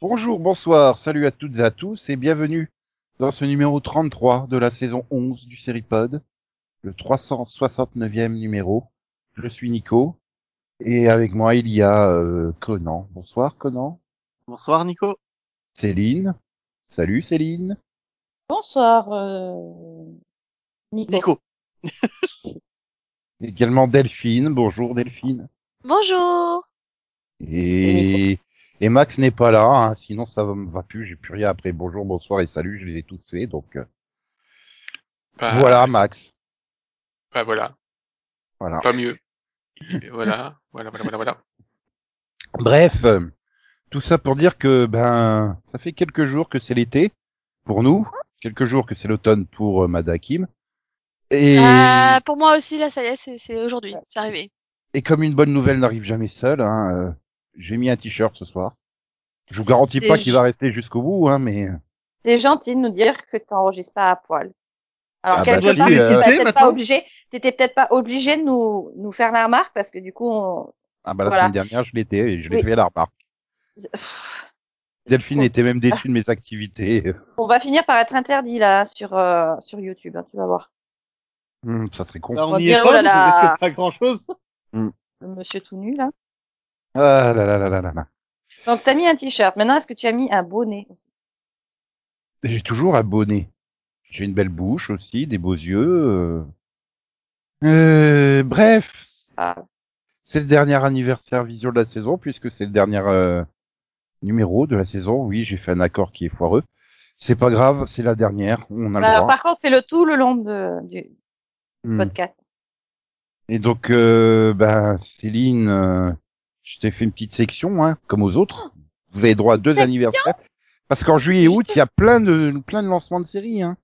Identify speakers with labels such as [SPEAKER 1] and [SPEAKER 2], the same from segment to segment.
[SPEAKER 1] Bonjour, bonsoir, salut à toutes et à tous et bienvenue dans ce numéro 33 de la saison 11 du Seripod, le 369e numéro. Je suis Nico et avec moi il y a euh, Conan. Bonsoir Conan.
[SPEAKER 2] Bonsoir Nico.
[SPEAKER 1] Céline. Salut Céline.
[SPEAKER 3] Bonsoir, euh... Nico.
[SPEAKER 2] Nico.
[SPEAKER 1] Également Delphine. Bonjour Delphine.
[SPEAKER 4] Bonjour.
[SPEAKER 1] Et, et Max n'est pas là, hein, sinon ça va- me va plus, j'ai plus rien après bonjour, bonsoir et salut, je les ai tous faits, donc euh,
[SPEAKER 5] Bah,
[SPEAKER 1] voilà Max.
[SPEAKER 5] bah, voilà,
[SPEAKER 1] Voilà.
[SPEAKER 5] pas mieux. Et voilà, voilà, voilà, voilà, voilà.
[SPEAKER 1] Bref, euh, tout ça pour dire que ben ça fait quelques jours que c'est l'été pour nous, quelques jours que c'est l'automne pour euh, Madakim. Et,
[SPEAKER 4] Euh, pour moi aussi, là, ça y est, c'est- c'est aujourd'hui, c'est arrivé.
[SPEAKER 1] et comme une bonne nouvelle n'arrive jamais seule, hein, euh, j'ai mis un t-shirt ce soir. Je vous garantis
[SPEAKER 3] C'est
[SPEAKER 1] pas qu'il
[SPEAKER 3] ju-
[SPEAKER 1] va rester jusqu'au bout, hein, mais
[SPEAKER 3] C'est gentil de nous dire que tu n'enregistres pas à poil. Alors,
[SPEAKER 1] Ah
[SPEAKER 3] quelque
[SPEAKER 1] bah,
[SPEAKER 3] part,
[SPEAKER 1] si,
[SPEAKER 3] t'étais
[SPEAKER 1] euh,
[SPEAKER 3] peut-être
[SPEAKER 6] maintenant.
[SPEAKER 3] pas obligé, t'étais peut-être pas obligé de nous, nous faire la remarque parce que du coup, on...
[SPEAKER 1] ah, bah, la
[SPEAKER 3] Voilà.
[SPEAKER 1] semaine dernière je l'étais et je l'ai
[SPEAKER 3] Oui.
[SPEAKER 1] fait à la remarque. Delphine
[SPEAKER 3] on,
[SPEAKER 1] était même déçue de mes activités.
[SPEAKER 3] on va finir par être interdit là sur euh, sur YouTube, hein, tu vas voir.
[SPEAKER 1] Hum, ça serait con.
[SPEAKER 6] Bah, on
[SPEAKER 3] va
[SPEAKER 6] n'y est
[SPEAKER 3] dire,
[SPEAKER 6] pas,
[SPEAKER 3] oh là
[SPEAKER 6] donc on
[SPEAKER 3] là.
[SPEAKER 6] risque pas grand chose.
[SPEAKER 3] Le monsieur tout nu là.
[SPEAKER 1] Ah là là là là là là.
[SPEAKER 3] Donc t'as mis un t-shirt. Maintenant, est-ce que tu as mis un bonnet aussi
[SPEAKER 1] J'ai toujours un bonnet. J'ai une belle bouche aussi, des beaux yeux. euh. Euh, bref,
[SPEAKER 3] Ah.
[SPEAKER 1] c'est le dernier anniversaire vision de la saison puisque c'est le dernier euh, numéro de la saison. Oui, j'ai fait un accord qui est foireux. C'est pas grave, c'est la dernière. On a
[SPEAKER 3] Bah,
[SPEAKER 1] le droit.
[SPEAKER 3] par contre, fais le tout le long de, du
[SPEAKER 1] Hum.
[SPEAKER 3] podcast.
[SPEAKER 1] Et donc, euh, ben, Céline, euh, je t'ai fait une petite section, hein, comme aux autres. Vous avez droit à deux
[SPEAKER 3] Section
[SPEAKER 1] anniversaires. Parce qu'en juillet et août, il y a plein de, plein de lancements de séries. Hein.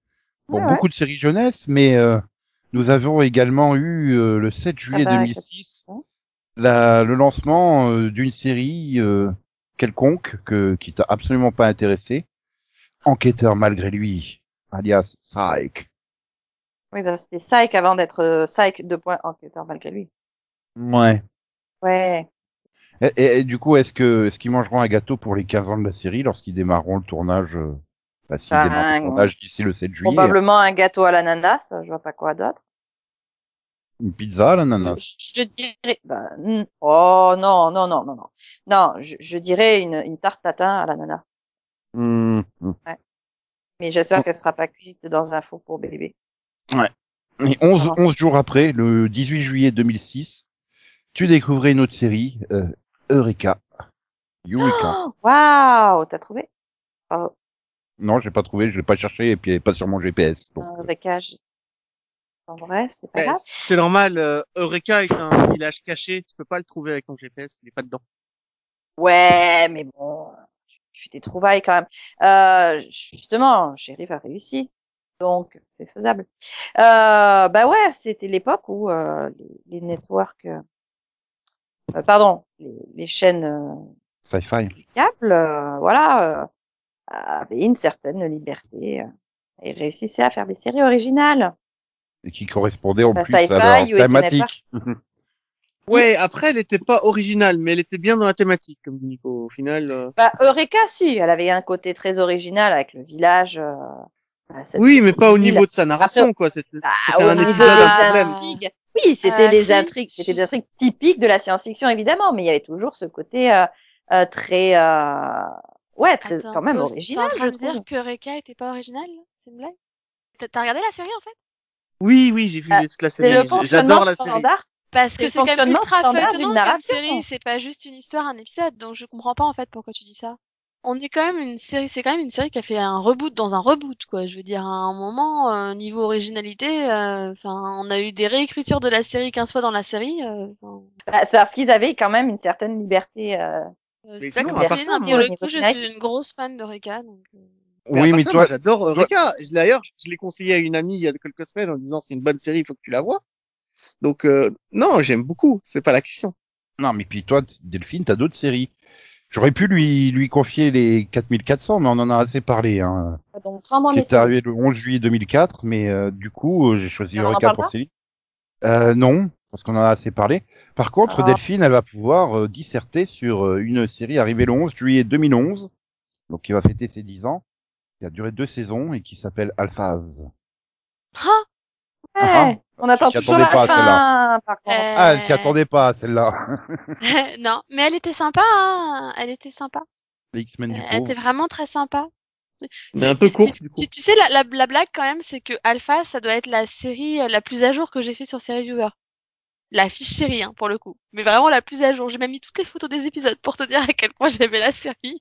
[SPEAKER 1] Bon,
[SPEAKER 3] Ouais, ouais.
[SPEAKER 1] beaucoup de séries jeunesse, mais euh, nous avons également eu euh, le 7 juillet
[SPEAKER 3] Ah bah,
[SPEAKER 1] 2006
[SPEAKER 3] qu'est-ce que
[SPEAKER 1] la- le lancement euh, d'une série euh, quelconque que, qui t'a absolument pas intéressé. Enquêteur malgré lui, alias Psych.
[SPEAKER 3] Oui, bah, c'était Psych avant d'être euh, Psych de point enquêteur malgré lui.
[SPEAKER 1] Ouais.
[SPEAKER 3] Ouais.
[SPEAKER 1] Et, et- et du coup, est-ce que est-ce qu'ils mangeront un gâteau pour les 15 ans de la série lorsqu'ils démarreront le tournage euh, bah, s'ils
[SPEAKER 3] Ah,
[SPEAKER 1] démarrent le
[SPEAKER 3] ouais.
[SPEAKER 1] tournage d'ici le 7 juillet,
[SPEAKER 3] Probablement un gâteau à l'ananas, je vois pas quoi d'autre.
[SPEAKER 1] une pizza, l'ananas.
[SPEAKER 3] Je, je dirais, bah, n- oh non, non, non, non, non. Non, je, je dirais une, une tarte tatin à l'ananas. Hmm,
[SPEAKER 1] Mmh, mmh.
[SPEAKER 3] Mais j'espère qu'elle sera pas cuite dans un four pour bébé.
[SPEAKER 1] Et 11,
[SPEAKER 3] Ah.
[SPEAKER 1] 11 jours après, le 18 juillet 2006, tu découvrais une autre série, euh, Eureka. Eureka.
[SPEAKER 3] Waouh, t'as trouvé Bravo,
[SPEAKER 1] non, j'ai pas trouvé, je l'ai pas cherché et puis elle est pas sur mon GPS. Donc,
[SPEAKER 3] un
[SPEAKER 1] euh,
[SPEAKER 3] récage. En bref, c'est pas
[SPEAKER 6] Ouais,
[SPEAKER 3] grave.
[SPEAKER 6] c'est normal. euh, Eureka est un village caché. Tu peux pas le trouver avec ton GPS. Il est pas dedans.
[SPEAKER 3] Ouais, mais bon, tu fais des trouvailles quand même. Euh, justement, Shérif a réussi, donc c'est faisable. Euh, bah ouais, c'était l'époque où euh, les, les networks, euh, euh, pardon, les, les chaînes euh,
[SPEAKER 1] sci-fi.
[SPEAKER 3] du câble, euh, voilà, euh, avaient une certaine liberté euh, et réussissaient à faire des séries originales.
[SPEAKER 1] Et qui correspondait en
[SPEAKER 3] Bah,
[SPEAKER 1] plus à
[SPEAKER 3] sci-fi,
[SPEAKER 1] leur
[SPEAKER 3] USA
[SPEAKER 1] thématique.
[SPEAKER 6] Ouais. Après, elle était pas originale, mais elle était bien dans la thématique, comme dit Nico. Au final. euh,
[SPEAKER 3] Bah Eureka, si, elle avait un côté très original avec le village. euh, à cette
[SPEAKER 6] Oui, mais pas au
[SPEAKER 3] ville.
[SPEAKER 6] niveau de sa narration, quoi. C'était
[SPEAKER 3] Ah,
[SPEAKER 6] c'était
[SPEAKER 3] au
[SPEAKER 6] un
[SPEAKER 3] niveau
[SPEAKER 6] épisode
[SPEAKER 3] des
[SPEAKER 6] à problème.
[SPEAKER 3] intrigues. Oui, c'était
[SPEAKER 4] Euh,
[SPEAKER 3] des
[SPEAKER 4] si.
[SPEAKER 3] intrigues, c'était des intrigues typiques de la science-fiction évidemment, mais il y avait toujours ce côté euh, euh, très, euh, ouais, très
[SPEAKER 4] Attends,
[SPEAKER 3] quand même
[SPEAKER 4] Rose,
[SPEAKER 3] original,
[SPEAKER 4] T'es en
[SPEAKER 3] je
[SPEAKER 4] train de
[SPEAKER 3] trouve.
[SPEAKER 4] dire que Reka était pas original C'est une blague T'as- T'as regardé la série en fait
[SPEAKER 6] Oui, oui, j'ai vu
[SPEAKER 3] Ah,
[SPEAKER 6] la
[SPEAKER 3] C'est le
[SPEAKER 6] série. J'adore
[SPEAKER 3] fonctionnement
[SPEAKER 6] la série.
[SPEAKER 3] standard.
[SPEAKER 4] Parce
[SPEAKER 3] C'est
[SPEAKER 4] que
[SPEAKER 3] le
[SPEAKER 4] c'est quand même
[SPEAKER 3] fonctionnement
[SPEAKER 4] ultra
[SPEAKER 3] standard d'une
[SPEAKER 4] feuilletonnant comme
[SPEAKER 3] narration.
[SPEAKER 4] série, c'est pas juste une histoire, un épisode, donc je comprends pas en fait pourquoi tu dis ça. On est quand même une série, c'est quand même une série qui a fait un reboot dans un reboot quoi. Je veux dire à un moment euh, niveau originalité, euh, enfin on a eu des réécritures de la série 15 fois dans la série. euh, enfin,
[SPEAKER 3] Bah, c'est parce qu'ils avaient quand même une certaine liberté. euh,
[SPEAKER 4] Euh,
[SPEAKER 6] Mais
[SPEAKER 4] c'est ça
[SPEAKER 6] sinon,
[SPEAKER 4] que
[SPEAKER 6] à
[SPEAKER 4] je
[SPEAKER 6] part
[SPEAKER 4] dis,
[SPEAKER 6] ça,
[SPEAKER 4] non,
[SPEAKER 6] moi,
[SPEAKER 4] Pour
[SPEAKER 3] au
[SPEAKER 4] le
[SPEAKER 3] niveau
[SPEAKER 4] coup, je
[SPEAKER 3] final-
[SPEAKER 4] suis une grosse fan de Reka. Donc... euh,
[SPEAKER 1] Oui,
[SPEAKER 6] à part
[SPEAKER 1] mais
[SPEAKER 6] ça,
[SPEAKER 1] toi,
[SPEAKER 6] moi, j'adore Eureka. Je- D'ailleurs, je l'ai conseillé à une amie il y a quelques semaines en disant c'est une bonne série, il faut que tu la vois. Donc euh, non, j'aime beaucoup. C'est pas la question.
[SPEAKER 1] Non, mais puis toi, Delphine, t'as d'autres séries. J'aurais pu lui, lui confier les 4400, mais on en a assez parlé, hein.
[SPEAKER 3] Donc, rends-moi
[SPEAKER 1] Qui
[SPEAKER 3] mes
[SPEAKER 1] est arrivé le 11 juillet 2004, mais euh, du coup, euh, j'ai choisi
[SPEAKER 3] Et on en
[SPEAKER 1] Eureka
[SPEAKER 3] parle
[SPEAKER 1] pour
[SPEAKER 3] pas
[SPEAKER 1] Céline. Euh, non, parce qu'on en a assez parlé. Par contre,
[SPEAKER 3] Ah.
[SPEAKER 1] Delphine, elle va pouvoir euh, disserter sur euh, une série arrivée le 11 juillet 2011, donc qui va fêter ses 10 ans, qui a duré deux saisons et qui s'appelle Alphaz.
[SPEAKER 4] Ah,
[SPEAKER 1] Ah,
[SPEAKER 3] Ouais, on attend
[SPEAKER 1] t'y
[SPEAKER 3] toujours
[SPEAKER 1] attendais
[SPEAKER 3] la
[SPEAKER 1] pas à
[SPEAKER 3] fin, par contre.
[SPEAKER 4] Euh,
[SPEAKER 1] Ah, elle s'y attendait pas, celle-là.
[SPEAKER 4] non, mais elle était sympa, hein. Elle était sympa.
[SPEAKER 1] Les X-Men
[SPEAKER 3] Euh,
[SPEAKER 1] du
[SPEAKER 4] Elle
[SPEAKER 1] pauvre.
[SPEAKER 4] était vraiment très sympa.
[SPEAKER 6] Mais un peu
[SPEAKER 4] Tu-
[SPEAKER 6] courte,
[SPEAKER 4] tu,
[SPEAKER 6] du coup.
[SPEAKER 4] tu, tu sais, la, la, la blague quand même, c'est que Alpha, ça doit être la série euh, la plus à jour que j'ai fait sur Série Viewer. La fiche série, hein, pour le coup. Mais vraiment la plus à jour. J'ai même mis toutes les photos des épisodes pour te dire à quel point j'aimais la série.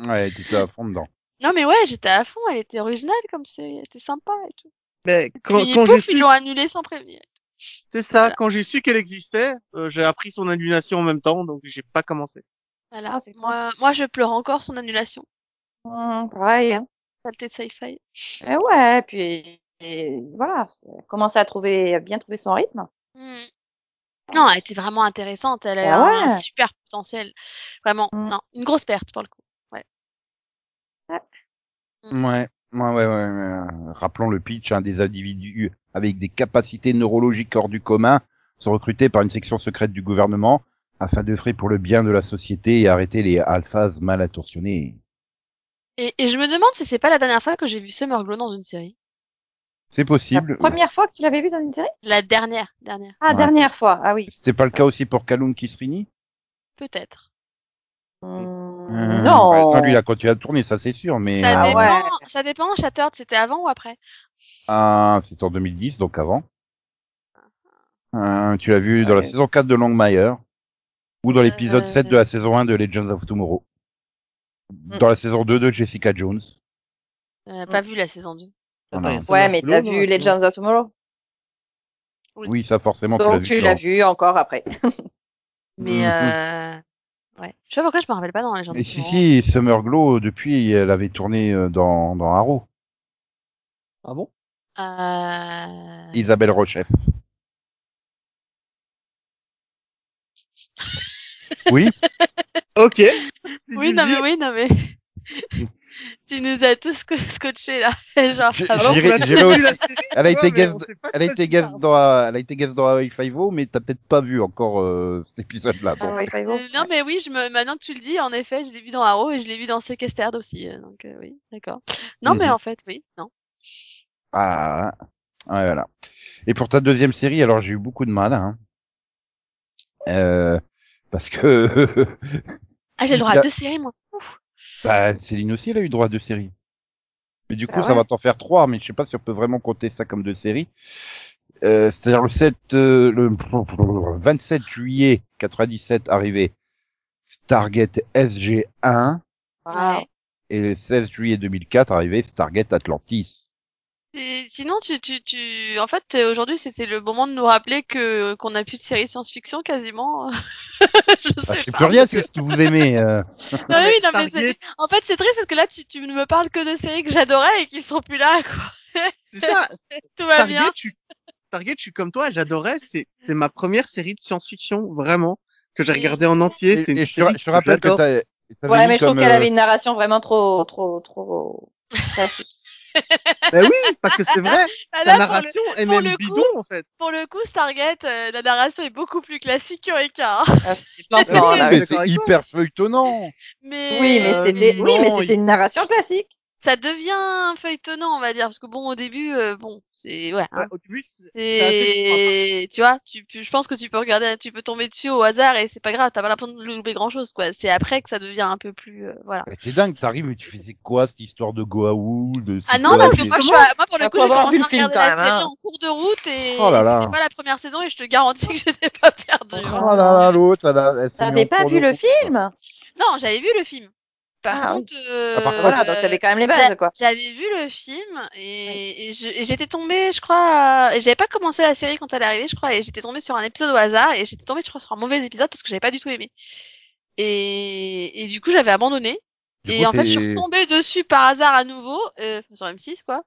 [SPEAKER 1] Ouais, elle était à fond dedans.
[SPEAKER 4] Non, mais ouais, j'étais à fond. Elle était originale comme série. Elle était sympa et tout.
[SPEAKER 6] Mais Ben, quand,
[SPEAKER 4] Puis,
[SPEAKER 6] quand j'ai
[SPEAKER 4] pouf, ils
[SPEAKER 6] su,
[SPEAKER 4] l'ont annulée sans prévenir.
[SPEAKER 6] c'est ça,
[SPEAKER 4] Voilà.
[SPEAKER 6] quand j'ai su qu'elle existait, euh, j'ai appris son annulation en même temps, donc j'ai pas commencé.
[SPEAKER 4] Voilà.
[SPEAKER 3] Ah, c'est
[SPEAKER 4] moi, moi, je pleure encore son annulation. Euh.
[SPEAKER 3] Hum, pareil. hein.
[SPEAKER 4] Saleté de sci-fi.
[SPEAKER 3] Et ouais, puis et voilà, c'est- commencer à trouver, à bien trouver son rythme.
[SPEAKER 4] Hmm. Non, elle était vraiment intéressante. Elle a
[SPEAKER 3] Bah
[SPEAKER 4] un
[SPEAKER 3] ouais.
[SPEAKER 4] super potentiel. Vraiment,
[SPEAKER 3] Mm.
[SPEAKER 4] non, une grosse perte pour le coup. Ouais. Mm.
[SPEAKER 1] Ouais, ouais, ouais, ouais, ouais. Rappelons le pitch, hein, des individus avec des capacités neurologiques hors du commun sont recrutés par une section secrète du gouvernement afin de d'œuvrer pour le bien de la société et arrêter les alphas mal attorsionnés.
[SPEAKER 4] Et, et je me demande si c'est pas la dernière fois que j'ai vu Summer Glow dans une série.
[SPEAKER 1] C'est
[SPEAKER 3] La
[SPEAKER 1] possible.
[SPEAKER 3] première fois que tu l'avais vu dans une série
[SPEAKER 4] La dernière, dernière,
[SPEAKER 3] Ah,
[SPEAKER 1] Ouais.
[SPEAKER 3] dernière fois. Ah oui.
[SPEAKER 1] C'était pas le cas aussi pour Kaloum Kisrini
[SPEAKER 4] peut-être.
[SPEAKER 3] Hum,
[SPEAKER 1] Euh,
[SPEAKER 3] non.
[SPEAKER 1] bah, lui, il a continué à tourner, ça c'est sûr, mais...
[SPEAKER 4] Ça,
[SPEAKER 3] Ah
[SPEAKER 1] euh,
[SPEAKER 4] dépend,
[SPEAKER 3] ouais.
[SPEAKER 4] ça dépend, Shattered, c'était avant ou après
[SPEAKER 1] Ah, c'est en 2010, donc avant. Euh, tu l'as vu dans la
[SPEAKER 3] Ouais.
[SPEAKER 1] saison 4 de Longmire, ou dans l'épisode
[SPEAKER 4] Euh,
[SPEAKER 1] 7 de la saison 1 de Legends of Tomorrow, dans la saison 2 de Jessica Jones.
[SPEAKER 4] Euh,
[SPEAKER 3] Mm.
[SPEAKER 4] Pas vu la saison 2.
[SPEAKER 6] Attends,
[SPEAKER 1] Voilà.
[SPEAKER 6] il y a Summer
[SPEAKER 3] Ouais, mais
[SPEAKER 6] Glow
[SPEAKER 3] t'as
[SPEAKER 6] dans
[SPEAKER 1] hein,
[SPEAKER 3] vu
[SPEAKER 6] la saison-
[SPEAKER 3] Legends of Tomorrow
[SPEAKER 4] Oui.
[SPEAKER 1] Oui, ça forcément,
[SPEAKER 3] Donc
[SPEAKER 1] tu
[SPEAKER 3] tu
[SPEAKER 1] l'as
[SPEAKER 3] l'as
[SPEAKER 1] vu.
[SPEAKER 3] vu encore après.
[SPEAKER 4] Mais
[SPEAKER 1] Mhm.
[SPEAKER 4] euh... ouais. Je sais pas pourquoi je me rappelle pas dans les gens.
[SPEAKER 1] Et mm. si, si, Summer Glow, depuis, elle avait tourné euh, dans, dans Arrow.
[SPEAKER 6] Ah bon?
[SPEAKER 4] Euh...
[SPEAKER 1] Isabelle Rochef. oui,
[SPEAKER 6] Ok.
[SPEAKER 4] Oui, non mais oui, non mais. tu nous as tous sco- scotchés là. Genre,
[SPEAKER 1] Mm. Je-
[SPEAKER 4] ah bon
[SPEAKER 6] Alors, on
[SPEAKER 1] J'irai-
[SPEAKER 6] a tous
[SPEAKER 1] j'irai au-
[SPEAKER 6] vu la série,
[SPEAKER 1] elle a
[SPEAKER 6] tu vois,
[SPEAKER 1] été
[SPEAKER 6] mais
[SPEAKER 1] guest,
[SPEAKER 6] on sait pas
[SPEAKER 1] elle a
[SPEAKER 6] de quoi
[SPEAKER 1] été
[SPEAKER 6] tu
[SPEAKER 1] guest
[SPEAKER 6] parles.
[SPEAKER 1] dans, elle a été guest dans Hawaii Five-O, mais t'as peut-être pas vu encore euh, cet épisode-là. donc.
[SPEAKER 3] Ah, ouais, Five-O.
[SPEAKER 4] Euh, non mais oui, je me... maintenant que tu le dis, en effet, je l'ai vu dans Arrow et je l'ai vu dans Sequestered aussi, euh, donc euh, oui, d'accord. Non mais
[SPEAKER 1] Mhm.
[SPEAKER 4] en fait, oui, non.
[SPEAKER 1] Ah, ouais, voilà. Et pour ta deuxième série, alors j'ai eu beaucoup de mal, hein. Euh, parce que
[SPEAKER 4] Ah j'ai le droit
[SPEAKER 1] Il y
[SPEAKER 4] à
[SPEAKER 1] a-
[SPEAKER 4] deux séries moi. Ouf.
[SPEAKER 1] bah, Céline aussi, elle a eu droit à deux séries. Mais du coup,
[SPEAKER 3] Bah
[SPEAKER 1] ça
[SPEAKER 3] ouais.
[SPEAKER 1] va t'en faire trois, mais je sais pas si on peut vraiment compter ça comme deux séries. Euh, C'est-à-dire le 7, euh, le 27 juillet 97 arrivé Stargate SG1
[SPEAKER 3] Ah,
[SPEAKER 4] Ouais.
[SPEAKER 1] et le 16 juillet 2004 arrivé Stargate Atlantis.
[SPEAKER 4] Et sinon, tu, tu, tu, en fait, euh, aujourd'hui, c'était le moment de nous rappeler que euh, qu'on a plus de séries science-fiction quasiment. je
[SPEAKER 1] Ah,
[SPEAKER 4] sais
[SPEAKER 1] je sais
[SPEAKER 4] pas.
[SPEAKER 1] plus rien, c'est ce que vous aimez. euh.
[SPEAKER 4] Non, mais oui, non, mais
[SPEAKER 6] Stargate,
[SPEAKER 4] c'est... En fait, c'est triste parce que là, tu, tu ne me parles que de séries que j'adorais et qui sont plus là, quoi.
[SPEAKER 6] C'est ça,
[SPEAKER 4] Tout va bien.
[SPEAKER 6] Stargate, je suis, Stargate, je suis comme toi, j'adorais, c'est, c'est ma première série de science-fiction, vraiment, que j'ai
[SPEAKER 4] Et-
[SPEAKER 6] regardée en entier, c'est
[SPEAKER 1] Et-
[SPEAKER 6] une
[SPEAKER 1] et je te
[SPEAKER 6] série
[SPEAKER 1] ra- je te rappelle que
[SPEAKER 6] j'adore.
[SPEAKER 1] t'as t'avais
[SPEAKER 3] Ouais,
[SPEAKER 1] mis
[SPEAKER 3] mais je trouve
[SPEAKER 1] comme,
[SPEAKER 3] qu'elle
[SPEAKER 1] euh,
[SPEAKER 3] avait une narration vraiment trop, trop, trop classique.
[SPEAKER 6] Ben oui, parce que c'est vrai,
[SPEAKER 4] Ah,
[SPEAKER 6] la
[SPEAKER 4] là, pour, le,
[SPEAKER 6] narration est
[SPEAKER 4] pour
[SPEAKER 6] même
[SPEAKER 4] le coup-
[SPEAKER 6] bidon, en fait.
[SPEAKER 4] pour le coup, Stargate, euh, la narration est beaucoup plus classique qu'Eureka. hein.
[SPEAKER 3] Ah, c'est flampant,
[SPEAKER 6] Oui,
[SPEAKER 3] là,
[SPEAKER 1] mais
[SPEAKER 6] oui.
[SPEAKER 1] c'est hyper feuilletonnant.
[SPEAKER 4] Mais,
[SPEAKER 3] Oui, mais
[SPEAKER 6] Euh,
[SPEAKER 3] c'était, oui, mais
[SPEAKER 6] non,
[SPEAKER 3] c'était
[SPEAKER 6] il-
[SPEAKER 3] une narration classique.
[SPEAKER 4] ça devient feuilletonnant, on va dire. Parce que bon, au début, euh, bon, c'est, ouais. hein.
[SPEAKER 6] Ouais, au début, c'est c'est assez...
[SPEAKER 4] Et tu vois, tu, tu- je pense que tu peux regarder, tu peux tomber dessus au hasard et c'est pas grave, t'as pas l'impression de louper grand chose quoi. C'est après que ça devient un peu plus, euh, voilà.
[SPEAKER 1] Mais C'est dingue, t'arrives, mais tu faisais quoi cette histoire de Goa'uld de
[SPEAKER 4] Ah
[SPEAKER 1] c'est
[SPEAKER 4] non,
[SPEAKER 1] quoi,
[SPEAKER 4] parce que
[SPEAKER 1] des-
[SPEAKER 4] moi, je suis à- moi pour le
[SPEAKER 3] Ah,
[SPEAKER 4] coup,
[SPEAKER 3] faut
[SPEAKER 4] j'ai
[SPEAKER 3] avoir
[SPEAKER 4] commencé
[SPEAKER 3] vu
[SPEAKER 4] à
[SPEAKER 3] le film,
[SPEAKER 4] regarder
[SPEAKER 3] quand
[SPEAKER 4] la
[SPEAKER 3] même,
[SPEAKER 4] série
[SPEAKER 3] hein.
[SPEAKER 4] en cours de route et,
[SPEAKER 1] Oh là
[SPEAKER 4] et
[SPEAKER 1] là.
[SPEAKER 4] c'était pas la première saison et je te garantis que j'étais pas perdue. hein.
[SPEAKER 1] Oh là là, l'autre, elle a- elle s'est mis
[SPEAKER 3] T'avais
[SPEAKER 1] en
[SPEAKER 3] pas
[SPEAKER 1] cours
[SPEAKER 3] vu
[SPEAKER 1] de
[SPEAKER 3] le
[SPEAKER 1] route.
[SPEAKER 3] film?
[SPEAKER 4] Non, j'avais vu le film. Par
[SPEAKER 3] Ah, oui.
[SPEAKER 4] contre, euh,
[SPEAKER 1] Ah, par contre,
[SPEAKER 3] Voilà, donc t'avais quand même les bases,
[SPEAKER 4] j'a-
[SPEAKER 3] quoi.
[SPEAKER 4] j'avais vu le film et, et je- et j'étais tombée, je crois, euh, et j'avais pas commencé la série quand elle est arrivée, je crois, et j'étais tombée sur un épisode au hasard et j'étais tombée, je crois, sur un mauvais épisode parce que j'avais pas du tout aimé. Et, et du coup, j'avais abandonné.
[SPEAKER 1] Du
[SPEAKER 4] et
[SPEAKER 1] coup,
[SPEAKER 4] en fait, je suis
[SPEAKER 1] t'es-
[SPEAKER 4] retombée dessus par hasard à nouveau, euh, sur M6, quoi.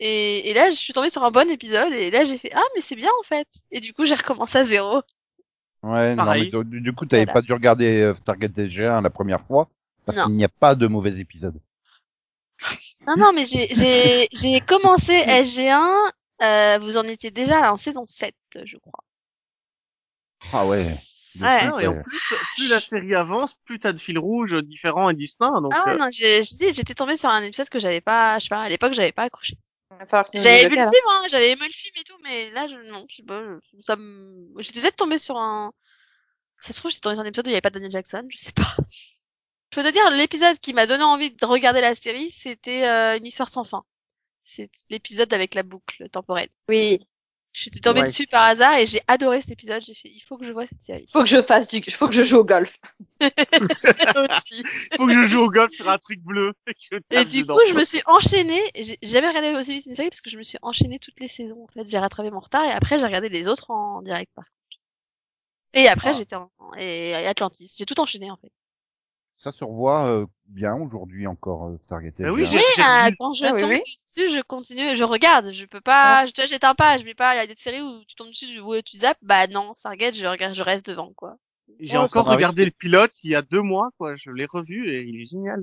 [SPEAKER 4] Et, et là, je suis tombée sur un bon épisode et là, j'ai fait, ah, mais c'est bien, en fait. Et du coup, j'ai recommencé à zéro.
[SPEAKER 1] Ouais, non, mais
[SPEAKER 6] Pareil.
[SPEAKER 1] du, du coup, t'avais
[SPEAKER 3] Voilà.
[SPEAKER 1] pas dû regarder euh, Target DG1 la première fois, parce
[SPEAKER 4] Non.
[SPEAKER 1] qu'il n'y a pas de mauvais épisode.
[SPEAKER 4] Non, non, mais j'ai- j'ai j'ai commencé SG1, euh, vous en étiez déjà en saison 7, je crois.
[SPEAKER 1] Ah ouais. De
[SPEAKER 4] Ouais.
[SPEAKER 1] fou,
[SPEAKER 6] Non, et en plus, plus la série avance, plus t'as de fils rouges euh, différents et distincts. Donc,
[SPEAKER 4] Ah ouais,
[SPEAKER 6] euh,
[SPEAKER 4] non, j'ai- je dis, j'étais tombée sur un épisode que j'avais pas, je sais pas, à l'époque, j'avais pas accroché.
[SPEAKER 3] Il va falloir que
[SPEAKER 6] Ah
[SPEAKER 3] tu nous
[SPEAKER 4] J'avais
[SPEAKER 3] dises
[SPEAKER 4] vu le
[SPEAKER 3] lequel,
[SPEAKER 4] film, hein, j'avais aimé le film et tout, mais là, je, non, je sais pas, je- ça me, j'étais peut-être tombée sur un, ça se trouve, j'étais tombée sur un épisode où il y avait pas Daniel Jackson, je sais pas. Je peux te dire, l'épisode qui m'a donné envie de regarder la série, c'était euh, Une histoire sans fin. C'est l'épisode avec la boucle temporelle.
[SPEAKER 3] hein. Oui.
[SPEAKER 4] J'étais tombée
[SPEAKER 6] Ouais.
[SPEAKER 4] dessus par hasard et j'ai adoré cet épisode. J'ai fait, il faut que je vois cette série.
[SPEAKER 3] Faut que je fasse du, faut que je joue au golf.
[SPEAKER 4] Aussi.
[SPEAKER 6] euh, faut que je joue au golf sur un truc bleu. et que je
[SPEAKER 4] Et
[SPEAKER 6] tape
[SPEAKER 4] du
[SPEAKER 6] dedans.
[SPEAKER 4] coup, je me suis enchaînée. et J'ai jamais regardé aussi vite une série parce que je me suis enchaînée toutes les saisons. En fait, j'ai rattrapé mon retard et après j'ai regardé les autres en, en direct par contre. Et après
[SPEAKER 1] Ah.
[SPEAKER 4] j'étais en et et Atlantis. J'ai tout enchaîné en fait.
[SPEAKER 1] Ça se revoit euh, bien aujourd'hui encore, euh, Stargate
[SPEAKER 6] Bah oui,
[SPEAKER 1] SG1.
[SPEAKER 6] j'ai j'ai
[SPEAKER 4] Ah,
[SPEAKER 6] revu
[SPEAKER 4] quand je
[SPEAKER 3] Ah oui,
[SPEAKER 4] tombe
[SPEAKER 3] oui.
[SPEAKER 4] dessus, je continue, je regarde. Je peux pas, je, tu vois, j'éteins pas. Je mets pas. Il y a des séries où tu tombes dessus, où tu zappes. Bah non, Stargate, je regarde, je reste devant quoi.
[SPEAKER 6] J'ai
[SPEAKER 1] Oh,
[SPEAKER 6] encore
[SPEAKER 1] ça m'arrive.
[SPEAKER 6] regardé le pilote il y a deux mois, quoi. Je l'ai revu et il est génial.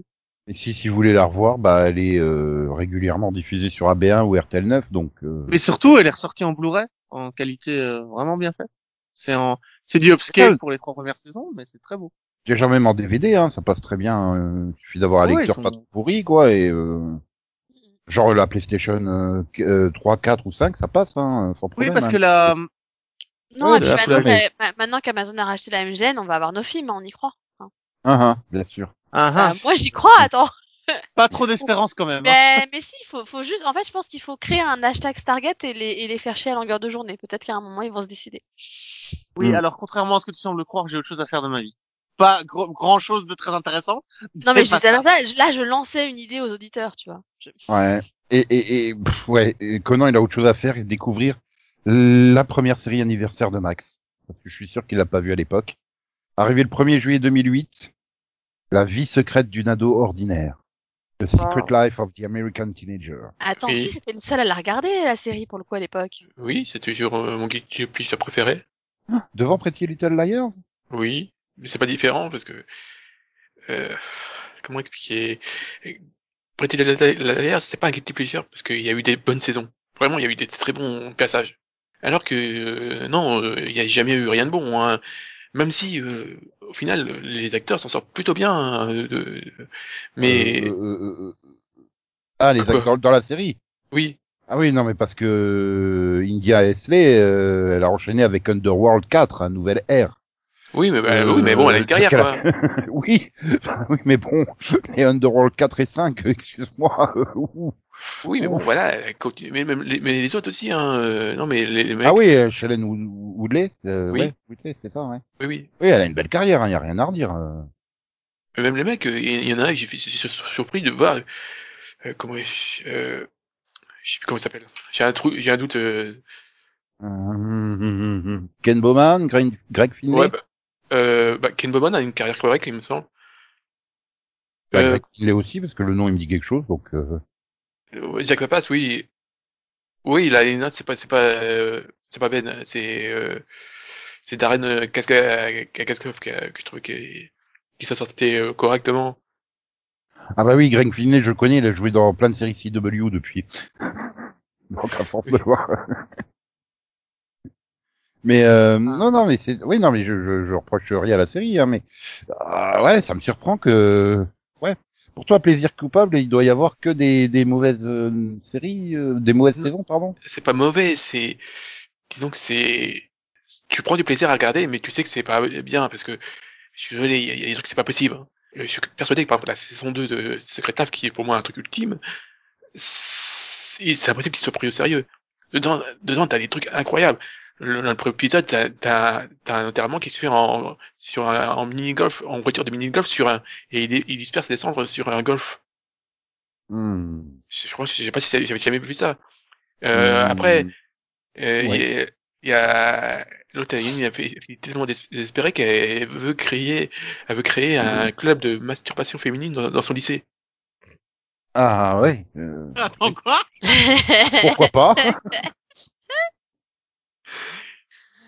[SPEAKER 1] Et si, si vous voulez la revoir, bah, elle est euh, régulièrement diffusée sur AB1 ou RTL9, donc... euh,
[SPEAKER 6] Mais surtout, elle est ressortie en Blu-ray, en qualité euh, vraiment bien faite. C'est en, c'est du
[SPEAKER 1] Ouais.
[SPEAKER 6] upscale pour les trois premières saisons, mais c'est très beau.
[SPEAKER 1] Déjà même en DVD, hein, ça passe très bien. Euh, il suffit d'avoir un
[SPEAKER 6] Ouais,
[SPEAKER 1] lecteur
[SPEAKER 6] ils sont-
[SPEAKER 1] pas trop pourri, quoi. Et euh, genre la PlayStation euh, qu- euh, 3, 4 ou 5, ça passe, hein, sans
[SPEAKER 6] Oui,
[SPEAKER 1] problème.
[SPEAKER 6] parce
[SPEAKER 1] hein.
[SPEAKER 6] que la, euh,
[SPEAKER 4] Non,
[SPEAKER 1] Ouais,
[SPEAKER 4] et puis
[SPEAKER 1] là,
[SPEAKER 4] maintenant,
[SPEAKER 1] faut la-
[SPEAKER 4] qu'a- ma- maintenant qu'Amazon a racheté la MGN, on va avoir nos films, hein, on y croit. hein.
[SPEAKER 1] Hein, hein, bien sûr.
[SPEAKER 6] Ah, ah,
[SPEAKER 4] Bah, moi j'y crois, attends.
[SPEAKER 6] euh, pas trop d'espérance quand même. hein.
[SPEAKER 4] Ben, Mais, mais si, faut, faut juste. En fait, je pense qu'il faut créer un hashtag Stargate et les, et les faire chier à longueur de journée. Peut-être qu'à un moment, ils vont se décider.
[SPEAKER 6] Oui,
[SPEAKER 1] Hmm.
[SPEAKER 6] alors contrairement à ce que tu sembles croire, j'ai autre chose à faire de ma vie. Pas gro- grand chose de très intéressant.
[SPEAKER 4] Non, mais je
[SPEAKER 6] pas
[SPEAKER 4] disais
[SPEAKER 6] ça.
[SPEAKER 4] comme ça. je- Là, je lançais une idée aux auditeurs, tu vois. Je-
[SPEAKER 1] Ouais. Et, et, et pff, ouais, et Conan, il a autre chose à faire et découvrir la première série anniversaire de Max. Parce que je suis sûr qu'il l'a pas vu à l'époque. Arrivé le 1er juillet 2008, La vie secrète du nado ordinaire. The Secret Life of the American Teenager.
[SPEAKER 4] Attends,
[SPEAKER 5] Et-
[SPEAKER 4] si c'était une seule à la regarder, la série, pour le coup, à l'époque.
[SPEAKER 5] Oui, c'est toujours euh, mon guide du plus préféré.
[SPEAKER 1] Devant Pretty Little Liars
[SPEAKER 5] Oui, mais c'est pas différent parce que euh, comment expliquer Pretty Little Liars, c'est pas un guilty pleasure parce qu'il y a eu des bonnes saisons. Vraiment, il y a eu des très bons passages. Alors que euh, non, euh, il n'y a jamais eu rien de bon. hein. Même si euh, au final les acteurs s'en sortent plutôt bien. hein, euh, de- Mais
[SPEAKER 1] Euh, euh, euh, euh, Ah, les
[SPEAKER 5] Quoi
[SPEAKER 1] acteurs dans la série
[SPEAKER 5] oui,
[SPEAKER 1] Ah oui, non, mais parce que euh, India Esley, euh, elle a enchaîné avec Underworld 4, un nouvel air.
[SPEAKER 5] oui, mais, bah,
[SPEAKER 1] Euh,
[SPEAKER 5] oui, mais bon, à
[SPEAKER 1] le
[SPEAKER 5] l'intérieur
[SPEAKER 1] truc
[SPEAKER 5] quoi.
[SPEAKER 1] à oui, oui, mais bon, les Underworld 4 et 5, euh, excuse-moi. euh, ouh.
[SPEAKER 5] Oui,
[SPEAKER 1] Oh.
[SPEAKER 5] mais bon, voilà. elle continue. Mais même les, mais les autres aussi. Hein. euh, Non, mais les, les mecs.
[SPEAKER 1] ah oui, euh, Shailene Wood- Woodley, euh,
[SPEAKER 5] Oui.
[SPEAKER 1] ouais, Woodley, c'est ça, ouais.
[SPEAKER 5] oui, oui.
[SPEAKER 1] Oui, elle a une belle carrière, il y a rien à redire. euh.
[SPEAKER 5] Mais Même les mecs, euh, il y, en a un que j'ai fait- j'ai été sur- surpris de voir euh, comment il- euh, je sais plus comment il s'appelle. J'ai un trou, j'ai un doute. euh,
[SPEAKER 1] Euh, hum, hum, hum. Ken Bowman, Greg, Greg Finlay.
[SPEAKER 5] ouais, bah, euh, bah, Ken Bowman a une carrière correcte, il me semble.
[SPEAKER 1] Bah,
[SPEAKER 5] Euh,
[SPEAKER 1] Greg Finlay aussi, parce que le nom, il me dit quelque chose, donc... euh,
[SPEAKER 5] euh, Jack Lapace, oui, oui, il a une note. C'est pas, c'est pas, euh, c'est pas Ben, c'est, euh, c'est Darren euh, Kaska- Kaskaskov qui a- que je trouvais qui, qui s'en sortait euh, correctement.
[SPEAKER 1] Ah bah oui, Greg Finlay, je le connais, il a joué dans plein de séries CW depuis. Donc à force de le voir. Mais euh, non non mais c'est oui non mais je je, je reproche rien à la série hein, mais ah, ouais ça me surprend que ouais pour toi plaisir coupable il doit y avoir que des des mauvaises euh, séries euh, des mauvaises
[SPEAKER 5] Non.
[SPEAKER 1] saisons pardon
[SPEAKER 5] C'est pas mauvais, c'est, disons que c'est, tu prends du plaisir à regarder, mais tu sais que c'est pas bien parce que Je suis désolé, il y, a- il y a des trucs, c'est pas possible. hein. Euh, Je suis persuadé que par exemple, la saison 2 de Secret Life, qui est pour moi un truc ultime, c'est c'est impossible qu'il soit pris au sérieux. Dedans, dedans t'as des trucs incroyables. Le, dans le premier épisode, t'as t'as- t'as un enterrement qui se fait en, sur un, en mini-golf, en voiture de mini-golf sur un, et il, il disperse les cendres sur un golf.
[SPEAKER 1] Hmm.
[SPEAKER 5] Je, je crois, je sais pas si ça- j'avais jamais vu ça. Euh,
[SPEAKER 1] Hmm.
[SPEAKER 5] Après, euh, il
[SPEAKER 1] Ouais.
[SPEAKER 5] y a- il y a l'autre Aline, il a fait il est tellement dés- désespérée qu'elle veut créer, elle veut créer un club de masturbation féminine dans, dans son lycée.
[SPEAKER 1] ah ouais euh,
[SPEAKER 6] Attends, quoi?
[SPEAKER 1] pourquoi pas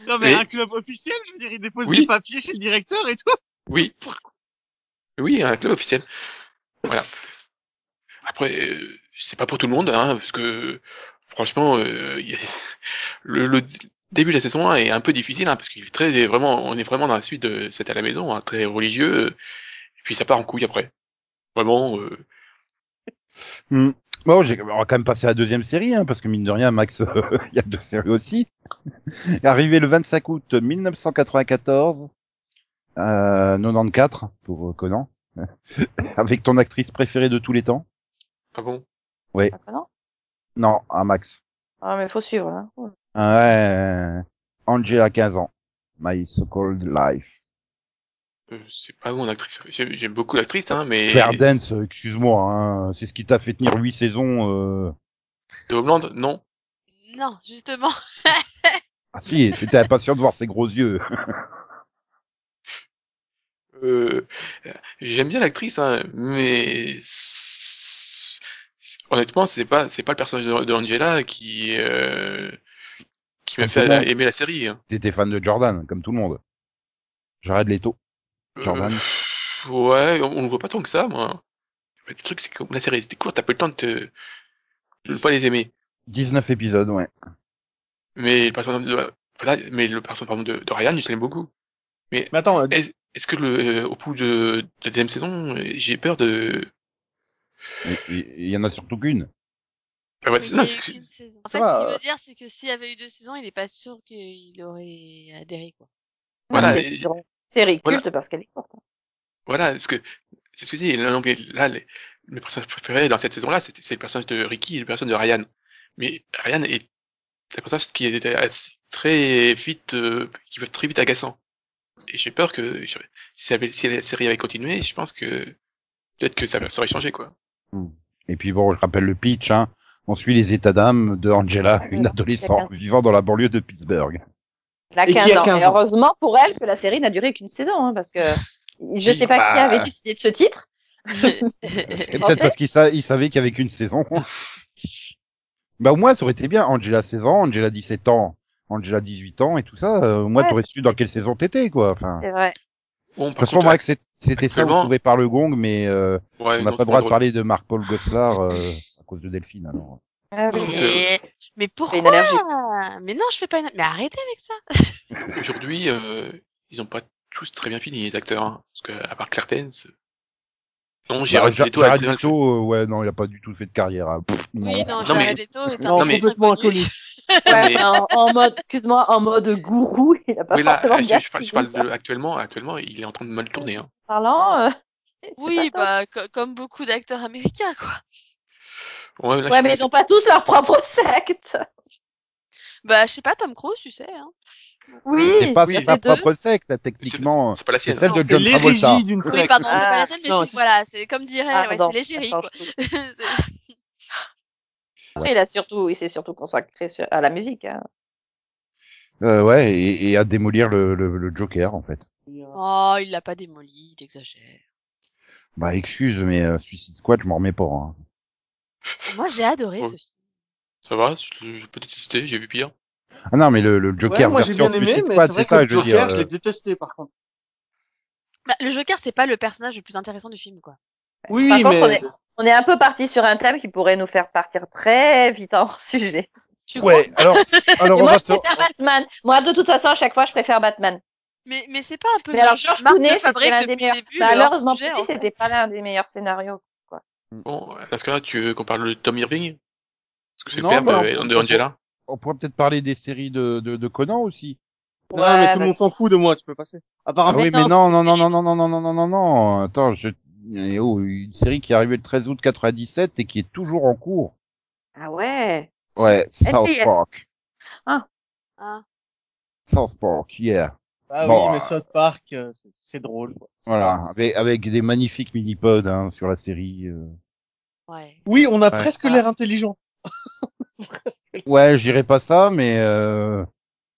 [SPEAKER 6] Non, mais
[SPEAKER 5] Et-
[SPEAKER 6] un club officiel, je veux dire, il dépose
[SPEAKER 5] Oui.
[SPEAKER 6] des papiers chez le directeur et tout.
[SPEAKER 5] Oui. Oui, un club officiel. Voilà. Après, euh, c'est pas pour tout le monde, hein, parce que franchement, euh, il y a- le, le début de la saison 1 est un peu difficile, hein, parce qu'il est très vraiment, on est vraiment dans la suite de cette à la maison, hein, très religieux, euh, et puis ça part en couille après. Vraiment, euh,
[SPEAKER 1] Bon, j'ai- on va quand même passer à la deuxième série, hein, parce que mine de rien, Max, euh, il y a deux séries aussi. Arrivé le 25 août 1994, euh, 94, pour euh, Conan, avec ton actrice préférée de tous les temps.
[SPEAKER 5] ah bon.
[SPEAKER 3] Ah, que non
[SPEAKER 1] Non, à Max.
[SPEAKER 3] Ah, mais faut suivre, hein.
[SPEAKER 1] Ouais, Angela, 15 ans. My so-called life.
[SPEAKER 5] euh, c'est pas mon actrice. J'ai- J'aime beaucoup l'actrice, hein, mais
[SPEAKER 1] Claire Dance, euh, excuse-moi, hein, c'est ce qui t'a fait tenir huit saisons. Euh...
[SPEAKER 5] de Homeland, non.
[SPEAKER 4] Non, justement.
[SPEAKER 1] Ah si, c'était impatient de voir ses gros yeux.
[SPEAKER 5] Euh, j'aime bien l'actrice, hein, mais c'est- c'est- honnêtement, c'est pas c'est pas le personnage de, de Angela qui euh, qui m'a
[SPEAKER 1] Comme tout le
[SPEAKER 5] fait
[SPEAKER 1] monde.
[SPEAKER 5] aimer la série. hein.
[SPEAKER 1] T'étais fan de Jordan, comme tout le monde. Jared Leto. Jordan.
[SPEAKER 5] Euh, ouais, on, on le voit pas tant que ça, moi. Le truc, c'est que la série c'était courte, t'as pas le temps de te de ne pas les aimer.
[SPEAKER 1] 19 épisodes, ouais.
[SPEAKER 5] Mais le personnage de voilà, mais le personnage par exemple, de, de Ryan, je l'aime beaucoup.
[SPEAKER 6] Mais attends, euh,
[SPEAKER 5] Est-ce est-ce que le, euh, au bout de, de la deuxième saison, euh, j'ai peur de
[SPEAKER 1] Et- et- Il y en a surtout qu'une.
[SPEAKER 5] Ah ouais,
[SPEAKER 4] Mais
[SPEAKER 5] c'est-
[SPEAKER 4] il
[SPEAKER 5] non,
[SPEAKER 4] y a
[SPEAKER 5] parce
[SPEAKER 4] eu
[SPEAKER 5] que
[SPEAKER 4] qu'une
[SPEAKER 5] c'est-
[SPEAKER 4] saison. En
[SPEAKER 6] ça
[SPEAKER 4] fait,
[SPEAKER 6] va,
[SPEAKER 4] ce qu'il
[SPEAKER 6] euh.
[SPEAKER 4] veut dire, c'est que s'il y avait eu deux saisons, il n'est pas sûr qu'il aurait adhéré, quoi.
[SPEAKER 5] Voilà,
[SPEAKER 3] C'est
[SPEAKER 5] et-
[SPEAKER 3] une série
[SPEAKER 5] voilà.
[SPEAKER 3] culte parce qu'elle est courte. hein.
[SPEAKER 5] Voilà, parce que c'est ce que je dis, l'un- là, les, mes personnages préférés dans cette saison-là, c'est c'est le personnage de Ricky et le personnage de Ryan. Mais Ryan est un personnage qui est assez- très vite, euh, qui va être très vite agaçant. Et j'ai peur que je- si, ça avait- si la série avait continué, je pense que peut-être que ça, ça aurait changé, quoi.
[SPEAKER 1] Et puis bon, je rappelle le pitch, hein. On suit les états d'âme de Angela, une
[SPEAKER 3] Ouais,
[SPEAKER 1] adolescente vivant dans la banlieue de Pittsburgh.
[SPEAKER 3] Elle a
[SPEAKER 6] Et qui
[SPEAKER 3] 15
[SPEAKER 6] a
[SPEAKER 3] ans.
[SPEAKER 6] 15
[SPEAKER 3] Et
[SPEAKER 6] ans.
[SPEAKER 3] heureusement pour elle que la série n'a duré qu'une saison, hein, parce que je
[SPEAKER 5] Oui,
[SPEAKER 3] sais pas qui
[SPEAKER 5] bah.
[SPEAKER 3] avait décidé de ce titre.
[SPEAKER 1] Et
[SPEAKER 3] Français
[SPEAKER 1] peut-être parce qu'ils sa- ils savaient qu'il y avait qu'une saison. bah au moins, ça aurait été bien. Angela 16 ans, Angela 17 ans, Angela 18 ans et tout ça. euh, au moins,
[SPEAKER 3] Ouais.
[SPEAKER 1] t'aurais su dans quelle saison t'étais, quoi. Enfin, de
[SPEAKER 3] C'est vrai.
[SPEAKER 5] Bon,
[SPEAKER 1] toute
[SPEAKER 5] par
[SPEAKER 1] façon,
[SPEAKER 5] contre,
[SPEAKER 1] Max, c'est- c'était ça,
[SPEAKER 5] actuellement-
[SPEAKER 1] on trouvait par le gong, mais euh, on
[SPEAKER 5] ouais,
[SPEAKER 1] n'a
[SPEAKER 5] non,
[SPEAKER 1] pas
[SPEAKER 5] c'est
[SPEAKER 1] le droit de
[SPEAKER 5] drôle.
[SPEAKER 1] parler de Marc-Paul Gosselaar euh, à cause de Delphine, alors.
[SPEAKER 3] Ah oui,
[SPEAKER 5] Donc, euh,
[SPEAKER 3] oui.
[SPEAKER 6] euh,
[SPEAKER 4] Mais, mais pourquoi
[SPEAKER 3] une allergie.
[SPEAKER 4] Mais non, je fais pas une... Mais arrêtez avec ça
[SPEAKER 5] Aujourd'hui, euh, ils ont pas tous très bien fini, les acteurs, hein. Parce que, à part Clark Dance, non, j'ai
[SPEAKER 1] Jared
[SPEAKER 5] Leto a
[SPEAKER 1] Bah, Jared
[SPEAKER 5] très bien
[SPEAKER 1] Leto, euh, ouais, non, il a pas du tout fait de carrière. hein. Pff,
[SPEAKER 4] Oui, non,
[SPEAKER 5] Non,
[SPEAKER 4] Jared
[SPEAKER 5] mais-
[SPEAKER 4] Leto est un
[SPEAKER 6] non,
[SPEAKER 5] mais-
[SPEAKER 4] acteur
[SPEAKER 6] complètement
[SPEAKER 4] inconnu.
[SPEAKER 6] inconnu.
[SPEAKER 3] Ouais,
[SPEAKER 5] mais-
[SPEAKER 3] mais en, en mode, excuse-moi, en mode gourou, il n'a pas
[SPEAKER 5] Oui, là,
[SPEAKER 3] forcément
[SPEAKER 5] je,
[SPEAKER 3] bien
[SPEAKER 5] je parle- je
[SPEAKER 3] suivi,
[SPEAKER 5] parle
[SPEAKER 3] quoi.
[SPEAKER 5] de actuellement, actuellement, il est en train de mal tourner. Hein.
[SPEAKER 3] parlant. euh, c'est
[SPEAKER 4] Oui,
[SPEAKER 3] pas top.
[SPEAKER 4] bah, co- comme beaucoup d'acteurs américains, quoi.
[SPEAKER 5] Ouais, là, je
[SPEAKER 3] Ouais,
[SPEAKER 5] pense
[SPEAKER 3] mais
[SPEAKER 5] que
[SPEAKER 3] ils n'ont pas tous leur propre secte.
[SPEAKER 4] Bah, je sais pas, Tom Cruise, tu sais, hein.
[SPEAKER 3] Oui,
[SPEAKER 1] C'est pas
[SPEAKER 5] oui,
[SPEAKER 1] c'est
[SPEAKER 5] les
[SPEAKER 1] sa
[SPEAKER 3] deux.
[SPEAKER 1] propre secte, là,
[SPEAKER 5] c'est- c'est
[SPEAKER 1] techniquement.
[SPEAKER 5] c'est pas la
[SPEAKER 1] C'est
[SPEAKER 5] sienne.
[SPEAKER 1] celle de
[SPEAKER 4] Non,
[SPEAKER 1] John Travolta.
[SPEAKER 6] d'une
[SPEAKER 4] Oui,
[SPEAKER 6] secte. hein.
[SPEAKER 4] pardon, c'est
[SPEAKER 3] Ah,
[SPEAKER 4] pas la scène, mais
[SPEAKER 6] non,
[SPEAKER 4] c'est,
[SPEAKER 6] c'est-
[SPEAKER 4] voilà, c'est comme
[SPEAKER 3] Ah,
[SPEAKER 4] dirait, ouais,
[SPEAKER 3] pardon.
[SPEAKER 4] c'est l'égérie,
[SPEAKER 3] Attends,
[SPEAKER 4] quoi.
[SPEAKER 3] je-
[SPEAKER 4] C'est-
[SPEAKER 1] Ouais.
[SPEAKER 3] Il a surtout, il s'est surtout consacré sur- à la musique. hein.
[SPEAKER 1] Euh, ouais, et, et à démolir le, le, le Joker, en fait.
[SPEAKER 4] oh, il l'a pas démoli, t'exagères.
[SPEAKER 1] Bah, excuse, mais euh, Suicide Squad, je m'en remets pas. hein.
[SPEAKER 4] Moi, j'ai adoré
[SPEAKER 5] Ouais.
[SPEAKER 4] ce film.
[SPEAKER 5] Ça va, je l'ai pas détesté, j'ai vu pire.
[SPEAKER 1] Ah non, mais le, le
[SPEAKER 6] Ouais,
[SPEAKER 1] Joker
[SPEAKER 6] moi j'ai
[SPEAKER 1] version
[SPEAKER 6] bien aimé,
[SPEAKER 1] Suicide
[SPEAKER 6] mais
[SPEAKER 1] Squad, c'est
[SPEAKER 6] c'est vrai que
[SPEAKER 1] ça,
[SPEAKER 6] le
[SPEAKER 1] je veux
[SPEAKER 6] Joker,
[SPEAKER 1] dire.
[SPEAKER 6] je
[SPEAKER 1] euh,
[SPEAKER 6] l'ai détesté par contre.
[SPEAKER 4] Bah, le Joker, c'est pas le personnage le plus intéressant du film, quoi.
[SPEAKER 6] Oui,
[SPEAKER 3] Par contre,
[SPEAKER 6] mais
[SPEAKER 3] on est- On est un peu parti sur un thème qui pourrait nous faire partir très vite en sujet.
[SPEAKER 4] Tu crois
[SPEAKER 1] Ouais, alors, alors
[SPEAKER 3] Et
[SPEAKER 1] on
[SPEAKER 3] moi,
[SPEAKER 1] va
[SPEAKER 3] je
[SPEAKER 1] se...
[SPEAKER 3] préfère Batman. Moi, de toute façon, à chaque fois, je préfère Batman.
[SPEAKER 4] Mais, mais c'est pas un peu
[SPEAKER 3] Mais
[SPEAKER 4] notre
[SPEAKER 3] alors, Georges
[SPEAKER 4] marque
[SPEAKER 3] Clooney,
[SPEAKER 4] de
[SPEAKER 3] c'était
[SPEAKER 4] fabrique
[SPEAKER 3] l'un
[SPEAKER 4] depuis
[SPEAKER 3] des
[SPEAKER 4] le
[SPEAKER 3] meilleurs.
[SPEAKER 4] début,
[SPEAKER 3] Malheureusement,
[SPEAKER 4] hors sujet,
[SPEAKER 3] pour lui,
[SPEAKER 4] en
[SPEAKER 3] c'était
[SPEAKER 4] fait.
[SPEAKER 3] pas l'un des meilleurs scénarios.
[SPEAKER 5] Bon, dans ce cas-là, tu veux qu'on parle de Tom Irving Parce que c'est le
[SPEAKER 1] Non,
[SPEAKER 5] père
[SPEAKER 1] mais
[SPEAKER 5] de,
[SPEAKER 1] on-
[SPEAKER 5] de Angela.
[SPEAKER 1] On pourrait peut-être parler des séries de, de, de Conan aussi.
[SPEAKER 6] non, mais tout le
[SPEAKER 3] Ouais, bah,
[SPEAKER 6] monde s'en fout de moi, tu peux passer.
[SPEAKER 1] Ah
[SPEAKER 6] Apparemment,
[SPEAKER 1] oui, mais
[SPEAKER 3] non,
[SPEAKER 1] non, non, non, non, non, non, non, non, non, non, non. Attends, je... eh oh, une série qui est arrivée le 13 août 97 et qui est toujours en cours.
[SPEAKER 3] Ah ouais.
[SPEAKER 1] Ouais, South
[SPEAKER 3] NPS.
[SPEAKER 1] Park.
[SPEAKER 3] Ah.
[SPEAKER 4] Hein.
[SPEAKER 1] South Park, yeah.
[SPEAKER 6] ah
[SPEAKER 1] bon,
[SPEAKER 6] oui, mais
[SPEAKER 1] euh,
[SPEAKER 6] South Park, euh, c'est- c'est drôle. Quoi. C'est
[SPEAKER 3] Ah,
[SPEAKER 1] Voilà,
[SPEAKER 6] drôle.
[SPEAKER 1] avec, avec des magnifiques mini-pods hein, sur la série. euh.
[SPEAKER 4] Ouais.
[SPEAKER 6] Oui, on a
[SPEAKER 1] Ouais.
[SPEAKER 6] presque l'air intelligent.
[SPEAKER 1] Ouais, je dirais pas ça, mais... Euh...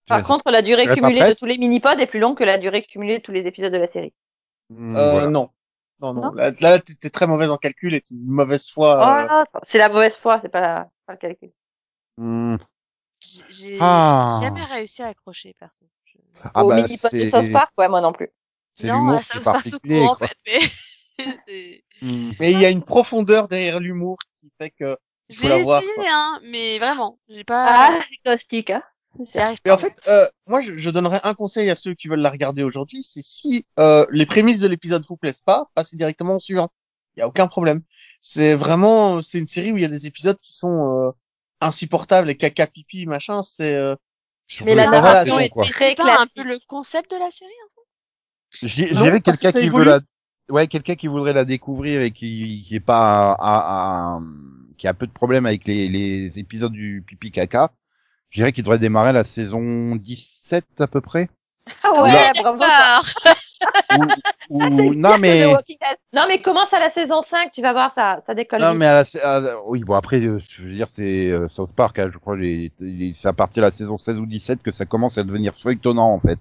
[SPEAKER 3] Par
[SPEAKER 1] je-
[SPEAKER 3] contre, la durée
[SPEAKER 1] J'irai pas
[SPEAKER 3] cumulée de
[SPEAKER 1] presque.
[SPEAKER 3] tous les mini-pods est plus longue que la durée cumulée de tous les épisodes de la série.
[SPEAKER 1] Hmm,
[SPEAKER 6] Euh,
[SPEAKER 1] voilà.
[SPEAKER 6] Non, non, non.
[SPEAKER 3] Non
[SPEAKER 6] Là, là t'es t'es très mauvaise en calcul et t'es une mauvaise
[SPEAKER 1] Ah,
[SPEAKER 6] foi. euh,
[SPEAKER 3] Oh, c'est la mauvaise foi, c'est pas, pas le calcul.
[SPEAKER 1] Hmm.
[SPEAKER 4] J'ai j'ai-
[SPEAKER 1] Ah.
[SPEAKER 4] j'ai jamais réussi à accrocher, perso.
[SPEAKER 1] Ah
[SPEAKER 3] au
[SPEAKER 1] bah,
[SPEAKER 3] mini pot de
[SPEAKER 1] c'est-
[SPEAKER 3] South Park, ouais, moi non plus.
[SPEAKER 1] C'est
[SPEAKER 4] non, ah,
[SPEAKER 1] l'humour
[SPEAKER 4] à
[SPEAKER 1] qui est
[SPEAKER 4] South Park tout
[SPEAKER 1] particulier,
[SPEAKER 4] court, en
[SPEAKER 1] quoi.
[SPEAKER 4] fait, mais c'est-
[SPEAKER 1] Hmm.
[SPEAKER 6] Mais il y a une profondeur derrière l'humour qui fait que. Il faut
[SPEAKER 4] j'ai
[SPEAKER 6] la voir,
[SPEAKER 4] essayé,
[SPEAKER 6] quoi.
[SPEAKER 4] hein, mais vraiment, j'ai pas,
[SPEAKER 3] Ah, c'est caustique, hein.
[SPEAKER 4] j'y arrive
[SPEAKER 6] Mais en
[SPEAKER 4] pas.
[SPEAKER 6] fait, euh, moi, je, je donnerais un conseil à ceux qui veulent la regarder aujourd'hui, c'est si euh, les prémices de l'épisode vous plaisent pas, passez directement au suivant. Il y a aucun problème. C'est vraiment, c'est une série où il y a des épisodes qui sont euh, insupportables et caca pipi machin. C'est euh,
[SPEAKER 1] Surtout
[SPEAKER 3] Mais la
[SPEAKER 1] les premières
[SPEAKER 6] narration
[SPEAKER 1] saisons,
[SPEAKER 3] est
[SPEAKER 1] quoi.
[SPEAKER 4] Mais
[SPEAKER 3] Très
[SPEAKER 4] c'est pas un
[SPEAKER 3] classique.
[SPEAKER 4] peu le concept de la série? hein
[SPEAKER 1] J'y-
[SPEAKER 6] Non,
[SPEAKER 1] J'irais
[SPEAKER 6] parce que
[SPEAKER 1] quelqu'un
[SPEAKER 6] ça
[SPEAKER 1] qui
[SPEAKER 6] évolue.
[SPEAKER 1] veut la, ouais, quelqu'un qui voudrait la découvrir et qui, qui est pas, à- à- à- qui a peu de problèmes avec les, les épisodes du pipi caca. Je dirais qu'il devrait démarrer la saison 17 à peu près.
[SPEAKER 3] Ah
[SPEAKER 6] Bah,
[SPEAKER 3] ouais,
[SPEAKER 4] Bah,
[SPEAKER 1] Oula.
[SPEAKER 3] bravo. toi.
[SPEAKER 4] D'accord.
[SPEAKER 1] Ou,
[SPEAKER 3] Ah,
[SPEAKER 1] ou-
[SPEAKER 3] c'est pire
[SPEAKER 1] non
[SPEAKER 3] que
[SPEAKER 1] mais,
[SPEAKER 3] The Walking Dead. non mais commence à la saison 5, tu vas voir ça, ça décolle.
[SPEAKER 1] non
[SPEAKER 3] vite.
[SPEAKER 1] mais à la, à- oui bon après euh, je veux dire c'est euh, South Park hein, je crois les, les- c'est à partir de la saison 16 ou 17 que ça commence à devenir feuilletonnant en fait.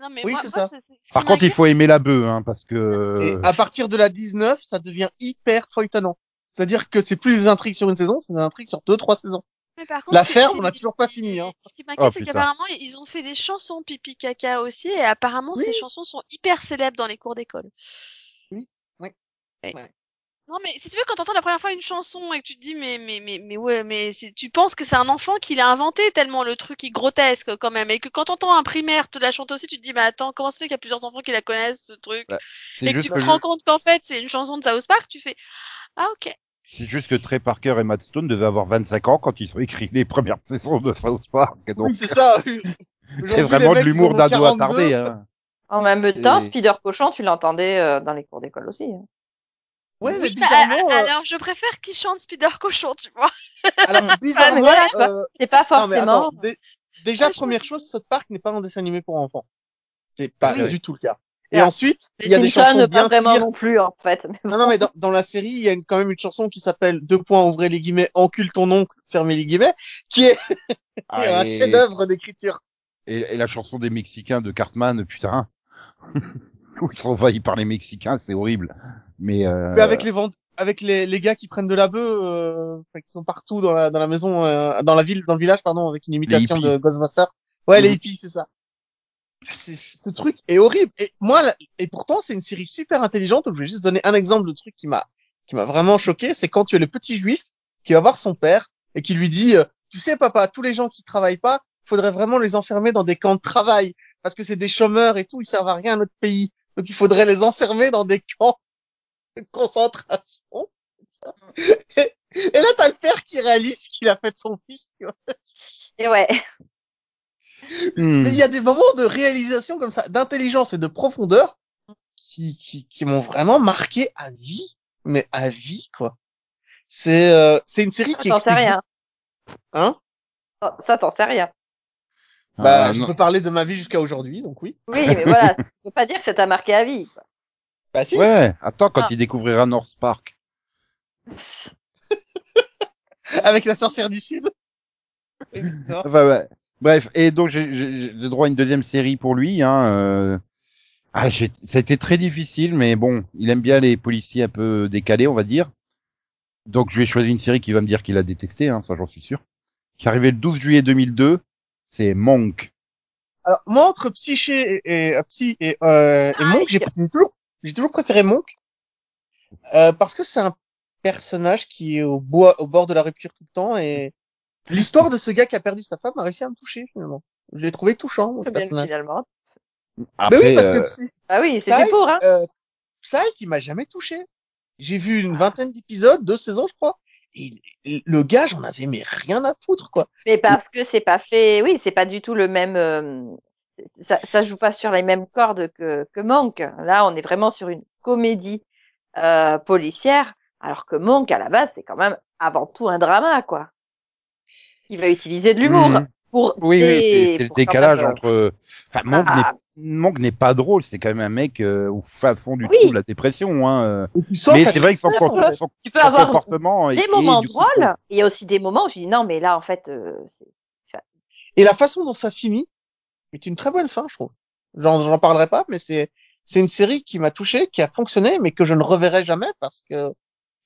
[SPEAKER 4] Non, mais
[SPEAKER 6] Oui,
[SPEAKER 4] moi,
[SPEAKER 6] c'est
[SPEAKER 4] moi,
[SPEAKER 6] ça.
[SPEAKER 4] c'est- c'est- ce
[SPEAKER 1] Par
[SPEAKER 4] qui
[SPEAKER 1] contre il
[SPEAKER 4] m'inquiète,
[SPEAKER 1] faut aimer la bœuf hein parce que.
[SPEAKER 6] et ah,
[SPEAKER 1] euh,
[SPEAKER 6] à partir de la 19, ça devient hyper feuilletonnant. C'est-à-dire que c'est plus des intrigues sur une saison, c'est des intrigues sur deux trois saisons.
[SPEAKER 4] Mais par contre,
[SPEAKER 6] L'affaire,
[SPEAKER 4] c'est-
[SPEAKER 6] on n'a toujours pas fini. Hein.
[SPEAKER 4] Ce qui m'inquiète,
[SPEAKER 1] Oh,
[SPEAKER 4] c'est
[SPEAKER 1] putain.
[SPEAKER 4] qu'apparemment, ils ont fait des chansons pipi caca aussi, et apparemment,
[SPEAKER 6] Oui.
[SPEAKER 4] ces chansons sont hyper célèbres dans les cours d'école.
[SPEAKER 6] Oui. Oui. Ouais.
[SPEAKER 4] Non, mais si tu veux, quand t'entends la première fois une chanson et que tu te dis, mais, mais, mais, mais ouais, mais c'est- tu penses que c'est un enfant qui l'a inventé tellement le truc est grotesque quand même, et que quand t'entends un primaire te la chanter aussi, tu te dis, mais attends, comment ça fait qu'il y a plusieurs enfants qui la connaissent, ce truc?
[SPEAKER 1] Ouais. c'est
[SPEAKER 4] Et que
[SPEAKER 1] juste
[SPEAKER 4] tu
[SPEAKER 1] que
[SPEAKER 4] te rends compte qu'en fait, c'est une chanson de South Park, tu fais, ah, ok.
[SPEAKER 1] C'est juste que Trey Parker et Matt Stone devaient avoir 25 ans quand ils ont écrit les premières saisons de South Park. Donc,
[SPEAKER 6] Oui, c'est ça.
[SPEAKER 1] c'est
[SPEAKER 6] Aujourd'hui,
[SPEAKER 1] vraiment
[SPEAKER 6] les
[SPEAKER 1] de
[SPEAKER 6] mecs, ils
[SPEAKER 1] l'humour
[SPEAKER 6] en ont
[SPEAKER 1] d'ado
[SPEAKER 6] 42.
[SPEAKER 1] attardé. Hein.
[SPEAKER 3] En même temps,
[SPEAKER 1] Et-
[SPEAKER 3] Spider Cochon, tu l'entendais euh, dans les cours d'école aussi. hein.
[SPEAKER 6] Ouais, mais
[SPEAKER 4] Oui, bah, a-
[SPEAKER 6] bizarrement, euh,
[SPEAKER 4] alors, je préfère qu'ils chantent Spider Cochon, tu vois.
[SPEAKER 6] alors bizarrement,
[SPEAKER 3] voilà, tu vois.
[SPEAKER 6] euh,
[SPEAKER 3] C'est pas
[SPEAKER 6] Non, mais
[SPEAKER 3] forcément.
[SPEAKER 6] attends, dé- déjà,
[SPEAKER 4] Ah, je
[SPEAKER 6] première
[SPEAKER 4] pense-
[SPEAKER 6] chose, South Park n'est pas un dessin animé pour enfants. C'est pas
[SPEAKER 1] Oui.
[SPEAKER 6] du tout le cas.
[SPEAKER 3] C'est
[SPEAKER 6] Et
[SPEAKER 3] vrai.
[SPEAKER 6] ensuite,
[SPEAKER 3] Les
[SPEAKER 6] il y a des
[SPEAKER 3] Simpsons,
[SPEAKER 6] chansons
[SPEAKER 3] pas
[SPEAKER 6] bien
[SPEAKER 3] vraiment
[SPEAKER 6] pires.
[SPEAKER 3] non plus en fait. Mais
[SPEAKER 6] Non, non, mais dans, dans la série, il y a une- quand même une chanson qui s'appelle Deux points, ouvrez les guillemets, encule ton oncle, fermez les guillemets, qui est
[SPEAKER 1] Ah,
[SPEAKER 6] hein. un
[SPEAKER 1] et...
[SPEAKER 6] chef-d'œuvre d'écriture.
[SPEAKER 1] et- et la chanson des Mexicains de Cartman, putain. Où ils sont envahis par les Mexicains, c'est horrible. Mais, euh...
[SPEAKER 6] Mais avec les vend- avec les, les gars qui prennent de la bœuf, euh, enfin, qui sont partout dans la, dans la maison, euh, dans la ville, dans le village, pardon, avec une imitation
[SPEAKER 1] hippies.
[SPEAKER 6] de Ghostbuster. Ouais, les
[SPEAKER 1] Mhm.
[SPEAKER 6] hippies, c'est ça. C'est- ce truc est horrible. Et moi, la- et pourtant, c'est une série super intelligente. Je vais juste donner un exemple de truc qui m'a, qui m'a vraiment choqué. C'est quand tu as le petit juif qui va voir son père et qui lui dit, euh, tu sais, papa, tous les gens qui travaillent pas, faudrait vraiment les enfermer dans des camps de travail parce que c'est des chômeurs et tout, ils servent à rien à notre pays. Donc il faudrait les enfermer dans des camps de concentration. Et, et là, t'as le père qui réalise qu'il a fait de son fils, tu vois.
[SPEAKER 3] Et ouais.
[SPEAKER 1] hmm.
[SPEAKER 6] Mais il y a des moments de réalisation comme ça, d'intelligence et de profondeur qui, qui, qui m'ont vraiment marqué à vie. Mais à vie, quoi. C'est euh, c'est une série qui
[SPEAKER 3] Ça Ah, t'en sais
[SPEAKER 6] explique-
[SPEAKER 3] rien.
[SPEAKER 6] Hein
[SPEAKER 3] Ça ça, t'en sais rien.
[SPEAKER 6] bah,
[SPEAKER 1] Ah,
[SPEAKER 6] je
[SPEAKER 1] non.
[SPEAKER 6] peux parler de ma vie jusqu'à aujourd'hui, donc oui.
[SPEAKER 3] Oui, mais voilà, tu peux pas dire que ça t'a marqué à vie. quoi.
[SPEAKER 6] Bah si.
[SPEAKER 1] Ouais, attends quand
[SPEAKER 3] Ah.
[SPEAKER 1] il découvrira North Park.
[SPEAKER 6] Avec la sorcière du sud. Et- non.
[SPEAKER 1] Enfin, ouais. Bref, et donc j'ai- j'ai j'ai droit à une deuxième série pour lui. Hein, euh... ah, j'ai- ça a été très difficile, mais bon, il aime bien les policiers un peu décalés, on va dire. Donc je lui ai choisi une série qui va me dire qu'il a détesté, hein, ça j'en suis sûr. Qui est arrivée le 12 juillet 2002, c'est Monk.
[SPEAKER 6] Alors moi entre Psyché et, et euh, Psy et, euh,
[SPEAKER 3] Ah,
[SPEAKER 6] et Monk, j'ai pr- toujours j'ai toujours préféré Monk euh, parce que c'est un personnage qui est au bois au bord de la rupture tout le temps et l'histoire de ce gars qui a perdu sa femme a réussi à me toucher finalement. Je l'ai trouvé touchant moi, ce
[SPEAKER 3] C'est bien
[SPEAKER 6] personnage.
[SPEAKER 3] finalement.
[SPEAKER 1] Après,
[SPEAKER 6] Mais oui parce que
[SPEAKER 1] euh,
[SPEAKER 6] Psy,
[SPEAKER 3] Ah oui,
[SPEAKER 6] Psy,
[SPEAKER 3] c'était pour, hein.
[SPEAKER 6] euh, Psy qui m'a jamais touché. J'ai vu
[SPEAKER 3] Ah.
[SPEAKER 6] une vingtaine d'épisodes, deux saisons je crois. Et il- il- le gars j'en avais mais rien à foutre quoi.
[SPEAKER 3] Mais parce que c'est pas fait, oui, c'est pas du tout le même. euh, ça, ça joue pas sur les mêmes cordes que, que Monk. Là, on est vraiment sur une comédie euh, policière, alors que Monk, à la base, c'est quand même avant tout un drama, quoi. Il va utiliser de l'humour
[SPEAKER 1] Mhm.
[SPEAKER 3] pour.
[SPEAKER 1] oui, oui, c'est-
[SPEAKER 3] dé-
[SPEAKER 1] c'est le
[SPEAKER 3] pour quand
[SPEAKER 1] décalage
[SPEAKER 3] même, euh,
[SPEAKER 1] entre. Enfin, Monk
[SPEAKER 3] Ah.
[SPEAKER 1] n'est Monk n'est pas drôle, c'est quand même un mec euh, au fin fond du
[SPEAKER 3] Oui.
[SPEAKER 1] trou de la dépression. Hein. euh.
[SPEAKER 6] Et tu sens
[SPEAKER 1] Mais
[SPEAKER 6] sa
[SPEAKER 1] c'est vrai que son,
[SPEAKER 6] tristesse, en
[SPEAKER 1] com-
[SPEAKER 6] fait.
[SPEAKER 1] son-
[SPEAKER 3] Tu peux
[SPEAKER 1] son
[SPEAKER 3] avoir
[SPEAKER 1] comportement est-
[SPEAKER 3] des
[SPEAKER 1] est
[SPEAKER 3] moments
[SPEAKER 1] du coup-
[SPEAKER 3] drôles, et il y a aussi des moments où tu dis non, mais là, en fait, euh, c'est-
[SPEAKER 6] Et la façon dont ça finit est une très bonne fin, je trouve. J'en, j'en parlerai pas, mais c'est, c'est une série qui m'a touché, qui a fonctionné, mais que je ne reverrai jamais parce que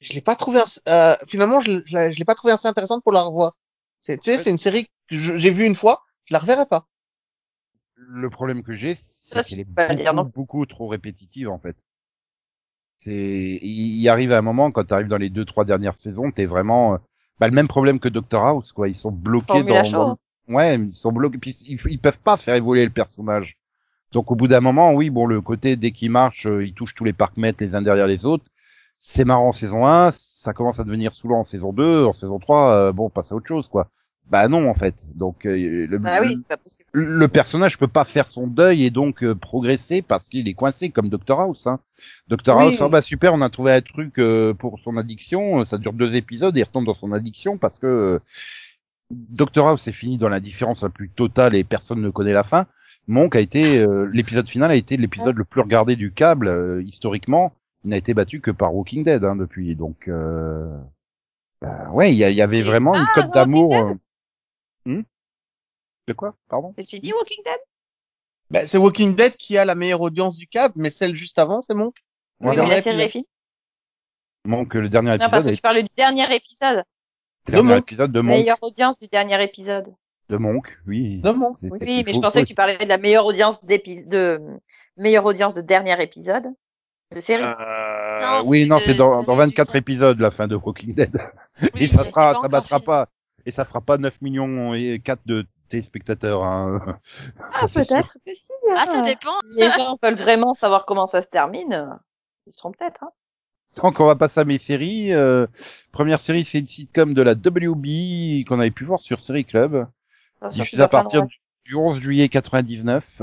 [SPEAKER 6] je l'ai pas trouvé, ins- euh, finalement, je, l- je, l'ai- je l'ai pas trouvé assez intéressante pour la revoir. C'est, tu sais, c'est une série que je- j'ai vue une fois, je la reverrai pas.
[SPEAKER 1] le problème que j'ai,
[SPEAKER 3] Ça,
[SPEAKER 1] c'est
[SPEAKER 3] tu
[SPEAKER 1] qu'elle est
[SPEAKER 3] peux pas le dire,
[SPEAKER 1] beaucoup,
[SPEAKER 3] non.
[SPEAKER 1] beaucoup trop répétitive en fait. C'est, il il arrive à un moment quand t'arrives dans les deux trois dernières saisons, t'es vraiment, euh, bah, le même problème que Doctor House quoi. Ils sont bloqués
[SPEAKER 3] Formula
[SPEAKER 1] dans,
[SPEAKER 3] Show.
[SPEAKER 1] dans- ouais, ils sont bloqués, puis ils, ils peuvent pas faire évoluer le personnage. Donc au bout d'un moment, oui, bon le côté dès qu'il marche, euh, il touche tous les parcs-mètres les uns derrière les autres. C'est marrant en saison 1, ça commence à devenir saoulant en saison 2, en saison 3, euh, bon, passe à autre chose quoi. Bah non en fait. Donc euh, le,
[SPEAKER 3] Bah oui, c'est pas possible.
[SPEAKER 1] le personnage peut pas faire son deuil et donc euh, progresser parce qu'il est coincé comme Doctor House. Hein. Doctor
[SPEAKER 6] Oui.
[SPEAKER 1] House, ah bah super, on a trouvé un truc euh, pour son addiction. euh, Ça dure deux épisodes et il retombe dans son addiction parce que euh, Doctor House est fini dans l'indifférence la plus totale et personne ne connaît la fin. Monk a été euh, l'épisode final a été l'épisode le plus regardé du câble euh, historiquement. Il n'a été battu que par Walking Dead hein, depuis. Donc euh, euh, ouais, il y, a- il y avait
[SPEAKER 3] Et-
[SPEAKER 1] vraiment une
[SPEAKER 3] Ah,
[SPEAKER 1] cote
[SPEAKER 3] Walking
[SPEAKER 1] d'amour.
[SPEAKER 3] Dead
[SPEAKER 1] euh, hmm de quoi Pardon
[SPEAKER 3] C'est fini Walking Dead
[SPEAKER 6] Bah, c'est Walking Dead qui a la meilleure audience du câble, mais celle juste avant, c'est Monk.
[SPEAKER 1] Ouais.
[SPEAKER 3] Oui, mais
[SPEAKER 6] Dernier
[SPEAKER 3] la série
[SPEAKER 6] épisode.
[SPEAKER 3] est finie.
[SPEAKER 1] Monk, le dernier
[SPEAKER 3] Non,
[SPEAKER 1] épisode
[SPEAKER 3] parce
[SPEAKER 1] a
[SPEAKER 3] que tu parles du dernier épisode.
[SPEAKER 1] Dernier
[SPEAKER 6] Monk.
[SPEAKER 1] épisode de Monk.
[SPEAKER 3] Meilleure audience du dernier épisode.
[SPEAKER 1] De Monk, oui.
[SPEAKER 6] Non, Monk,
[SPEAKER 1] C'est-
[SPEAKER 6] oui.
[SPEAKER 1] Il
[SPEAKER 3] Oui, mais
[SPEAKER 1] faut-
[SPEAKER 3] je pensais
[SPEAKER 1] faut-
[SPEAKER 3] que tu parlais de la meilleure audience d'épi- de meilleure audience de dernier épisode de série.
[SPEAKER 5] Euh,
[SPEAKER 4] Non,
[SPEAKER 1] oui,
[SPEAKER 4] c'est
[SPEAKER 1] non,
[SPEAKER 4] de-
[SPEAKER 1] c'est dans,
[SPEAKER 4] c'est
[SPEAKER 1] dans
[SPEAKER 4] du
[SPEAKER 1] 24
[SPEAKER 4] dernier.
[SPEAKER 1] épisodes la fin de Walking Dead. et
[SPEAKER 4] Oui,
[SPEAKER 1] ça sera,
[SPEAKER 4] mais c'est
[SPEAKER 1] ça
[SPEAKER 4] encore
[SPEAKER 1] battra
[SPEAKER 4] fini.
[SPEAKER 1] pas, et ça fera pas 9 millions et 4 de téléspectateurs. Hein.
[SPEAKER 3] Ah,
[SPEAKER 1] Ça, c'est sûr.
[SPEAKER 3] que si.
[SPEAKER 4] Ah,
[SPEAKER 3] hein.
[SPEAKER 4] ça dépend.
[SPEAKER 3] Les gens veulent vraiment savoir comment ça se termine. euh, Ils seront peut-être. Hein.
[SPEAKER 1] Donc on va passer à mes séries. Euh, première série, c'est une sitcom de la WB qu'on avait pu voir sur Série Club,
[SPEAKER 3] Enfin, surtout
[SPEAKER 1] diffusée à
[SPEAKER 3] la fin de
[SPEAKER 1] partir
[SPEAKER 3] la-
[SPEAKER 1] du- du 11 juillet 99,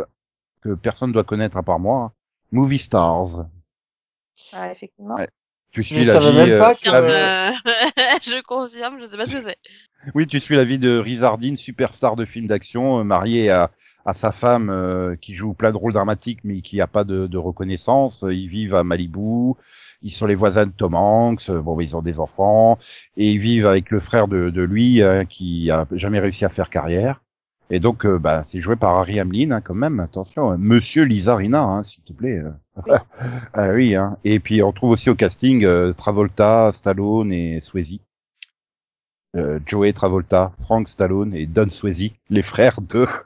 [SPEAKER 1] que personne doit connaître à part moi. hein. Movie Stars.
[SPEAKER 3] Ouais, effectivement.
[SPEAKER 1] Ouais. Tu
[SPEAKER 6] Je
[SPEAKER 1] suis la
[SPEAKER 6] savais
[SPEAKER 1] vie,
[SPEAKER 6] même
[SPEAKER 1] euh,
[SPEAKER 6] pas que-
[SPEAKER 1] la vie-
[SPEAKER 4] Euh, je confirme, je sais pas ce que c'est.
[SPEAKER 1] Oui, tu suis la vie de Riz Hardin, superstar de films d'action, euh, marié à, à sa femme euh, qui joue plein de rôles dramatiques mais qui a pas de, de reconnaissance. Euh, Ils vivent à Malibu, ils sont les voisins de Tom Hanks, euh, bon, bah, ils ont des enfants et ils vivent avec le frère de, de lui hein, qui a jamais réussi à faire carrière. Et donc, euh, bah, c'est joué par Harry Hamlin hein, quand même. Attention, hein. Monsieur Lizarina, hein, s'il te plaît. euh.
[SPEAKER 3] Oui.
[SPEAKER 1] Ah oui. Hein. Et puis on trouve aussi au casting euh, Travolta, Stallone et Swayze euh, Joey Travolta, Frank Stallone et Don Swayze, les frères de.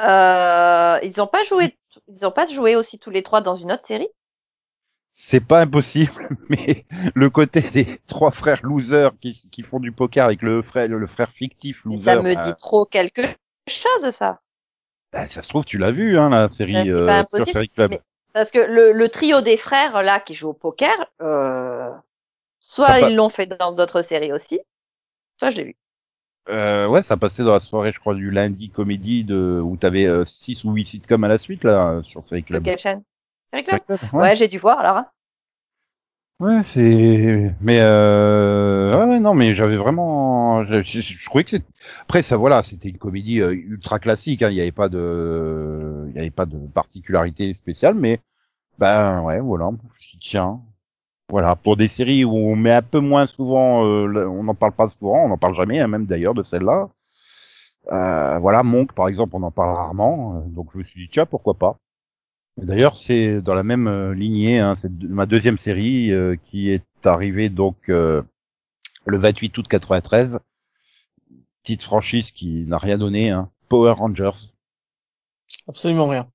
[SPEAKER 3] Euh, ils n'ont pas joué. Ils ont pas joué aussi tous les trois dans une autre série.
[SPEAKER 1] C'est pas impossible, mais le côté des trois frères losers qui, qui font du poker avec le frère, le frère fictif
[SPEAKER 3] Mais
[SPEAKER 1] loser.
[SPEAKER 3] ça me
[SPEAKER 1] bah,
[SPEAKER 3] dit trop quelque chose ça.
[SPEAKER 1] bah, ça se trouve, tu l'as vu, hein, la
[SPEAKER 3] Ça,
[SPEAKER 1] série
[SPEAKER 3] c'est
[SPEAKER 1] euh,
[SPEAKER 3] pas
[SPEAKER 1] sur
[SPEAKER 3] impossible,
[SPEAKER 1] Série Club.
[SPEAKER 3] mais- Parce que le, le trio des frères là qui jouent au poker, euh,
[SPEAKER 1] Ça
[SPEAKER 3] soit
[SPEAKER 1] pa-
[SPEAKER 3] ils l'ont fait dans d'autres séries aussi, soit je l'ai vu.
[SPEAKER 1] Euh, ouais, ça passait dans la soirée, je crois, du lundi comédie de où t'avais euh, six ou huit sitcoms à la suite là euh, sur Série
[SPEAKER 3] Sur
[SPEAKER 1] Club.
[SPEAKER 3] quelle chaîne Série Club
[SPEAKER 1] Série Club,
[SPEAKER 3] Ouais,
[SPEAKER 1] ouais.
[SPEAKER 3] j'ai dû voir alors. hein.
[SPEAKER 1] Ouais, c'est. Mais euh... ouais, ouais, non, mais j'avais vraiment. Je, je, je trouvais que c'est. Après, ça, voilà, c'était une comédie euh, ultra classique. hein, Il n'y avait pas de, il n'y avait pas de particularité spéciale, mais ben ouais, voilà. je me suis dit, Tiens, voilà, pour des séries où on met un peu moins souvent, euh, le- on n'en parle pas souvent, on n'en parle jamais, hein, même d'ailleurs de celle-là. Euh, voilà, Monk, par exemple, on en parle rarement, euh, donc je me suis dit tiens, pourquoi pas. Et D'ailleurs, c'est dans la même euh, lignée, hein, c'est de- ma deuxième série euh, qui est arrivée donc euh, le 28 août 93. Petite franchise qui n'a rien donné, hein, Power Rangers.
[SPEAKER 6] Absolument rien.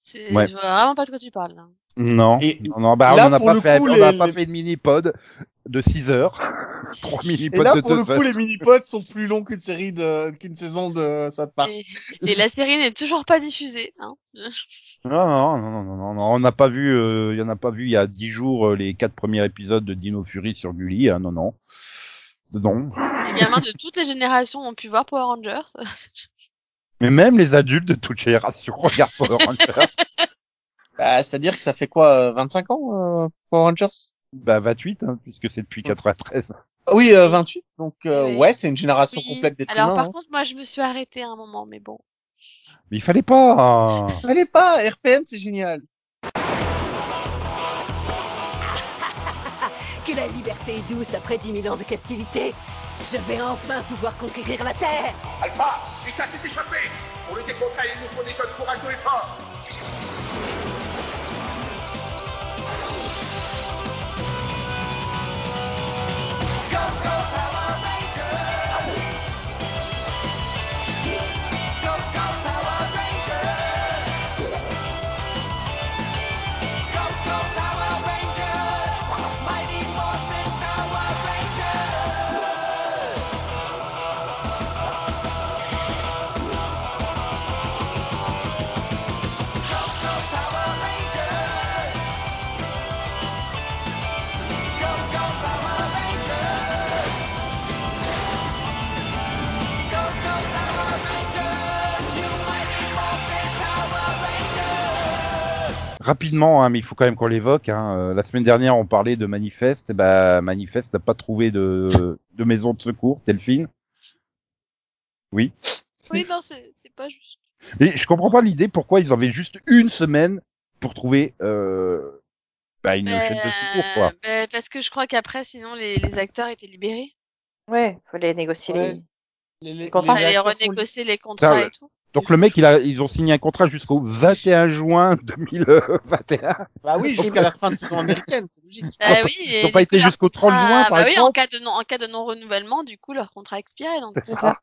[SPEAKER 4] C'est-
[SPEAKER 1] Ouais.
[SPEAKER 4] Je vois vraiment pas de quoi tu parles. hein. là.
[SPEAKER 1] Non,
[SPEAKER 6] Et
[SPEAKER 1] non, non, bah,
[SPEAKER 6] là,
[SPEAKER 1] on n'a
[SPEAKER 6] pour
[SPEAKER 1] pas
[SPEAKER 6] le
[SPEAKER 1] fait,
[SPEAKER 6] coup,
[SPEAKER 1] on
[SPEAKER 6] les-
[SPEAKER 1] n'a pas
[SPEAKER 6] les-
[SPEAKER 1] fait de mini-pod de 6 heures, trois
[SPEAKER 6] Et
[SPEAKER 1] mini-pods
[SPEAKER 6] là,
[SPEAKER 1] de
[SPEAKER 6] pour le
[SPEAKER 1] 2 heures.
[SPEAKER 6] coup, les mini-pods sont plus longs qu'une série de, qu'une saison de South Park.
[SPEAKER 4] Et, et la série n'est toujours pas diffusée. Hein.
[SPEAKER 1] Non, non, non, non, non, non, non, on n'a pas vu, euh, il y en a pas vu il y a 10 jours euh, les quatre premiers épisodes de Dino Fury sur Gulli, hein, non, non. Non.
[SPEAKER 4] Les gamins de toutes les générations ont pu voir Power Rangers.
[SPEAKER 1] Mais même les adultes de toute génération regardent Power Rangers.
[SPEAKER 6] Bah, c'est-à-dire que ça fait quoi, euh, 25 ans, euh, Power Rangers?
[SPEAKER 1] Bah 28, hein, puisque c'est depuis 93.
[SPEAKER 6] Ah Oui, euh, 28. Donc, euh,
[SPEAKER 4] Oui.
[SPEAKER 6] ouais, c'est une génération
[SPEAKER 4] Oui.
[SPEAKER 6] complète d'êtres
[SPEAKER 4] Alors
[SPEAKER 6] humains.
[SPEAKER 4] par
[SPEAKER 6] hein.
[SPEAKER 4] contre, moi, je me suis arrêtée à un moment, mais bon.
[SPEAKER 1] Mais il fallait pas. hein.
[SPEAKER 6] Allez pas, RPM, c'est génial.
[SPEAKER 2] Que la liberté est douce après 10 000 ans de captivité. Je vais enfin pouvoir conquérir la Terre.
[SPEAKER 7] Alpha, il t'a s'est échappé Pour le décompter, il nous faut des jeunes courageux et forts Go, go, Power Rangers
[SPEAKER 1] rapidement, hein, mais il faut quand même qu'on l'évoque. Hein, euh, la semaine dernière, on parlait de Manifeste. Et bah, Manifeste n'a pas trouvé de, de maison de secours, Delphine. Oui.
[SPEAKER 4] Oui, non, c'est c'est pas juste.
[SPEAKER 1] Mais je comprends pas l'idée pourquoi ils avaient juste une semaine pour trouver euh, bah, une chaîne de secours, quoi.
[SPEAKER 4] Euh, ben, parce que je crois qu'après, sinon, les, les acteurs étaient libérés.
[SPEAKER 3] Ouais, faut les négocier.
[SPEAKER 6] Ouais.
[SPEAKER 3] les-
[SPEAKER 6] Les, les,
[SPEAKER 3] contrats,
[SPEAKER 6] les
[SPEAKER 4] Fallait
[SPEAKER 6] acteurs sont-
[SPEAKER 4] renégocier les contrats
[SPEAKER 1] Ça,
[SPEAKER 4] et tout.
[SPEAKER 1] Donc le mec, il a, ils ont signé un contrat jusqu'au 21 juin 2021.
[SPEAKER 6] Bah oui, jusqu'à la fin de saison américaine, c'est logique.
[SPEAKER 4] Bah oui, et
[SPEAKER 1] ont pas
[SPEAKER 4] du
[SPEAKER 1] été
[SPEAKER 4] coup, leur
[SPEAKER 1] jusqu'au 30
[SPEAKER 4] contrat-
[SPEAKER 1] juin, par
[SPEAKER 4] bah oui, en
[SPEAKER 1] exemple.
[SPEAKER 4] cas de non, en cas de non renouvellement, du coup, leur contrat expirait. Donc,
[SPEAKER 3] C'est ça.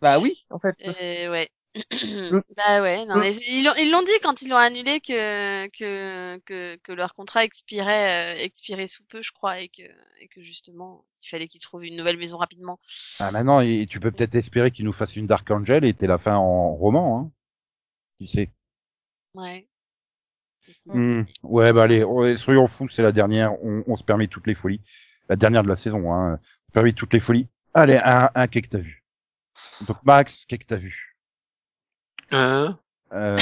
[SPEAKER 6] Bah oui, en fait.
[SPEAKER 4] euh, ouais. bah ouais, non,
[SPEAKER 6] Le-
[SPEAKER 4] mais ils l'ont, ils l'ont dit quand ils l'ont annulé que, que, que, que leur contrat expirait, euh, expirait sous peu, je crois, et que, et que justement, il fallait qu'ils trouvent une nouvelle maison rapidement.
[SPEAKER 1] Ah maintenant, et, tu peux peut-être espérer qu'ils nous fassent une Dark Angel et t'es la fin en roman. Hein. Qui sait
[SPEAKER 4] Ouais.
[SPEAKER 3] Mmh.
[SPEAKER 1] Hmm. Ouais, bah allez, on- soyons fous, c'est la dernière. On, on se permet toutes les folies. La dernière de la saison. Hein. On se permet toutes les folies. Allez, un, un qu'est-ce que t'as vu Donc Max, qu'est-ce que t'as vu
[SPEAKER 5] Hein
[SPEAKER 1] euh,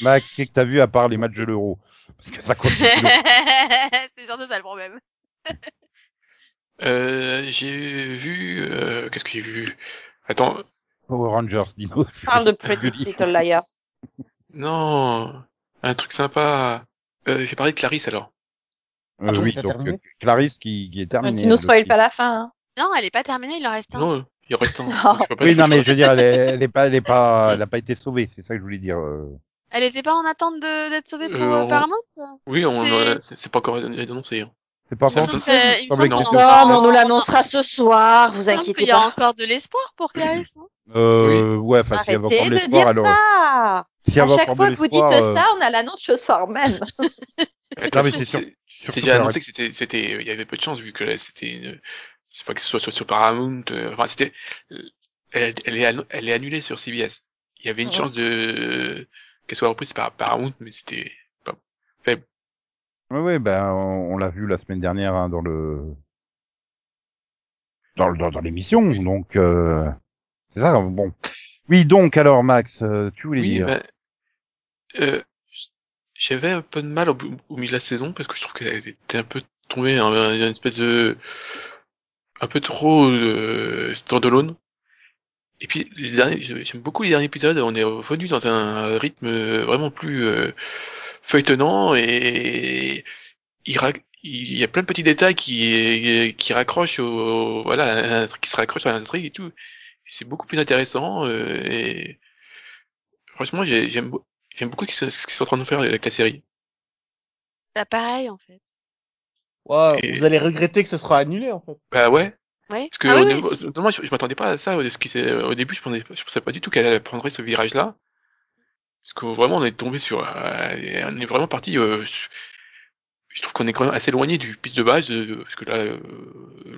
[SPEAKER 1] Max, qu'est-ce que t'as vu à part les matchs de l'Euro Parce que ça compte. beaucoup. Mmh.
[SPEAKER 4] c'est surtout ça le problème.
[SPEAKER 5] Euh, j'ai vu. euh, Qu'est-ce que j'ai vu Attends,
[SPEAKER 1] Power Rangers, dis-nous.
[SPEAKER 3] Parle de Pretty Little Liars.
[SPEAKER 5] non, un truc sympa. Euh, j'ai parlé de Clarisse alors.
[SPEAKER 1] Euh,
[SPEAKER 6] Attends,
[SPEAKER 1] oui,
[SPEAKER 6] t'as
[SPEAKER 1] donc
[SPEAKER 6] terminé
[SPEAKER 1] euh, Clarisse qui, qui est terminée.
[SPEAKER 3] Ne nous
[SPEAKER 1] Ah, elle
[SPEAKER 3] spoil
[SPEAKER 1] aussi.
[SPEAKER 3] pas la fin. Hein.
[SPEAKER 4] Non, elle est pas terminée, il en reste un.
[SPEAKER 5] Non, il reste un.
[SPEAKER 3] Non.
[SPEAKER 5] Je peux pas
[SPEAKER 1] Oui,
[SPEAKER 5] dire
[SPEAKER 1] non,
[SPEAKER 5] que
[SPEAKER 1] mais
[SPEAKER 5] je-
[SPEAKER 1] je veux dire, elle est, elle est pas, elle est pas, elle a pas été sauvée. C'est ça que je voulais dire. euh.
[SPEAKER 4] Elle était pas en attente de, d'être sauvée pour
[SPEAKER 5] Euh,
[SPEAKER 4] euh,
[SPEAKER 5] on-
[SPEAKER 4] Paramount?
[SPEAKER 5] Oui, on,
[SPEAKER 4] C'est-
[SPEAKER 5] euh, c'est c'est pas encore annoncé. hein.
[SPEAKER 1] C'est pas
[SPEAKER 4] Il me
[SPEAKER 5] Bon,
[SPEAKER 1] bon.
[SPEAKER 5] c'est-
[SPEAKER 4] semble que- il me semble
[SPEAKER 1] semble
[SPEAKER 4] qu'on
[SPEAKER 1] que- Non,
[SPEAKER 4] a
[SPEAKER 3] Non,
[SPEAKER 4] encore-
[SPEAKER 3] mais on nous
[SPEAKER 4] a-
[SPEAKER 3] l'annoncera ce soir, vous
[SPEAKER 4] il me semble
[SPEAKER 3] inquiétez
[SPEAKER 4] qu'il y a
[SPEAKER 3] pas.
[SPEAKER 4] encore de l'espoir pour Clarisse, hein. non?
[SPEAKER 1] Euh, Ouais, enfin, si elle avait encore
[SPEAKER 3] Arrêtez
[SPEAKER 1] de
[SPEAKER 3] de
[SPEAKER 1] l'espoir,
[SPEAKER 3] dire
[SPEAKER 1] alors.
[SPEAKER 3] ça
[SPEAKER 1] Si
[SPEAKER 3] À
[SPEAKER 1] elle avait
[SPEAKER 3] chaque
[SPEAKER 1] encore de
[SPEAKER 3] fois que vous dites
[SPEAKER 1] l'espoir. euh,
[SPEAKER 3] ça, on a l'annonce le soir même.
[SPEAKER 1] Non, Ah, mais c'est sûr.
[SPEAKER 5] c'est
[SPEAKER 1] surtout
[SPEAKER 5] c'est
[SPEAKER 1] qu'elle
[SPEAKER 5] déjà
[SPEAKER 1] aurait-
[SPEAKER 5] annoncé que c'était, c'était, euh, il y avait peu de chance vu que là, c'était, une- c'est pas que ce soit sur, sur Paramount. euh, Enfin, c'était, elle, elle est, annu- elle est annulée sur CBS. Il y avait une
[SPEAKER 3] Mhm.
[SPEAKER 5] chance de qu'elle soit reprise par Paramount, mais c'était pas.
[SPEAKER 1] Ouais, ouais, ben, on, on l'a vu la semaine dernière hein, dans le dans, le- dans, dans l'émission, donc euh... c'est ça. Bon, oui, donc alors Max, euh, tu voulais
[SPEAKER 5] Oui,
[SPEAKER 1] dire
[SPEAKER 5] ben, euh, j'avais un peu de mal au, bout- au milieu de la saison parce que je trouve qu'elle était un peu tombée hein, en en une espèce de, un peu trop euh, standalone. Et puis les derniers, je- j'aime beaucoup les derniers épisodes. On est revenu dans un rythme vraiment plus euh, feuilletonnant et il, ra- il y a plein de petits détails qui qui raccrochent au voilà un truc qui se raccroche à un truc et tout. Et C'est beaucoup plus intéressant euh, et franchement j'ai- j'aime beau- j'aime beaucoup ce ce qu'ils sont en train de faire avec la série.
[SPEAKER 4] Bah, pareil, en fait.
[SPEAKER 6] Wow,
[SPEAKER 5] Et-
[SPEAKER 6] Vous allez regretter que ça sera annulé, en fait.
[SPEAKER 5] Bah ouais.
[SPEAKER 4] Ouais.
[SPEAKER 5] Parce que
[SPEAKER 4] ah, oui,
[SPEAKER 5] honnêtement-
[SPEAKER 4] oui, si.
[SPEAKER 5] honnêtement, je, je m'attendais pas à ça. euh, Ce qui s'est- au début, je pensais, je pensais pas du tout qu'elle prendrait ce virage-là. Parce que vraiment, on est tombé sur, euh, on est vraiment parti. euh, je, je trouve qu'on est quand même assez éloigné du piste de base, euh, parce que là, euh,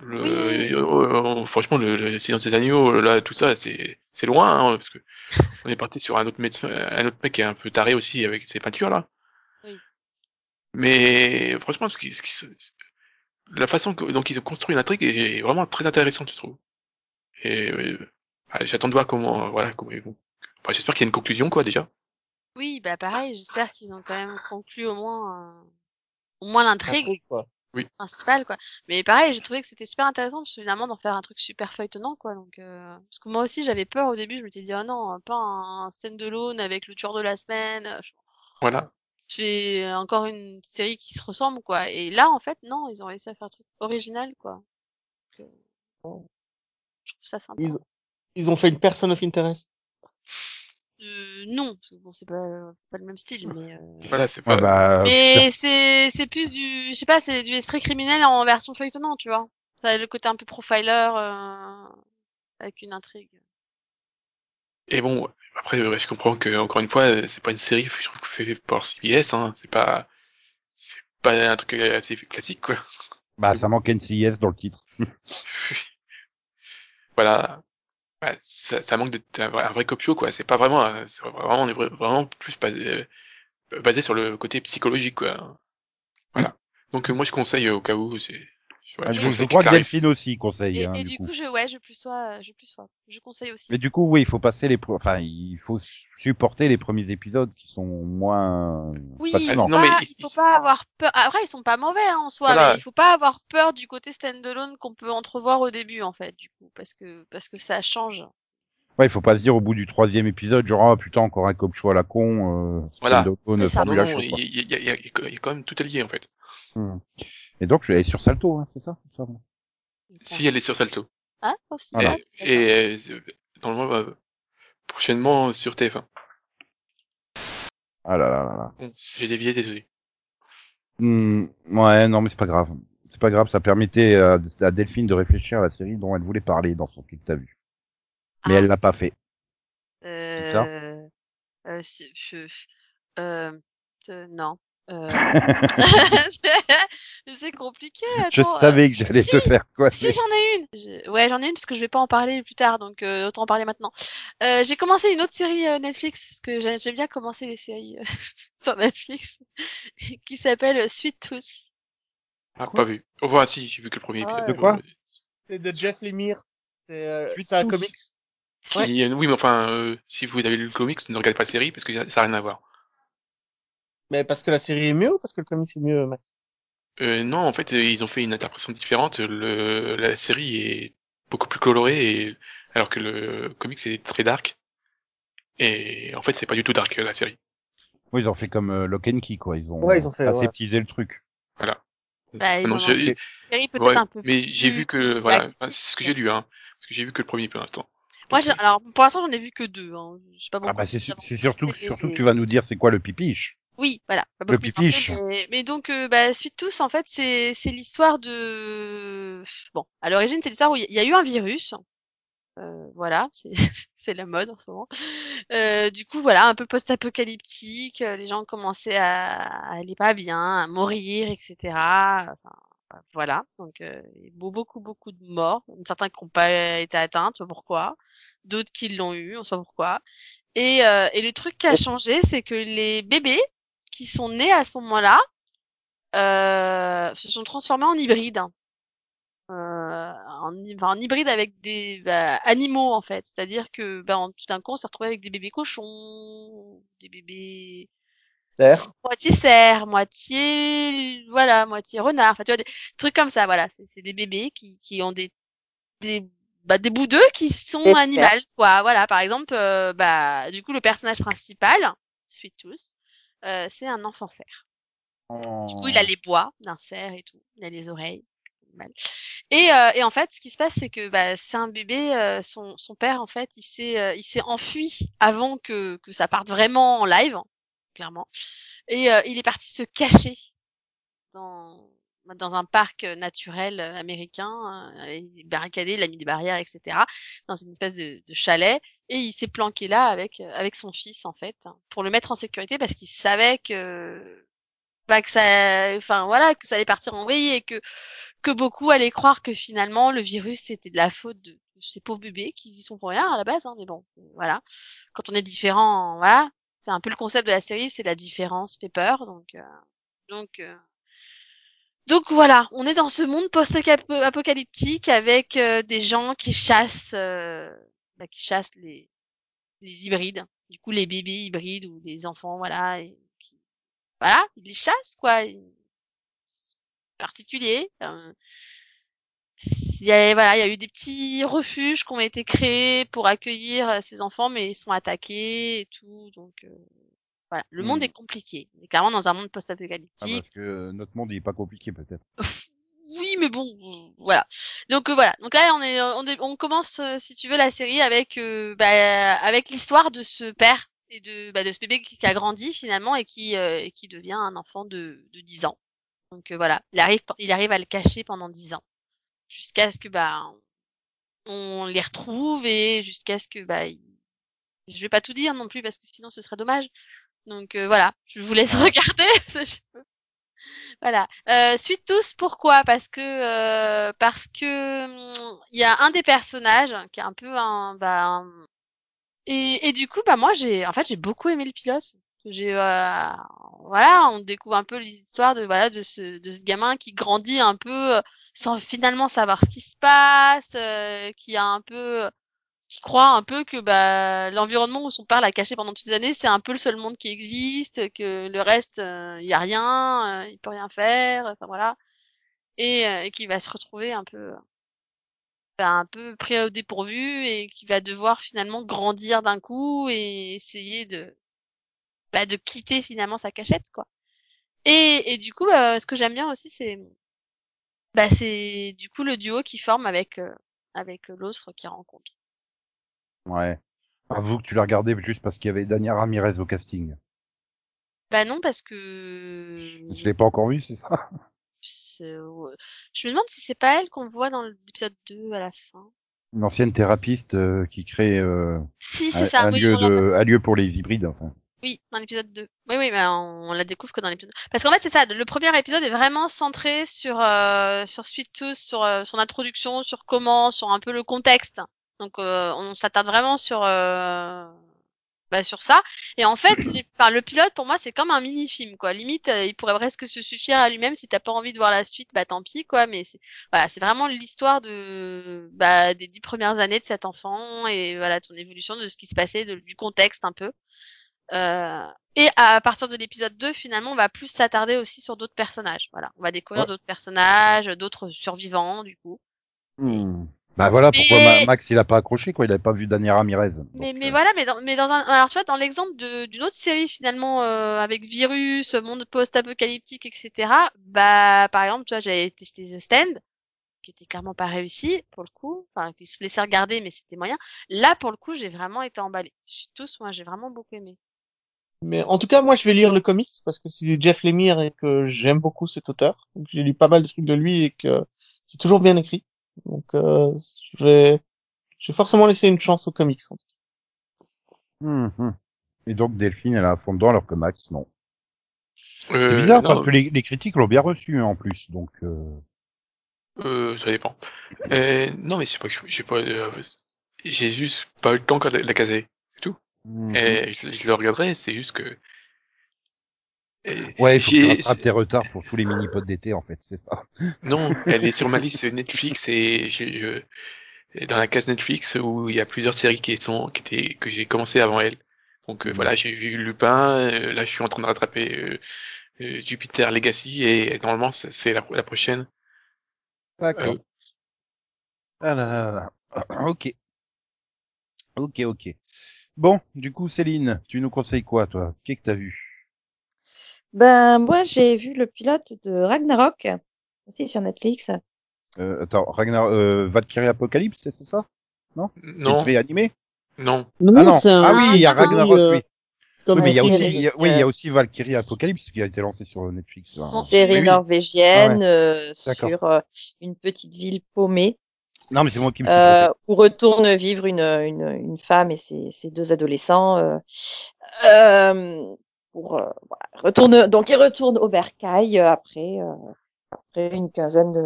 [SPEAKER 5] le,
[SPEAKER 4] Oui.
[SPEAKER 5] euh, euh, franchement, le, le silence des agneaux, là, tout ça, c'est, c'est loin, hein, parce que on est parti sur un autre médecin, un autre mec qui est un peu taré aussi avec ses peintures là.
[SPEAKER 4] Oui.
[SPEAKER 5] Mais franchement, ce qui, ce qui, se- la façon que, dont ils ont construit l'intrigue est vraiment très intéressante, je trouve. Et euh, bah, j'attends de voir comment, euh, voilà, comment ils vont. Enfin, j'espère qu'il y a une conclusion, quoi, déjà.
[SPEAKER 4] Oui, bah, pareil, j'espère qu'ils ont quand même conclu au moins, euh, au moins l'intrigue
[SPEAKER 6] Intrigue, quoi.
[SPEAKER 4] principale, quoi. Mais pareil, j'ai trouvé que c'était super intéressant, parce que finalement, d'en faire un truc super feuilletonnant, quoi. Donc, euh, parce que moi aussi, j'avais peur au début, je me suis dit, oh non, pas un scène de l'aune avec le tueur de la semaine. euh,
[SPEAKER 5] Voilà.
[SPEAKER 4] C'est encore une série qui se ressemble, quoi. Et là, en fait, non, ils ont réussi à faire un truc original, quoi. Donc, euh,
[SPEAKER 6] Oh.
[SPEAKER 4] Je trouve ça sympa.
[SPEAKER 6] Ils, ils ont fait une personne of interest.
[SPEAKER 4] Euh, non, parce que bon, c'est pas, euh, pas le même style, mais. euh,
[SPEAKER 5] Voilà, c'est
[SPEAKER 1] Ah
[SPEAKER 5] pas.
[SPEAKER 1] bah,
[SPEAKER 4] Mais c'est c'est plus du je sais pas c'est du esprit criminel en version feuilletonnant tu vois ça a le côté un peu profiler euh, avec une intrigue
[SPEAKER 5] Et bon, après, euh, je comprends que, encore une fois, euh, c'est pas une série, je trouve, faite par CBS, hein. C'est pas, c'est pas un truc assez classique, quoi.
[SPEAKER 1] bah, ça manque NCIS dans le titre.
[SPEAKER 5] Voilà. Ouais, ça, ça manque d'être un vrai, un vrai cop show, quoi. C'est pas vraiment, un- c'est vraiment, on est vra- vraiment plus basé, euh, basé sur le côté psychologique, quoi. Voilà. Donc, euh, moi, je conseille, euh, au cas où, c'est, Ouais,
[SPEAKER 1] Ah,
[SPEAKER 5] je
[SPEAKER 1] je, je
[SPEAKER 5] conseille
[SPEAKER 1] crois que
[SPEAKER 5] Clarisse.
[SPEAKER 1] Delphine aussi conseille.
[SPEAKER 4] Et,
[SPEAKER 1] hein,
[SPEAKER 4] et
[SPEAKER 1] du coup.
[SPEAKER 4] je, ouais, je plus sois, euh, je plus sois. Je conseille aussi.
[SPEAKER 1] Mais du coup, oui, il faut passer les, pro- enfin, il faut supporter les premiers épisodes qui sont moins.
[SPEAKER 4] Oui,
[SPEAKER 1] Pas
[SPEAKER 4] il
[SPEAKER 1] de
[SPEAKER 4] faut,
[SPEAKER 1] non.
[SPEAKER 5] Non, mais
[SPEAKER 4] pas,
[SPEAKER 5] ils-
[SPEAKER 4] il faut
[SPEAKER 5] ils-
[SPEAKER 4] pas avoir peur. Après, ils sont pas mauvais hein, en soi,
[SPEAKER 5] Voilà.
[SPEAKER 4] mais il faut pas avoir peur du côté standalone qu'on peut entrevoir au début, en fait, du coup, parce que parce que ça change.
[SPEAKER 1] Ouais, il faut pas se dire au bout du troisième épisode, genre ah putain encore un cop show à la con. Euh,
[SPEAKER 5] Voilà.
[SPEAKER 1] Standalone,
[SPEAKER 4] C'est ça.
[SPEAKER 5] Non,
[SPEAKER 1] formule à
[SPEAKER 5] non,
[SPEAKER 1] chaud,
[SPEAKER 5] il
[SPEAKER 1] quoi.
[SPEAKER 5] y, y- y- y a- y a- y a quand même tout est lié en fait.
[SPEAKER 1] Hmm. Et donc je vais aller sur Salto, hein, c'est ça. c'est ça, bon.
[SPEAKER 5] Si elle est sur Salto.
[SPEAKER 4] Hein, aussi.
[SPEAKER 1] Voilà.
[SPEAKER 4] ouais,
[SPEAKER 5] Et, et euh, normalement, euh, prochainement sur TF1.
[SPEAKER 1] Ah là là là là.
[SPEAKER 5] Bon, j'ai dévié, désolé.
[SPEAKER 1] Hmm, ouais, non mais c'est pas grave. C'est pas grave, ça permettait euh, à Delphine de réfléchir à la série dont elle voulait parler dans son truc t'as vu. Mais
[SPEAKER 4] Ah.
[SPEAKER 1] elle l'a pas fait. ça
[SPEAKER 4] Euh, euh, c'est- je- euh, euh, non. Euh... C'est- c'est compliqué.
[SPEAKER 1] Je
[SPEAKER 4] attends, euh,
[SPEAKER 1] savais que j'allais te
[SPEAKER 4] si,
[SPEAKER 1] faire quoi.
[SPEAKER 4] Si j'en ai une. Je- Ouais, j'en ai une parce que je vais pas en parler plus tard, donc euh, autant en parler maintenant. Euh, j'ai commencé une autre série euh, Netflix parce que j'ai- j'aime bien commencer les séries euh, sur Netflix, qui s'appelle euh, Sweet Tooth.
[SPEAKER 5] Ah, pas vu. Au revoir, si, j'ai vu que le premier
[SPEAKER 6] Ah,
[SPEAKER 5] épisode.
[SPEAKER 6] de
[SPEAKER 1] quoi
[SPEAKER 6] C'est de Jeff Lemire. C'est euh, c'est un comics.
[SPEAKER 5] Il y a une- Oui, mais enfin, euh, si vous avez lu le comics, ne regardez pas la série parce que ça n'a rien à voir.
[SPEAKER 6] Mais parce que la série est mieux ou parce que le comics est mieux, Max
[SPEAKER 5] Euh, non, en fait, euh, ils ont fait une interprétation différente. Le... La série est beaucoup plus colorée, et... alors que le comics est très dark. Et en fait, c'est pas du tout dark euh, la série.
[SPEAKER 1] Oui, ils ont fait comme euh, Lock and Key quoi. Ils ont,
[SPEAKER 6] Ouais, ils ont fait, ouais.
[SPEAKER 1] aseptisé le truc.
[SPEAKER 4] Bah, ils
[SPEAKER 5] Ah Non,
[SPEAKER 4] en ont
[SPEAKER 5] j'ai-
[SPEAKER 4] fait une série peut-être
[SPEAKER 5] ouais,
[SPEAKER 4] un peu
[SPEAKER 5] mais
[SPEAKER 4] plus
[SPEAKER 5] j'ai vu que voilà,
[SPEAKER 4] laxiste.
[SPEAKER 5] enfin, c'est ce que j'ai lu, hein, parce que j'ai vu que le premier pour l'instant.
[SPEAKER 4] Moi,
[SPEAKER 5] Donc,
[SPEAKER 4] j'ai- alors pour l'instant, j'en ai vu que deux. Hein. Je sais pas
[SPEAKER 1] Ah
[SPEAKER 4] beaucoup
[SPEAKER 1] bah c'est
[SPEAKER 4] plus
[SPEAKER 1] su-
[SPEAKER 4] avancé.
[SPEAKER 1] c'est surtout surtout que tu vas nous dire c'est quoi le pipiche.
[SPEAKER 4] Oui, voilà. pas
[SPEAKER 1] Le
[SPEAKER 4] beaucoup plus en fait,
[SPEAKER 1] pipiche.
[SPEAKER 4] Mais, mais donc, euh, bah, suite tous, en fait, c'est c'est l'histoire de. Bon, à l'origine, c'est l'histoire où il y- il y a eu un virus. Euh, voilà, c'est c'est la mode en ce moment. Euh, du coup, voilà, un peu post-apocalyptique. euh, Les gens commençaient à à aller pas bien, à mourir, etc. Enfin, bah, voilà, donc euh, il y a beau- beaucoup, beaucoup de morts. Certains qui n'ont pas été atteints, on sait pas pourquoi. D'autres qui l'ont eu, on sait pas pourquoi. Et, euh, et le truc qui a changé, c'est que les bébés qui sont nés à ce moment-là euh, se sont transformés en hybrides. hein. Euh, en, hy- enfin, en hybride avec des bah, animaux en fait, c'est-à-dire que bah, en- tout d'un coup on s'est retrouvé avec des bébés cochons, des bébés
[SPEAKER 6] Terre.
[SPEAKER 4] moitié cerf, moitié voilà, moitié renard, enfin tu vois des trucs comme ça, voilà, c'est c'est des bébés qui qui ont des des bah, des bouts d'eux qui sont
[SPEAKER 3] Des
[SPEAKER 4] animaux quoi, voilà, par exemple euh, bah du coup le personnage principal, Sweet Tooth, euh, c'est un enfant cerf. Du coup, il a les bois d'un cerf et tout, il a les oreilles. mal. Et, euh, et en fait, ce qui se passe, c'est que bah, c'est un bébé, euh, son, son père, en fait, il s'est, euh, il s'est enfui avant que, que ça parte vraiment en live, hein, clairement. Et euh, il est parti se cacher dans, dans un parc euh, naturel euh, américain, euh, il est barricadé, il a mis des barrières, etc., dans une espèce de, de chalet. Et il s'est planqué là avec, euh, avec son fils, en fait, hein, pour le mettre en sécurité parce qu'il savait que bah, que ça enfin voilà que ça allait partir en vrille et que que beaucoup allaient croire que finalement le virus c'était de la faute de de ces pauvres bébés qui y sont pour rien à la base hein, mais bon voilà quand on est différent voilà c'est un peu le concept de la série c'est la différence fait peur donc euh, donc euh, donc voilà on est dans ce monde post-apocalyptique avec euh, des gens qui chassent euh, bah, qui chassent les les hybrides du coup les bébés hybrides ou les enfants voilà et qui, voilà, il les chasse, quoi. Il- c'est Particulier. euh, Il y a, voilà, il y a eu des petits refuges qui ont été créés pour accueillir euh, ces enfants, mais ils sont attaqués et tout. Donc, euh, voilà. Le monde
[SPEAKER 1] Hmm.
[SPEAKER 4] est compliqué. On est clairement dans un monde
[SPEAKER 1] Ah,
[SPEAKER 4] post-apocalyptique.
[SPEAKER 1] parce que euh, notre monde il est pas compliqué peut-être.
[SPEAKER 4] Oui, mais bon, euh, voilà. Donc euh, voilà. Donc là, on est, on est- on commence, euh, si tu veux, la série avec, euh, bah, avec l'histoire de ce père et de, bah, de ce bébé qui, qui a grandi finalement et qui, euh, et qui devient un enfant de, de 10 ans. Donc euh, voilà, il arrive, il arrive à le cacher pendant 10 ans jusqu'à ce que bah on les retrouve et jusqu'à ce que bah il- je vais pas tout dire non plus parce que sinon ce serait dommage. Donc euh, voilà, je vous laisse regarder. parce que je- Voilà. Euh, suite tous pourquoi Parce que euh, parce que hum, il y a un des personnages qui est un peu un bah un- et et du coup bah moi j'ai en fait j'ai beaucoup aimé le pilote. J'ai euh, voilà on découvre un peu l'histoire de voilà de ce de ce gamin qui grandit un peu euh, sans finalement savoir ce qui se passe, euh, qui a un peu, qui croit un peu que bah l'environnement où son père l'a caché pendant toutes ces années, c'est un peu le seul monde qui existe, que le reste, euh, il y a rien, euh, il peut rien faire, enfin voilà, et, euh, et qui va se retrouver un peu, euh, bah, un peu pris au dépourvu et qui va devoir finalement grandir d'un coup et essayer de, bah, de quitter finalement sa cachette quoi. Et, et du coup, euh, ce que j'aime bien aussi, c'est bah c'est du coup le duo qui forme avec euh, avec l'autre qui rencontre.
[SPEAKER 1] Ouais. Avoue que tu l'as regardé juste parce qu'il y avait Dania Ramirez au casting.
[SPEAKER 4] Bah non parce que
[SPEAKER 1] Je l'ai pas encore vu, c'est ça
[SPEAKER 4] c'est- ouais. je me demande si c'est pas elle qu'on voit dans l'épisode 2 à la fin.
[SPEAKER 1] Une ancienne thérapeute euh, qui crée euh,
[SPEAKER 4] Si
[SPEAKER 1] un,
[SPEAKER 4] c'est ça,
[SPEAKER 1] un
[SPEAKER 4] oui,
[SPEAKER 1] lieu
[SPEAKER 4] on l'a pas-
[SPEAKER 1] de, un lieu pour les hybrides. Enfin.
[SPEAKER 4] oui, dans l'épisode 2. Oui oui, bah on, on la découvre que dans l'épisode. Parce qu'en fait c'est ça, le premier épisode est vraiment centré sur euh, sur Sweet Tooth, sur euh, son introduction, sur comment, sur un peu le contexte. Donc euh, on s'attarde vraiment sur euh, bah, sur ça. Et en fait, les- enfin, le pilote pour moi c'est comme un mini-film quoi. Limite, euh, il pourrait presque se suffire à lui-même si t'as pas envie de voir la suite, bah tant pis quoi. Mais c'est voilà, c'est vraiment l'histoire de bah, des dix premières années de cet enfant et voilà de son évolution, de ce qui se passait, de- du contexte un peu. Euh, et à partir de l'épisode 2, finalement, on va plus s'attarder aussi sur d'autres personnages. Voilà, on va découvrir
[SPEAKER 1] Ouais.
[SPEAKER 4] d'autres personnages, d'autres survivants du coup.
[SPEAKER 1] Bah voilà pourquoi
[SPEAKER 4] Mais-
[SPEAKER 1] Ma- Max il a pas accroché quoi, il avait pas vu Dania Ramirez. Donc,
[SPEAKER 4] Mais, mais
[SPEAKER 1] euh,
[SPEAKER 4] voilà, mais dans, mais dans un, alors tu vois, dans l'exemple de- d'une autre série finalement euh, avec virus, monde post-apocalyptique, etc. Bah, par exemple, tu vois, j'avais testé The Stand, qui était clairement pas réussi pour le coup, enfin qui se laissait regarder, mais c'était moyen. Là, pour le coup, j'ai vraiment été emballée. J'ai tous, moi, j'ai vraiment beaucoup aimé.
[SPEAKER 6] Mais en tout cas, moi, je vais lire le comics parce que c'est Jeff Lemire et que j'aime beaucoup cet auteur. Donc, J'ai lu pas mal de trucs de lui et que c'est toujours bien écrit. Donc, euh, je vais, je vais forcément laisser une chance aux comics.
[SPEAKER 1] hum, hum. Et donc Delphine elle a un fond dedans alors que Max non.
[SPEAKER 5] Euh,
[SPEAKER 1] C'est bizarre
[SPEAKER 5] non,
[SPEAKER 1] parce que les, les critiques l'ont bien reçu hein, en plus donc. euh,
[SPEAKER 5] euh, ça dépend. Euh, non, mais c'est pas que je- j'ai pas. euh, j'ai juste pas eu le temps de la- de la caser. Eh.
[SPEAKER 1] hum,
[SPEAKER 5] Et je, je le regarderai, c'est juste que. Et-
[SPEAKER 1] hum. Ouais, il faut que
[SPEAKER 5] j'ai-
[SPEAKER 1] tu rattrapes tes retards pour tous les mini pods d'été en fait, c'est ça.
[SPEAKER 5] Non, elle est sur ma liste Netflix et j'ai, euh, dans la case Netflix où il y a plusieurs séries qui sont qui étaient que j'ai commencé avant elle. Donc euh,
[SPEAKER 1] Mhm.
[SPEAKER 5] voilà, j'ai vu Lupin. euh, là, je suis en train de rattraper euh, euh, Jupiter Legacy et, normalement c'est c'est la, la prochaine.
[SPEAKER 1] D'accord.
[SPEAKER 5] Euh.
[SPEAKER 1] Ah là là là là. ok. Ok, ok. Bon, du coup, Céline, tu nous conseilles quoi, toi Qu'est-ce que t'as vu
[SPEAKER 3] Ben, moi, j'ai vu le pilote de Ragnarok, aussi sur Netflix.
[SPEAKER 1] euh, Attends, Ragnar, euh, Valkyrie Apocalypse, c'est c'est ça C'est une
[SPEAKER 5] Non,
[SPEAKER 1] série animée
[SPEAKER 5] non.
[SPEAKER 1] Ah non, ah oui, il y a
[SPEAKER 4] c'est une série,
[SPEAKER 1] Ragnarok, oui. Oui,
[SPEAKER 6] Comme
[SPEAKER 1] mais il y a
[SPEAKER 3] série
[SPEAKER 1] aussi,
[SPEAKER 3] avec,
[SPEAKER 1] il y a- oui, il y a
[SPEAKER 3] euh,
[SPEAKER 1] aussi Valkyrie Apocalypse qui a été lancée sur Netflix. là.
[SPEAKER 4] Bon.
[SPEAKER 3] série
[SPEAKER 5] Oui, oui.
[SPEAKER 3] norvégienne euh,
[SPEAKER 1] Ah D'accord.
[SPEAKER 3] sur euh, une petite ville paumée
[SPEAKER 1] Non, mais c'est moi qui me suis
[SPEAKER 3] euh, où retourne vivre une, une, une femme et ses, ses deux adolescents. Euh, euh, pour, euh, voilà, retourne, donc ils retournent au Bercail euh, après, euh, après une quinzaine de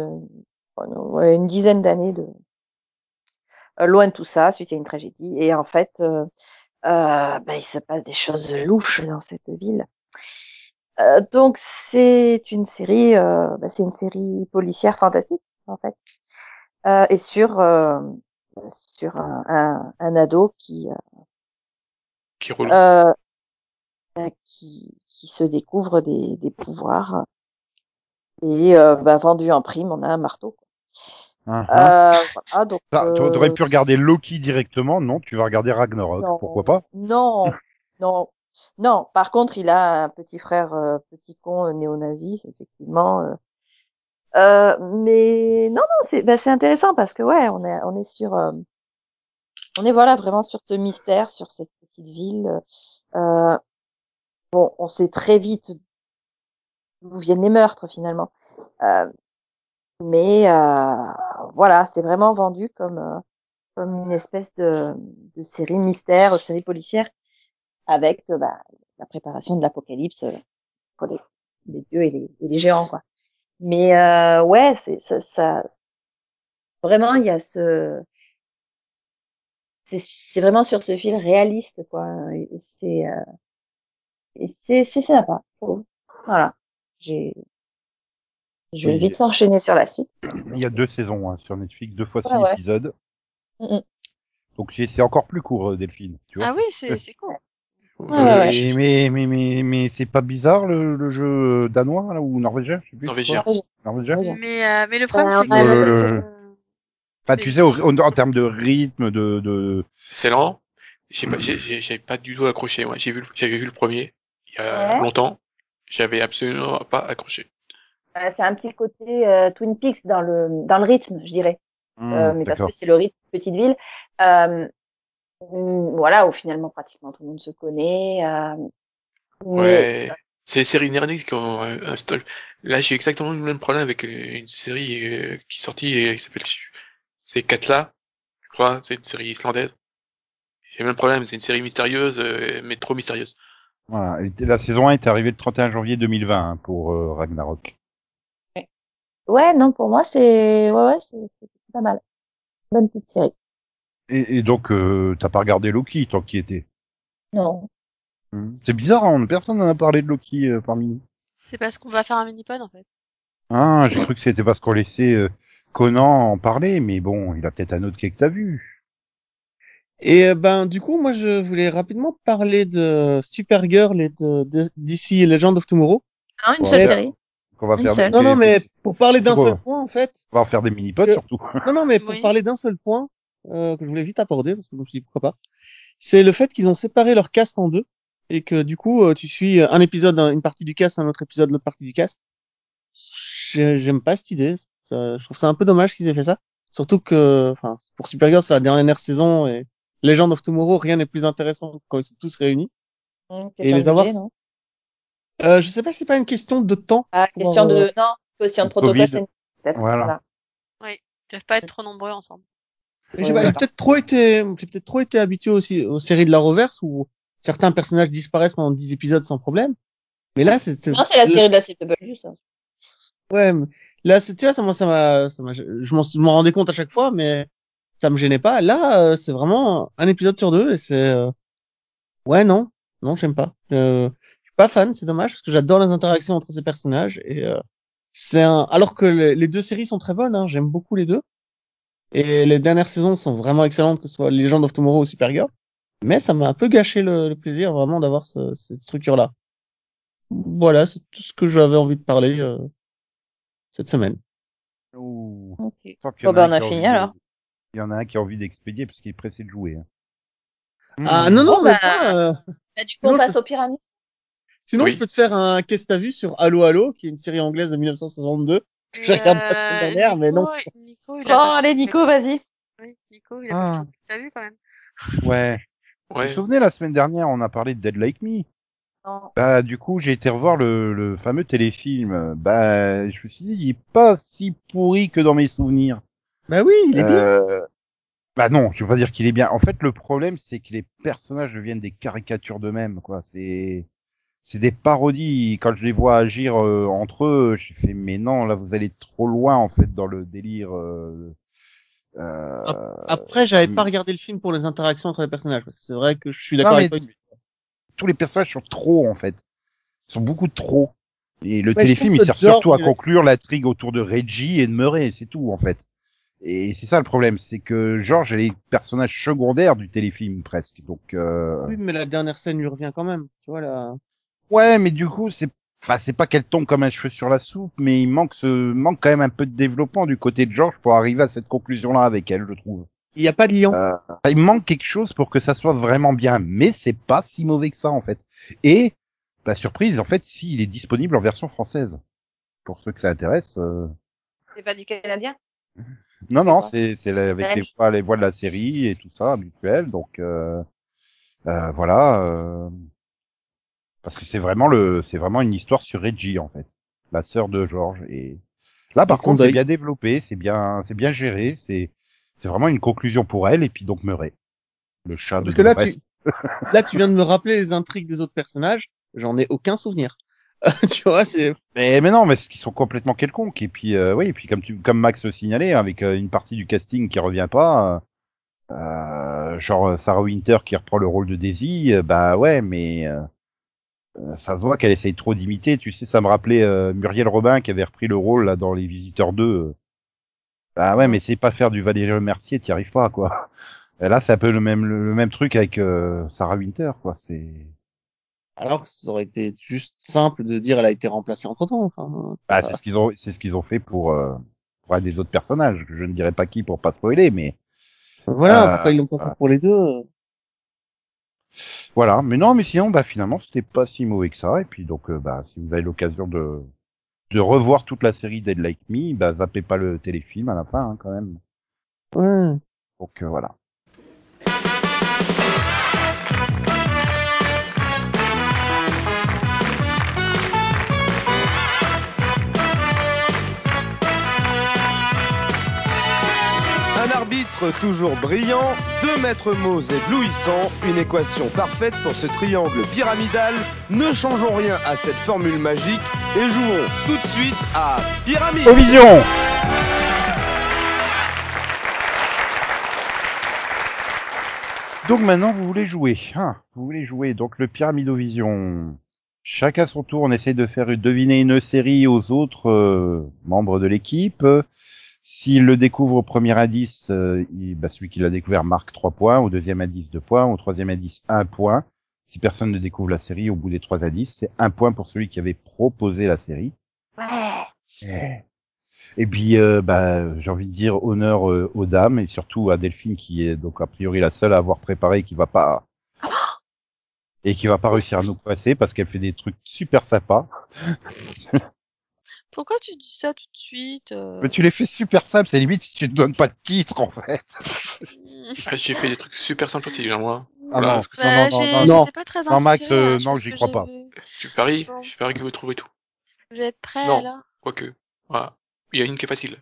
[SPEAKER 3] oh non, ouais, une dizaine d'années de euh, loin de tout ça suite à une tragédie et en fait euh, euh, bah, il se passe des choses louches dans cette ville. Euh, donc c'est une série, euh, bah, c'est une série policière fantastique en fait, Euh, et sur euh, sur un, un, un ado qui
[SPEAKER 5] Qui roule.
[SPEAKER 3] euh, euh, qui qui se découvre des, des pouvoirs et euh, bah, vendu en prime, on a un marteau. quoi.
[SPEAKER 1] Hein, hein.
[SPEAKER 3] Euh, voilà, donc
[SPEAKER 1] Ça, Tu
[SPEAKER 3] euh,
[SPEAKER 1] aurais pu regarder Loki directement, non Tu vas regarder Ragnarok,
[SPEAKER 3] Non.
[SPEAKER 1] pourquoi pas
[SPEAKER 3] Non, non, non. Par contre, il a un petit frère, euh, petit con euh, néo-nazi, c'est effectivement. euh, euh, mais non, non, c'est bah, c'est intéressant parce que ouais, on est on est sur, euh, on est voilà vraiment sur ce mystère, sur cette petite ville. Euh, bon, on sait très vite d'où viennent les meurtres finalement, Euh, mais euh, voilà, c'est vraiment vendu comme euh, comme une espèce de, de série mystère, euh, série policière. avec euh, bah, la préparation de l'apocalypse euh, pour les, les dieux et les, et les géants quoi. Mais euh, ouais, c'est ça, ça- vraiment il y a ce c'est c'est vraiment sur ce fil réaliste quoi et et c'est euh, et c'est c'est sympa. je trouve. Voilà. J'ai Je vais
[SPEAKER 1] Oui.
[SPEAKER 3] vite enchaîner sur la suite.
[SPEAKER 1] Il y a deux saisons hein, sur Netflix, deux fois
[SPEAKER 3] Ouais,
[SPEAKER 1] six
[SPEAKER 3] ouais.
[SPEAKER 1] épisodes.
[SPEAKER 3] Mhm.
[SPEAKER 1] Donc c'est c'est encore plus court, euh, Delphine. Tu vois Euh,
[SPEAKER 4] Ah oui, c'est c'est cool.
[SPEAKER 3] Ouais, ouais, ouais.
[SPEAKER 1] Et- mais mais mais mais c'est pas bizarre le, le jeu euh, danois là ou norvégien, je sais plus.
[SPEAKER 5] Norvégien.
[SPEAKER 1] c'est quoi Norvégien.
[SPEAKER 3] Oui.
[SPEAKER 4] Mais, euh, mais le problème,
[SPEAKER 3] Ouais,
[SPEAKER 4] c'est
[SPEAKER 3] on
[SPEAKER 1] a
[SPEAKER 4] que...
[SPEAKER 1] le- le-
[SPEAKER 4] euh,
[SPEAKER 1] Enfin, tu sais, au- en, en termes de rythme, de, de...
[SPEAKER 5] C'est lent. J'ai pas, j'ai- j'ai j'ai pas du tout accroché. Moi, j'ai vu, le- j'avais vu le premier il y a
[SPEAKER 3] Ouais.
[SPEAKER 5] longtemps. J'avais absolument pas accroché.
[SPEAKER 3] Euh, c'est un petit côté euh, Twin Peaks dans le dans le rythme, je dirais. Euh,
[SPEAKER 1] Hmm,
[SPEAKER 3] mais parce
[SPEAKER 1] d'accord.
[SPEAKER 3] que c'est le rythme de petite ville. Euh, mm, voilà, où finalement pratiquement tout le monde se connaît. euh, mais
[SPEAKER 5] Ouais. C'est les séries Netflix qui ont euh, un stock. Là, j'ai exactement le même problème avec euh, une série euh, qui est sortie et qui s'appelle, c'est Katla, je crois. C'est une série islandaise. J'ai le même problème. C'est une série mystérieuse, euh, mais trop mystérieuse.
[SPEAKER 1] Voilà. Et La saison 1 est arrivée le 31 janvier 2020 hein, pour euh, Ragnarok.
[SPEAKER 3] ouais, non, pour moi c'est ouais, ouais c'est c'est pas mal. Bonne petite série.
[SPEAKER 1] Et, et donc, euh, t'as pas regardé Loki tant qu'il y était.
[SPEAKER 3] Non.
[SPEAKER 1] Hmm. C'est bizarre, hein, personne n'en a parlé de Loki euh, parmi nous.
[SPEAKER 4] C'est parce qu'on va faire un mini-pod, en fait.
[SPEAKER 1] Ah, j'ai cru que c'était parce qu'on laissait euh, Conan en parler, mais bon, il a peut-être un autre quai que t'as vu.
[SPEAKER 6] Et euh, ben du coup, moi je voulais rapidement parler de Supergirl et de, de- DC Legend of Tomorrow.
[SPEAKER 3] Non, une
[SPEAKER 1] Ouais.
[SPEAKER 3] seule série.
[SPEAKER 1] Qu'on va
[SPEAKER 3] Une
[SPEAKER 1] faire
[SPEAKER 3] seule.
[SPEAKER 1] des-
[SPEAKER 6] Non non,
[SPEAKER 1] des-
[SPEAKER 6] mais pour parler d'un
[SPEAKER 1] Pourquoi
[SPEAKER 6] seul point en fait.
[SPEAKER 1] On va en faire des mini-pods
[SPEAKER 6] Euh,
[SPEAKER 1] surtout.
[SPEAKER 6] Non non, mais pour
[SPEAKER 4] Oui.
[SPEAKER 6] parler d'un seul point euh, que je voulais vite aborder parce que je me suis dit pourquoi pas. C'est le fait qu'ils ont séparé leur cast en deux et que du coup euh, tu suis euh, un épisode un- une partie du cast, un autre épisode l'autre partie du cast. J'ai- J'aime pas cette idée. Ça- je trouve ça un peu dommage qu'ils aient fait ça. Surtout que enfin pour Supergirl c'est la dernière saison et Legend of Tomorrow rien n'est plus intéressant que quand ils sont tous réunis.
[SPEAKER 3] Hum,
[SPEAKER 6] Et
[SPEAKER 3] question
[SPEAKER 6] les
[SPEAKER 3] de
[SPEAKER 6] avoir.
[SPEAKER 3] budget, non
[SPEAKER 6] Euh, je sais pas si c'est pas une question de temps.
[SPEAKER 3] Ah,
[SPEAKER 6] Pour,
[SPEAKER 3] question
[SPEAKER 6] euh,
[SPEAKER 3] de non, question de
[SPEAKER 1] le
[SPEAKER 3] protocole,
[SPEAKER 1] Covid.
[SPEAKER 3] c'est peut-être.
[SPEAKER 1] Voilà.
[SPEAKER 4] Ils doivent pas être trop nombreux ensemble.
[SPEAKER 6] Mais je
[SPEAKER 3] Ouais,
[SPEAKER 6] sais pas, J'ai
[SPEAKER 3] d'accord.
[SPEAKER 6] peut-être trop été, j'ai peut-être trop été habitué aussi aux séries de la reverse où certains personnages disparaissent pendant 10 épisodes sans problème. Mais là, c'est,
[SPEAKER 3] Non, c'est la série de la CW, ça.
[SPEAKER 6] ouais, mais là, c'est, tu vois, ça, moi, ça m'a, ça m'a, je m'en, je m'en rendais compte à chaque fois, mais ça me gênait pas. Là, euh, c'est vraiment un épisode sur deux et c'est, euh, ouais, non, non, j'aime pas. Euh, je suis pas fan, c'est dommage parce que j'adore les interactions entre ces personnages et euh, c'est un, alors que les, les deux séries sont très bonnes, hein, j'aime beaucoup les deux. Et les dernières saisons sont vraiment excellentes, que ce soit Legend of Tomorrow ou Supergirl. Mais ça m'a un peu gâché le, le plaisir vraiment d'avoir ce- cette structure-là. Voilà, c'est tout ce que j'avais envie de parler euh, cette semaine.
[SPEAKER 1] Ouh.
[SPEAKER 3] Ok.
[SPEAKER 1] Tant qu'il y en
[SPEAKER 3] Bon, ben,
[SPEAKER 1] un
[SPEAKER 3] on a
[SPEAKER 1] qui
[SPEAKER 3] fini,
[SPEAKER 1] envie de-
[SPEAKER 3] alors.
[SPEAKER 1] Il y en a un qui a envie d'expédier parce qu'il est pressé de jouer. hein.
[SPEAKER 6] Ah
[SPEAKER 1] Hmm.
[SPEAKER 6] non, non,
[SPEAKER 3] Bon,
[SPEAKER 6] mais
[SPEAKER 3] bah,
[SPEAKER 6] moi, euh,
[SPEAKER 3] Bah, du coup,
[SPEAKER 6] Sinon,
[SPEAKER 3] on
[SPEAKER 6] je
[SPEAKER 3] passe
[SPEAKER 6] peux-
[SPEAKER 3] aux pyramides.
[SPEAKER 6] sinon
[SPEAKER 5] Oui.
[SPEAKER 6] je peux te faire un qu'est-ce que t'as vu sur Allo Allo, qui est une série anglaise de 1962. Je
[SPEAKER 4] Et,
[SPEAKER 6] regarde pas la semaine
[SPEAKER 4] euh,
[SPEAKER 6] dernière, mais non.
[SPEAKER 4] Nico, Oh, Nico, il a
[SPEAKER 3] Bon,
[SPEAKER 4] pas-
[SPEAKER 3] Oh, allez, Nico, vas-y.
[SPEAKER 4] Oui, Nico, il a pas
[SPEAKER 1] Ah.
[SPEAKER 4] le truc. T'as vu, quand même
[SPEAKER 1] Ouais. Vous vous
[SPEAKER 5] Ouais.
[SPEAKER 1] souvenez, la semaine dernière, on a parlé de Dead Like Me.
[SPEAKER 3] Non.
[SPEAKER 1] Bah, du coup, j'ai été revoir le, le fameux téléfilm. Bah, je me suis dit, il est pas si pourri que dans mes souvenirs.
[SPEAKER 6] Bah oui, il est bien.
[SPEAKER 1] Euh, Bah non, je veux pas dire qu'il est bien. En fait, le problème, c'est que les personnages deviennent des caricatures d'eux-mêmes, quoi. C'est, c'est des parodies. Quand je les vois agir euh, entre eux, je fais, mais non, là, vous allez trop loin, en fait, dans le délire. euh, euh,
[SPEAKER 6] Après, j'avais
[SPEAKER 1] oui.
[SPEAKER 6] pas regardé le film pour les interactions entre les personnages, parce que c'est vrai que je suis d'accord
[SPEAKER 1] Non,
[SPEAKER 6] avec
[SPEAKER 1] mais
[SPEAKER 6] toi.
[SPEAKER 1] tous les personnages sont trop en fait. Ils sont beaucoup trop. Et le
[SPEAKER 6] Ouais, Bah, je
[SPEAKER 1] téléfilm,
[SPEAKER 6] trouve
[SPEAKER 1] il
[SPEAKER 6] que
[SPEAKER 1] sert
[SPEAKER 6] George,
[SPEAKER 1] surtout à
[SPEAKER 6] il-
[SPEAKER 1] conclure la trigue autour de Reggie et de Murray, c'est tout en fait. Et c'est ça le problème, c'est que George est les personnages secondaires du téléfilm presque. Donc euh,
[SPEAKER 6] Oui, mais la dernière scène lui revient quand même. Tu vois, là.
[SPEAKER 1] ouais, mais du coup, c'est enfin c'est pas qu'elle tombe comme un cheveu sur la soupe, mais il manque ce manque quand même un peu de développement du côté de George pour arriver à cette conclusion là avec elle, je trouve.
[SPEAKER 6] Il n'y a pas de lien.
[SPEAKER 1] Euh, il manque quelque chose pour que ça soit vraiment bien, mais c'est pas si mauvais que ça en fait. Et la surprise, en fait, s'il est disponible en version française, pour ceux que ça intéresse. euh,
[SPEAKER 3] C'est pas du Canadien
[SPEAKER 1] Non, non,
[SPEAKER 3] D'accord.
[SPEAKER 1] c'est c'est la- avec
[SPEAKER 3] Ouais.
[SPEAKER 1] les voix, les voix de la série et tout ça habituel, donc euh, euh, voilà. euh, Parce que c'est vraiment le, c'est vraiment une histoire sur Reggie en fait, la sœur de George. Et là, par
[SPEAKER 6] Et son
[SPEAKER 1] contre, c'est
[SPEAKER 6] deuil.
[SPEAKER 1] bien développé, c'est bien, c'est bien géré, c'est c'est vraiment une conclusion pour elle et puis donc Murray, le chat
[SPEAKER 6] Parce
[SPEAKER 1] de
[SPEAKER 6] que là,
[SPEAKER 1] Dolores.
[SPEAKER 6] tu, là, tu viens de me rappeler les intrigues des autres personnages. J'en ai aucun souvenir. tu vois, c'est,
[SPEAKER 1] Mais, mais non, mais ce qui sont complètement quelconques. Et puis euh, oui, et puis comme tu, comme Max le signalait, avec euh, une partie du casting qui revient pas, euh, euh, genre euh, Sarah Winter qui reprend le rôle de Daisy, euh, bah ouais, mais euh, euh, ça se voit qu'elle essaye trop d'imiter. Tu sais, ça me rappelait euh, Muriel Robin qui avait repris le rôle là dans Les Visiteurs 2. euh. Ah ouais, mais c'est pas faire du Valérie Mercier, t'y arrives pas quoi. Et là, c'est un peu le même le, le même truc avec euh, Sarah Winter quoi. C'est
[SPEAKER 6] Alors que ça aurait été juste simple de dire elle a été remplacée entre temps. Enfin, euh,
[SPEAKER 1] bah, c'est ce qu'ils ont c'est ce qu'ils ont fait pour euh, pour un des autres personnages. Je ne dirais pas qui pour pas spoiler, mais
[SPEAKER 6] voilà,
[SPEAKER 1] Euh,
[SPEAKER 6] pourquoi ils l'ont pas
[SPEAKER 1] voilà.
[SPEAKER 6] fait pour les deux euh,
[SPEAKER 1] Voilà, mais non, mais sinon, bah finalement, c'était pas si mauvais que ça. Et puis donc, euh, bah, si vous avez l'occasion de de revoir toute la série Dead Like Me, bah zappez pas le téléfilm à la fin hein, quand même.
[SPEAKER 6] Ouais.
[SPEAKER 1] Donc euh, voilà.
[SPEAKER 8] Un arbitre toujours brillant, deux maîtres mots éblouissants, une équation parfaite pour ce triangle pyramidal. Ne changeons rien à cette formule magique et jouons tout de suite à Pyramide.
[SPEAKER 1] vision Donc maintenant, vous voulez jouer. hein, vous voulez jouer. Donc le Pyramidovision. Chacun son tour, on essaie de faire deviner une série aux autres euh, membres de l'équipe. S'il le découvre au premier indice, euh, il- bah, celui qui l'a découvert marque 3 points, au deuxième indice 2 points, au troisième indice 1 point. Si personne ne découvre la série au bout des trois indices, c'est 1 point pour celui qui avait proposé la série.
[SPEAKER 3] Ouais.
[SPEAKER 1] Et puis, euh, bah, j'ai envie de dire honneur euh, aux dames et surtout à Delphine qui est donc a priori la seule à avoir préparé et qui va pas et qui va pas réussir à nous passer parce qu'elle fait des trucs super sympas.
[SPEAKER 4] Pourquoi tu dis ça tout de suite euh,
[SPEAKER 1] Mais tu les fais super simples, c'est limite si tu ne donnes pas de titre en fait.
[SPEAKER 4] hmm,
[SPEAKER 5] Ah, J'ai fait des trucs super simples aussi, moi.
[SPEAKER 1] Ah
[SPEAKER 5] Voilà,
[SPEAKER 1] non,
[SPEAKER 5] parce que
[SPEAKER 1] non,
[SPEAKER 4] bah,
[SPEAKER 1] non,
[SPEAKER 4] j'ai-
[SPEAKER 1] non,
[SPEAKER 6] non.
[SPEAKER 4] J'étais pas très inspirée.
[SPEAKER 1] Non, Max, euh,
[SPEAKER 4] hein, je
[SPEAKER 1] non,
[SPEAKER 4] pense
[SPEAKER 1] j'y
[SPEAKER 4] que
[SPEAKER 1] crois
[SPEAKER 4] j'ai
[SPEAKER 1] pas.
[SPEAKER 4] vu.
[SPEAKER 5] Tu paries,
[SPEAKER 4] Bon.
[SPEAKER 5] je parie que vous trouvez tout.
[SPEAKER 4] Vous êtes prêts
[SPEAKER 5] Non.
[SPEAKER 4] là
[SPEAKER 5] Quoique, voilà. Il y a une qui est facile.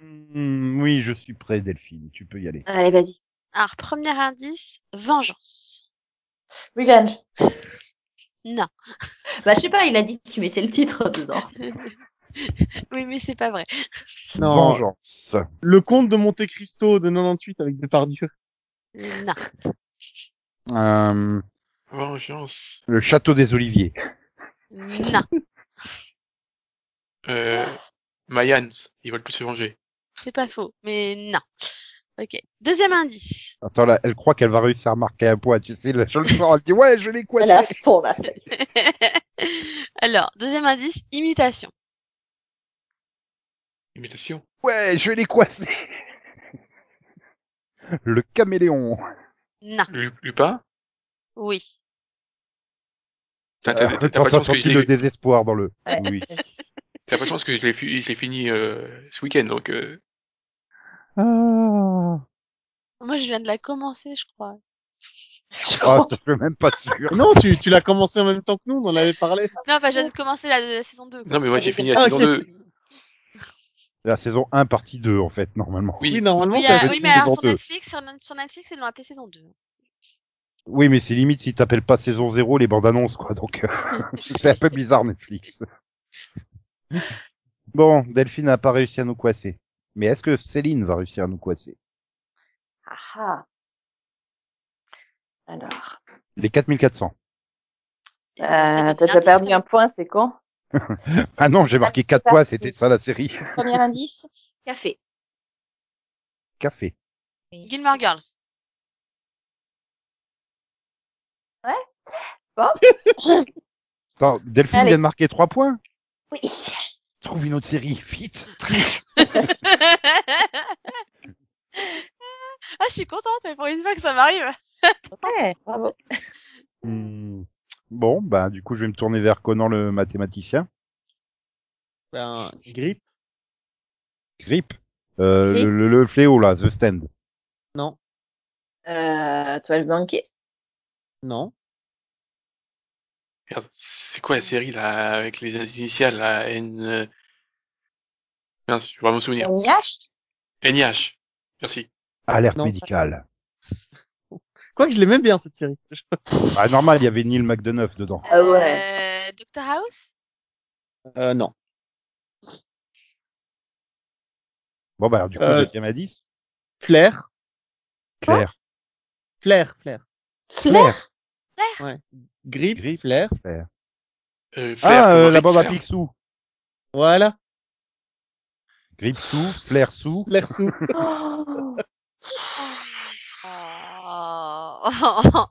[SPEAKER 1] Hmm, oui, je suis prêt, Delphine, tu peux y aller.
[SPEAKER 3] Allez, vas-y.
[SPEAKER 4] Alors, premier indice, vengeance.
[SPEAKER 3] Revenge.
[SPEAKER 4] Non.
[SPEAKER 3] Bah, je sais pas, il a dit qu'il mettait le titre dedans.
[SPEAKER 4] Oui, mais c'est pas vrai.
[SPEAKER 6] Non,
[SPEAKER 1] Vengeance.
[SPEAKER 6] le conte de Monte Cristo de 98 avec Depardieu.
[SPEAKER 4] Non.
[SPEAKER 1] Euh,
[SPEAKER 5] Vengeance.
[SPEAKER 1] le château des Oliviers.
[SPEAKER 4] Non.
[SPEAKER 5] Euh,
[SPEAKER 6] Ah.
[SPEAKER 5] Mayans, ils veulent tous se venger.
[SPEAKER 4] C'est pas faux, mais non. Ok. Deuxième indice.
[SPEAKER 1] Attends là, elle croit qu'elle va réussir à marquer un point. Tu sais, là, je le sens, elle dit ouais, je l'ai quoi.
[SPEAKER 3] Elle a fond, là. celle-là.
[SPEAKER 4] Alors, deuxième indice, imitation.
[SPEAKER 5] Imitation.
[SPEAKER 1] Ouais, je l'ai coincé. Le caméléon.
[SPEAKER 4] Non.
[SPEAKER 5] Lu- Lupin.
[SPEAKER 4] Oui.
[SPEAKER 5] T'as t'as-
[SPEAKER 1] Euh,
[SPEAKER 5] t'as- t'as
[SPEAKER 1] quand
[SPEAKER 5] pas
[SPEAKER 1] t'as
[SPEAKER 5] de chance que
[SPEAKER 1] senti
[SPEAKER 5] je
[SPEAKER 1] le
[SPEAKER 5] l'ai
[SPEAKER 1] désespoir dans le.
[SPEAKER 3] Ouais.
[SPEAKER 1] Oui.
[SPEAKER 5] t'as pas de chance que je l'ai fi- je l'ai fini euh, ce week-end, donc euh,
[SPEAKER 1] Ah,
[SPEAKER 4] Moi, je viens de la commencer, je crois.
[SPEAKER 3] Je
[SPEAKER 1] Ah,
[SPEAKER 3] crois.
[SPEAKER 1] je suis même pas sûr.
[SPEAKER 6] Mais non, tu, tu l'as commencé en même temps que nous, on en avait parlé.
[SPEAKER 4] Non, enfin, je viens de commencer la, la saison 2. quoi.
[SPEAKER 5] Non mais moi j'ai fini la
[SPEAKER 6] Ah,
[SPEAKER 5] saison
[SPEAKER 6] ok.
[SPEAKER 5] 2.
[SPEAKER 1] La saison 1, partie 2, en fait, normalement.
[SPEAKER 5] Oui.
[SPEAKER 6] Oui, normalement,
[SPEAKER 4] Oui,
[SPEAKER 6] ça
[SPEAKER 4] euh,
[SPEAKER 6] avait
[SPEAKER 4] oui,
[SPEAKER 6] été
[SPEAKER 4] mais alors
[SPEAKER 6] saison
[SPEAKER 4] sur
[SPEAKER 6] deux.
[SPEAKER 4] Netflix, sur, sur Netflix, ils l'ont appelé saison 2.
[SPEAKER 1] Oui, mais c'est limite si t'appelles pas saison 0 les bandes annonces, quoi. Donc, euh, c'est un peu bizarre, Netflix. Bon, Delphine n'a pas réussi à nous coincer. Mais est-ce que Céline va réussir à nous coincer
[SPEAKER 3] Ah, ah. Alors.
[SPEAKER 1] Les 4400.
[SPEAKER 3] Euh,
[SPEAKER 4] Et c'est
[SPEAKER 3] T'as déjà
[SPEAKER 4] indice,
[SPEAKER 3] perdu
[SPEAKER 4] quand
[SPEAKER 3] un point, c'est con.
[SPEAKER 1] Ah non, j'ai marqué 4 points, c'était ça la série.
[SPEAKER 3] Premier indice, café.
[SPEAKER 1] Café.
[SPEAKER 4] même. Gilmore Girls.
[SPEAKER 1] Attends, Delphine
[SPEAKER 3] Allez.
[SPEAKER 1] vient de marquer 3 points.
[SPEAKER 3] Oui.
[SPEAKER 1] Trouve une autre série, vite.
[SPEAKER 4] ah, je suis contente, pour une fois que ça m'arrive.
[SPEAKER 3] Ouais, bravo.
[SPEAKER 1] Hmm. Bon, bah du coup, je vais me tourner vers Conan le mathématicien.
[SPEAKER 6] Ben, grippe.
[SPEAKER 1] Grip, euh,
[SPEAKER 3] Grip.
[SPEAKER 1] Le, le- le fléau là, The Stand.
[SPEAKER 3] Euh, 12 Monkeys.
[SPEAKER 6] Non.
[SPEAKER 5] Merde, c'est quoi la série là avec les initiales là N. euh, Mince, je vais pas me
[SPEAKER 6] Ah,
[SPEAKER 5] souvenir.
[SPEAKER 3] Gnache.
[SPEAKER 5] NIH. Merci.
[SPEAKER 1] Alerte
[SPEAKER 6] Non.
[SPEAKER 1] médicale.
[SPEAKER 6] Quoi que je l'aimais bien, cette série.
[SPEAKER 1] Ah normal, il y avait Neil McDonough dedans.
[SPEAKER 3] Ah ouais.
[SPEAKER 4] Euh, Doctor House
[SPEAKER 6] Euh, non.
[SPEAKER 1] Bon bah alors, du coup,
[SPEAKER 6] Euh.
[SPEAKER 1] deuxième à 10.
[SPEAKER 6] Flair.
[SPEAKER 1] Claire.
[SPEAKER 6] Flair, Flair.
[SPEAKER 3] Claire.
[SPEAKER 6] Ouais. Grippe,
[SPEAKER 1] Grippe.
[SPEAKER 6] Flair.
[SPEAKER 1] Flair.
[SPEAKER 5] Euh, Flair
[SPEAKER 1] Ah,
[SPEAKER 5] comme
[SPEAKER 1] euh,
[SPEAKER 5] Ric
[SPEAKER 1] la bande à
[SPEAKER 5] Flair.
[SPEAKER 1] Picsou.
[SPEAKER 6] Voilà.
[SPEAKER 1] Grip sous, flair sous.
[SPEAKER 6] L'air sous.
[SPEAKER 3] Oh.
[SPEAKER 4] Oh.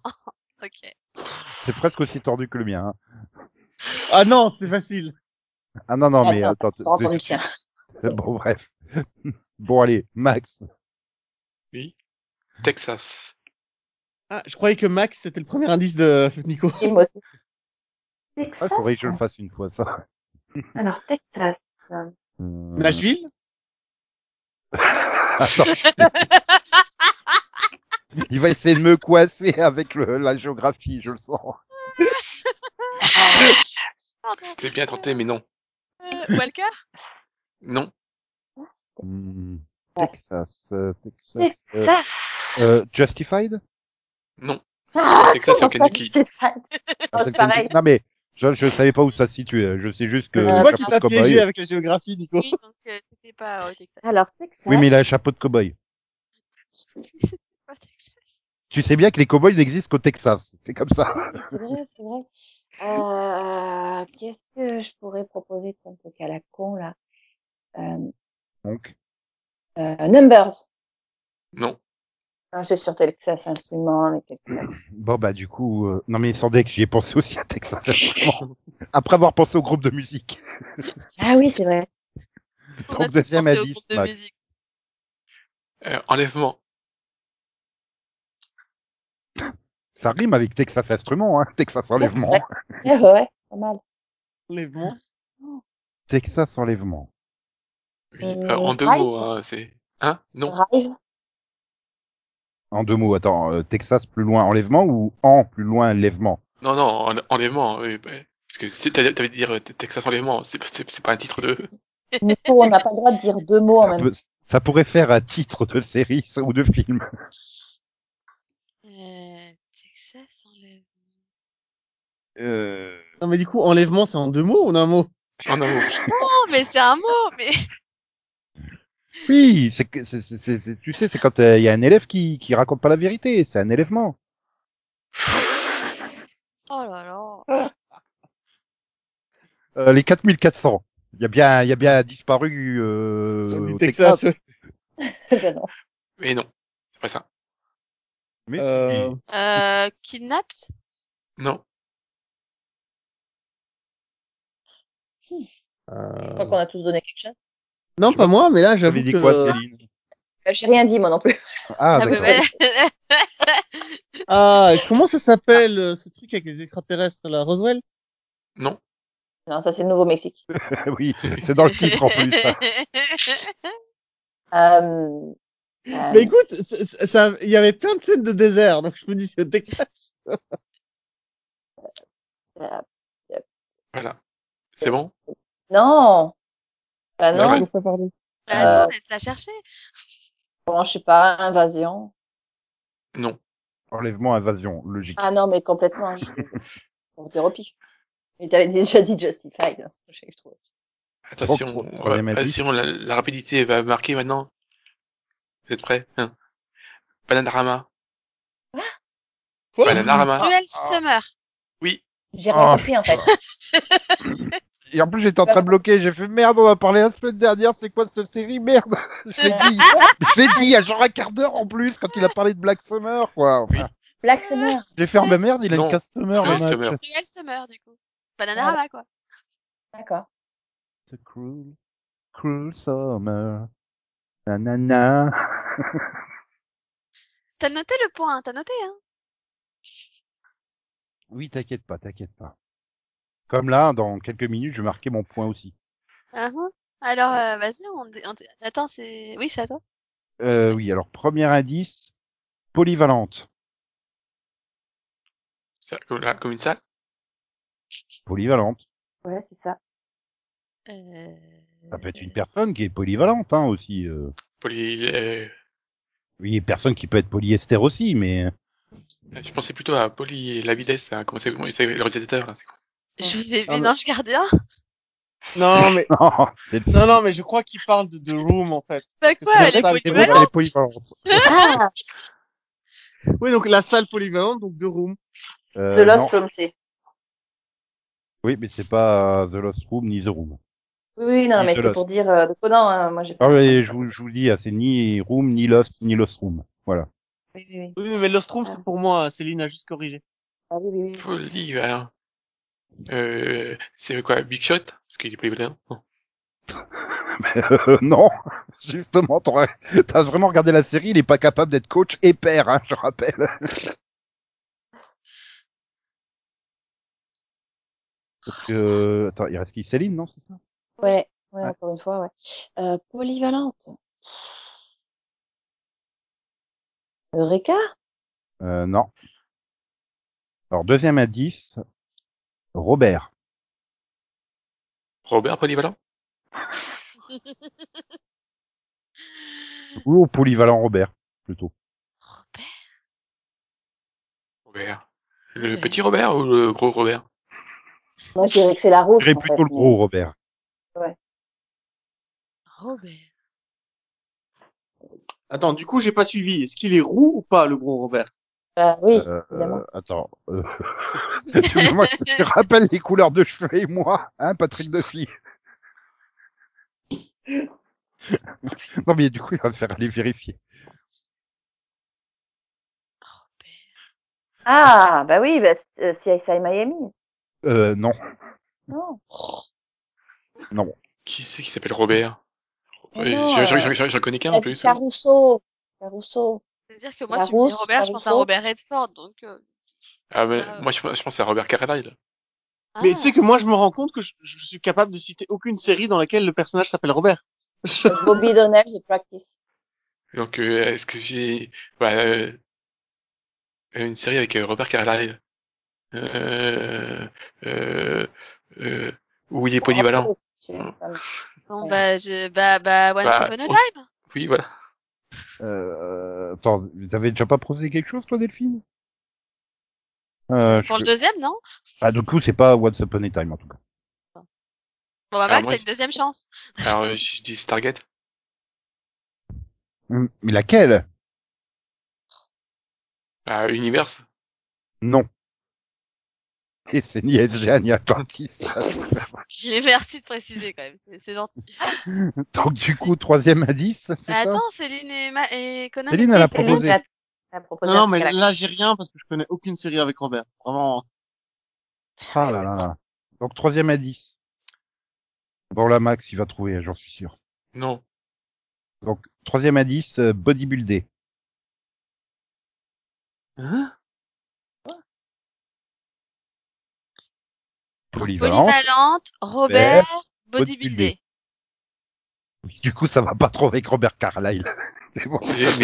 [SPEAKER 4] ok.
[SPEAKER 1] C'est presque aussi tordu que le mien. hein.
[SPEAKER 6] Ah non, c'est facile.
[SPEAKER 1] Ah non, non, mais attends.
[SPEAKER 3] T'as entendu le sien.
[SPEAKER 1] Bon, bref. Bon, allez, Max.
[SPEAKER 5] Texas.
[SPEAKER 6] Ah, je croyais que Max, c'était le premier indice de Nico.
[SPEAKER 3] Et moi aussi.
[SPEAKER 1] Ah,
[SPEAKER 9] Texas.
[SPEAKER 1] faudrait que je le fasse une fois, ça.
[SPEAKER 9] Alors, Texas.
[SPEAKER 1] Hum,
[SPEAKER 6] Nashville
[SPEAKER 1] Il va essayer de me coincer avec le, la géographie, je le sens.
[SPEAKER 5] C'était bien tenté, mais non.
[SPEAKER 4] Euh, Walker
[SPEAKER 5] Non.
[SPEAKER 1] Hum,
[SPEAKER 3] Ouais.
[SPEAKER 1] Texas, euh, Texas. euh,
[SPEAKER 9] Texas.
[SPEAKER 1] euh, Justified
[SPEAKER 5] Non.
[SPEAKER 9] Ah,
[SPEAKER 5] Texas, c'est au
[SPEAKER 9] comment ça,
[SPEAKER 5] Kentucky.
[SPEAKER 9] c'est pas-
[SPEAKER 1] Ah, c'est le
[SPEAKER 3] pareil.
[SPEAKER 1] Kentucky. Non, mais je, je savais pas où ça se situait. hein. Je sais juste que.
[SPEAKER 6] C'est moi qui
[SPEAKER 1] chapeau
[SPEAKER 6] t'as
[SPEAKER 1] de
[SPEAKER 6] piégé
[SPEAKER 1] cow-boy.
[SPEAKER 6] avec la géographie, Nico.
[SPEAKER 4] Oui, donc euh, c'était pas au Texas.
[SPEAKER 9] Alors, Texas.
[SPEAKER 1] Oui, mais il a un chapeau de cow-boy.
[SPEAKER 4] C'était pas au Texas.
[SPEAKER 1] Tu sais bien que les cow-boys n'existent qu'au Texas. C'est comme ça.
[SPEAKER 9] C'est vrai, c'est vrai. Euh, Qu'est-ce que je pourrais proposer comme truc à la con, là euh,
[SPEAKER 1] Donc,
[SPEAKER 9] euh, Numbers.
[SPEAKER 5] Non.
[SPEAKER 9] Non, c'est sur Texas Instruments, les calculateurs.
[SPEAKER 1] bon, bah, du coup, euh, non, mais sans deck, j'y ai pensé aussi à Texas. franchement. Après avoir pensé au groupe de musique.
[SPEAKER 9] Ah oui, c'est vrai.
[SPEAKER 4] On
[SPEAKER 1] Donc,
[SPEAKER 4] a tous
[SPEAKER 1] deuxième
[SPEAKER 4] pensé au
[SPEAKER 1] indice,
[SPEAKER 4] groupe de
[SPEAKER 1] Max.
[SPEAKER 4] musique.
[SPEAKER 5] Euh, enlèvement.
[SPEAKER 1] Ça rime avec Texas Instruments, hein. Texas Enlèvement.
[SPEAKER 9] Ouais. Ouais, ouais, ouais, pas mal.
[SPEAKER 6] Enlèvement.
[SPEAKER 1] Texas Enlèvement.
[SPEAKER 5] Oui.
[SPEAKER 9] Euh,
[SPEAKER 5] Euh, en deux
[SPEAKER 9] Drive.
[SPEAKER 5] mots, hein, c'est. Hein Non.
[SPEAKER 9] Drive.
[SPEAKER 1] En deux mots, attends, euh, Texas plus loin Enlèvement ou en plus loin Lèvement
[SPEAKER 5] Non, non, en- enlèvement. Oui, bah, parce que si t'allais t'allais dire euh, Texas enlèvement, c'est c'est- c'est pas un titre de.
[SPEAKER 9] Nico, on n'a pas le droit de dire deux mots en
[SPEAKER 1] ça,
[SPEAKER 9] même temps.
[SPEAKER 1] peut- ça pourrait faire un titre de série ça, ou de film.
[SPEAKER 4] Euh, Texas enlève.
[SPEAKER 1] Euh...
[SPEAKER 6] Non, mais du coup, enlèvement, c'est en deux mots ou en un mot
[SPEAKER 5] En un mot.
[SPEAKER 4] Non, mais c'est un mot, mais.
[SPEAKER 1] Oui, c'est que, c'est- c'est- c'est- c'est- tu sais, c'est quand euh, il y a un élève qui, qui raconte pas la vérité, c'est un élèvement.
[SPEAKER 4] Oh là là.
[SPEAKER 1] Euh, les 4400. Il y a bien, il y a bien un disparu euh,
[SPEAKER 6] On dit
[SPEAKER 1] au
[SPEAKER 6] Texas,
[SPEAKER 1] Texas.
[SPEAKER 6] ouais.
[SPEAKER 9] Ben non.
[SPEAKER 5] Mais non. C'est pas ça.
[SPEAKER 1] Mais
[SPEAKER 6] Euh,
[SPEAKER 4] Euh, kidnapped
[SPEAKER 5] Non. Euh.
[SPEAKER 9] Je crois qu'on a tous donné quelque chose.
[SPEAKER 6] Non, pas moi, mais là,
[SPEAKER 1] tu avais
[SPEAKER 6] j'avoue
[SPEAKER 1] dit
[SPEAKER 6] que...
[SPEAKER 1] quoi, Céline
[SPEAKER 9] Euh, J'ai rien dit, moi non plus.
[SPEAKER 1] Ah,
[SPEAKER 4] Ah, bah,
[SPEAKER 1] d'accord.
[SPEAKER 4] bah,
[SPEAKER 6] Ah, comment ça s'appelle euh, ce truc avec les extraterrestres là, Roswell
[SPEAKER 5] Non.
[SPEAKER 9] Non, ça c'est le Nouveau-Mexique.
[SPEAKER 1] oui, c'est dans le titre en plus. ça.
[SPEAKER 9] Euh, euh,
[SPEAKER 6] Mais écoute, c- c- ça, il y avait plein de scènes de désert, donc je me dis c'est au Texas.
[SPEAKER 9] euh,
[SPEAKER 5] Voilà. C'est bon
[SPEAKER 9] non. Bah
[SPEAKER 5] Ah ouais.
[SPEAKER 9] non.
[SPEAKER 6] Ils ont pas parlé.
[SPEAKER 4] Bah, Attends, laisse-la chercher.
[SPEAKER 9] Bon, je sais pas, invasion.
[SPEAKER 5] Non.
[SPEAKER 1] Enlèvement, invasion, logique.
[SPEAKER 9] Ah non, mais complètement. Je... Pour dire au pif. Mais t'avais déjà dit Justified. hein, Je sais que je trouve.
[SPEAKER 5] Attention.
[SPEAKER 1] Bon,
[SPEAKER 5] on
[SPEAKER 1] troisième
[SPEAKER 5] va-
[SPEAKER 1] indice.
[SPEAKER 5] attention, la, la rapidité va marquer maintenant. Vous êtes prêts hein Bananarama.
[SPEAKER 6] Quoi
[SPEAKER 5] Bananarama.
[SPEAKER 4] Duel Summer.
[SPEAKER 5] Oui.
[SPEAKER 9] J'ai rien
[SPEAKER 1] Ah.
[SPEAKER 9] compris en fait.
[SPEAKER 1] Et en plus, j'étais en train de bloquer, j'ai fait merde, on a parlé la semaine dernière, c'est quoi cette série Merde Je l'ai dit, je l'ai dit il y a genre un quart d'heure en plus quand il a parlé de Black Summer, quoi. Enfin,
[SPEAKER 9] Black Summer.
[SPEAKER 1] j'ai fait, ah bah merde, il a
[SPEAKER 5] Non.
[SPEAKER 1] une casse Summer, le
[SPEAKER 5] Black
[SPEAKER 1] match.
[SPEAKER 5] Summer.
[SPEAKER 4] Duel Summer, du coup. Bananarama, quoi.
[SPEAKER 9] D'accord.
[SPEAKER 1] The cruel, cruel summer. Nanana.
[SPEAKER 4] T'as noté le point, t'as noté, hein.
[SPEAKER 1] Oui, t'inquiète pas, t'inquiète pas. Comme là, dans quelques minutes, je vais marquer mon point aussi.
[SPEAKER 4] Ah, hein. Alors, euh, vas-y, on, dé- on dé- Attends, c'est. Oui, c'est à toi.
[SPEAKER 1] Euh, oui, alors, premier indice, polyvalente.
[SPEAKER 5] Ça- Comme, la- comme une salle
[SPEAKER 1] Polyvalente.
[SPEAKER 9] Ouais, c'est ça.
[SPEAKER 4] Euh...
[SPEAKER 1] Ça peut être une personne qui est polyvalente, hein, aussi. euh.
[SPEAKER 5] Poly, euh,
[SPEAKER 1] Oui, et personne qui peut être polyester aussi, mais...
[SPEAKER 5] Je pensais plutôt à Poly et Lavides, là, comment c'est comment c'est l'organisateur. là, c'est quoi
[SPEAKER 4] Je vous ai vu
[SPEAKER 6] Ah, mais-
[SPEAKER 4] dans le gardien.
[SPEAKER 6] Non mais
[SPEAKER 1] Non, c'est le-
[SPEAKER 6] non non mais je crois qu'ils parlent de The Room en fait.
[SPEAKER 4] Bah
[SPEAKER 6] Parce que
[SPEAKER 4] quoi,
[SPEAKER 6] c'est
[SPEAKER 4] elle
[SPEAKER 6] la
[SPEAKER 4] est
[SPEAKER 6] salle
[SPEAKER 1] c'est vrai qu'elle
[SPEAKER 4] polyvalente.
[SPEAKER 1] est polyvalente.
[SPEAKER 9] Ah,
[SPEAKER 6] Oui donc la salle polyvalente donc The Room.
[SPEAKER 1] Euh,
[SPEAKER 9] de
[SPEAKER 1] non.
[SPEAKER 9] Lost Room, c'est.
[SPEAKER 1] Oui, mais c'est pas euh, The Lost Room ni The Room.
[SPEAKER 9] Oui, oui, non,
[SPEAKER 1] Ni
[SPEAKER 9] mais
[SPEAKER 1] The
[SPEAKER 9] c'était
[SPEAKER 1] Lost.
[SPEAKER 9] pour dire euh, de Conan. hein, Moi, j'ai pas.
[SPEAKER 1] Ah oui, je vous, je vous le dis, ah, c'est ni Room, ni Lost, ni Lost Room. Voilà.
[SPEAKER 9] Oui, oui, oui.
[SPEAKER 6] Oui, mais Lostrum, c'est pour moi. hein, Céline a juste corrigé.
[SPEAKER 9] Ah, oui, oui, oui.
[SPEAKER 5] Je le dis, voilà. Euh, c'est quoi, Big Shot? Parce qu'il est polyvalent. Non.
[SPEAKER 1] Mais, euh, non, justement, t'aurais- t'as vraiment regardé la série, il est pas capable d'être coach et père, hein, je rappelle. Parce que... euh, Attends, il reste qui Céline, non c'est ça
[SPEAKER 9] Ouais, ouais,
[SPEAKER 1] Ouais.
[SPEAKER 9] encore une fois, ouais. Euh, polyvalente. Eureka?
[SPEAKER 1] euh, Non. Alors, deuxième indice, Robert.
[SPEAKER 5] Robert Polyvalent?
[SPEAKER 1] Ou polyvalent Robert, plutôt.
[SPEAKER 4] Robert.
[SPEAKER 5] Robert. Le
[SPEAKER 4] Ouais.
[SPEAKER 5] petit Robert ou le gros Robert?
[SPEAKER 9] Moi, je dirais que c'est la rose.
[SPEAKER 1] Je dirais
[SPEAKER 9] en
[SPEAKER 1] plutôt
[SPEAKER 9] fait,
[SPEAKER 1] le
[SPEAKER 9] mais-
[SPEAKER 1] gros Robert.
[SPEAKER 4] Robert.
[SPEAKER 6] Attends, du coup, j'ai pas suivi. Est-ce qu'il est roux ou pas, le gros Robert?
[SPEAKER 9] Bah oui,
[SPEAKER 1] Euh,
[SPEAKER 9] évidemment.
[SPEAKER 1] euh, attends. euh, tu, moi, tu rappelles les couleurs de cheveux et moi, hein, Patrick Duffy Non, mais du coup, il va me faire aller vérifier.
[SPEAKER 4] Robert.
[SPEAKER 9] Ah, bah oui, bah, c- euh, CSI Miami.
[SPEAKER 1] Euh, non,
[SPEAKER 9] Non.
[SPEAKER 1] non.
[SPEAKER 5] Qui c'est qui s'appelle Robert?
[SPEAKER 9] Mais
[SPEAKER 5] Euh,
[SPEAKER 9] non,
[SPEAKER 5] J'en j'en-
[SPEAKER 9] euh,
[SPEAKER 5] j'en- j'en connais qu'un
[SPEAKER 9] t'as
[SPEAKER 5] en
[SPEAKER 9] dit
[SPEAKER 5] plus.
[SPEAKER 9] Caruso. Caruso.
[SPEAKER 4] C'est-à-dire que moi,
[SPEAKER 9] La
[SPEAKER 4] tu me dis
[SPEAKER 9] Rousse,
[SPEAKER 4] Robert,
[SPEAKER 9] la
[SPEAKER 4] je pense à
[SPEAKER 9] Rousseau.
[SPEAKER 4] Robert Redford, donc... euh,
[SPEAKER 5] Ah, mais,
[SPEAKER 4] Ah,
[SPEAKER 5] moi, je, je pense à Robert Carlyle.
[SPEAKER 6] Mais
[SPEAKER 4] ah.
[SPEAKER 6] tu sais que moi, je me rends compte que je, je suis capable de citer aucune série dans laquelle le personnage s'appelle Robert. Je-
[SPEAKER 9] Bobby Donnell, j'ai practice.
[SPEAKER 5] Donc, euh, est-ce que j'ai bah, euh, une série avec euh, Robert Carlyle euh, euh, euh, où il est polyvalent?
[SPEAKER 9] Rose, j'ai- enfin,
[SPEAKER 4] Bon, bah, je... bah, bah, Once
[SPEAKER 5] Bah,
[SPEAKER 4] Upon a
[SPEAKER 5] oh.
[SPEAKER 4] Time.
[SPEAKER 5] Oui, voilà.
[SPEAKER 1] Euh, attends, t'avais déjà pas proposé quelque chose, toi, Delphine euh,
[SPEAKER 4] Pour
[SPEAKER 1] je-
[SPEAKER 4] le deuxième, non
[SPEAKER 1] Ah, du coup, c'est pas Once Upon a Time, en tout cas.
[SPEAKER 4] Bon, bah,
[SPEAKER 5] Alors,
[SPEAKER 4] Max,
[SPEAKER 5] moi,
[SPEAKER 4] t'as une deuxième chance.
[SPEAKER 5] Alors, euh, je dis Stargate.
[SPEAKER 1] Hum, Mais laquelle
[SPEAKER 5] Bah, Universe.
[SPEAKER 1] Non. Et c'est ni SGA ni Atlantis.
[SPEAKER 4] J'ai merci de préciser, quand même. C'est- C'est gentil.
[SPEAKER 1] Donc, du coup, troisième indice, c'est ça
[SPEAKER 4] Mais Ah, bah, attends, Céline et, Ma... et Conan...
[SPEAKER 1] Céline, elle a
[SPEAKER 9] Céline,
[SPEAKER 1] proposé.
[SPEAKER 9] t'as- t'as proposé
[SPEAKER 6] Non, non,
[SPEAKER 9] un
[SPEAKER 6] mais
[SPEAKER 9] truc à la-
[SPEAKER 6] là, j'ai rien parce que je connais aucune série avec Robert. Vraiment.
[SPEAKER 1] Ah là là là. Donc, troisième indice. Bon, là, Max, il va trouver, j'en suis sûr.
[SPEAKER 5] Non.
[SPEAKER 1] Donc, troisième indice, euh, bodybuildé.
[SPEAKER 5] Hein?
[SPEAKER 1] Polyvalent.
[SPEAKER 4] Polyvalente, Robert,
[SPEAKER 1] bodybuildé.
[SPEAKER 4] bodybuildé.
[SPEAKER 1] Du coup, ça va pas trop avec Robert Carlyle. C'est bon.
[SPEAKER 5] Mais,
[SPEAKER 1] ça, c'est-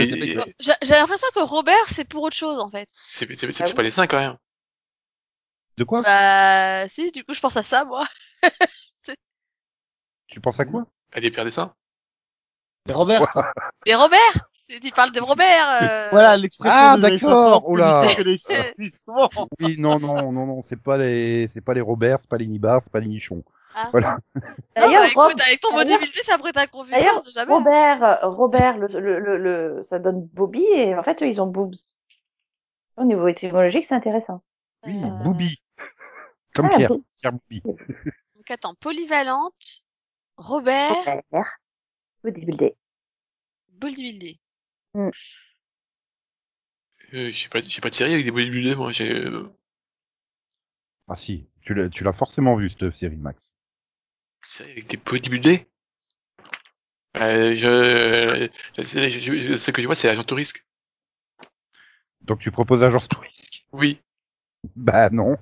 [SPEAKER 5] mais
[SPEAKER 4] J'ai j'ai l'impression que Robert, c'est pour autre chose, en fait.
[SPEAKER 5] c'est c'est- c'est-
[SPEAKER 9] Ah
[SPEAKER 5] c'est pas les cinq quand même.
[SPEAKER 1] De quoi
[SPEAKER 4] Bah, si, du coup, je pense à ça, moi.
[SPEAKER 1] Tu penses à quoi
[SPEAKER 5] Elle est pire des seins.
[SPEAKER 6] Mais Robert,
[SPEAKER 9] Euh,
[SPEAKER 4] Mais Robert c'est- Tu parles de Robert euh,
[SPEAKER 6] voilà l'expression
[SPEAKER 1] Ah,
[SPEAKER 6] de mes
[SPEAKER 1] d'accord,
[SPEAKER 6] 60
[SPEAKER 1] oh là.
[SPEAKER 6] plus que l'expression.
[SPEAKER 1] Oui, non, non, non, non, c'est pas les, c'est pas les Robert, c'est pas les Nibar, c'est pas les Nichons.
[SPEAKER 4] Ah.
[SPEAKER 1] Voilà.
[SPEAKER 4] Non,
[SPEAKER 9] D'ailleurs,
[SPEAKER 4] bah,
[SPEAKER 9] Rob-
[SPEAKER 4] écoute, ah, avec ton
[SPEAKER 9] d'ailleurs-
[SPEAKER 4] bodybuildé, ça prête à
[SPEAKER 9] D'ailleurs,
[SPEAKER 4] confusion, c'est jamais. hein.
[SPEAKER 9] Robert, euh, Robert, le, le, le, le- ça donne Bobby et en fait, eux, ils ont boobs. Au niveau étymologique, c'est intéressant.
[SPEAKER 1] Oui,
[SPEAKER 4] Euh,
[SPEAKER 1] Booby. Comme
[SPEAKER 9] Ah,
[SPEAKER 1] Pierre,
[SPEAKER 9] Bo-
[SPEAKER 1] Pierre Booby.
[SPEAKER 4] Donc attends, polyvalente, Robert,
[SPEAKER 9] Robert, bodybuildé.
[SPEAKER 4] bodybuildé.
[SPEAKER 5] Euh, j'ai pas, j'ai pas tiré avec des bodybuilders, moi. J'ai, euh,
[SPEAKER 1] Ah si, tu l'as, tu l'as forcément vu, cette série, Max.
[SPEAKER 5] série avec des bodybuildés. Euh, je, euh, c'est- je- je- je- ce que je vois, c'est l'agent touriste.
[SPEAKER 1] Donc tu proposes Agence Touriste
[SPEAKER 5] Oui.
[SPEAKER 1] Bah non.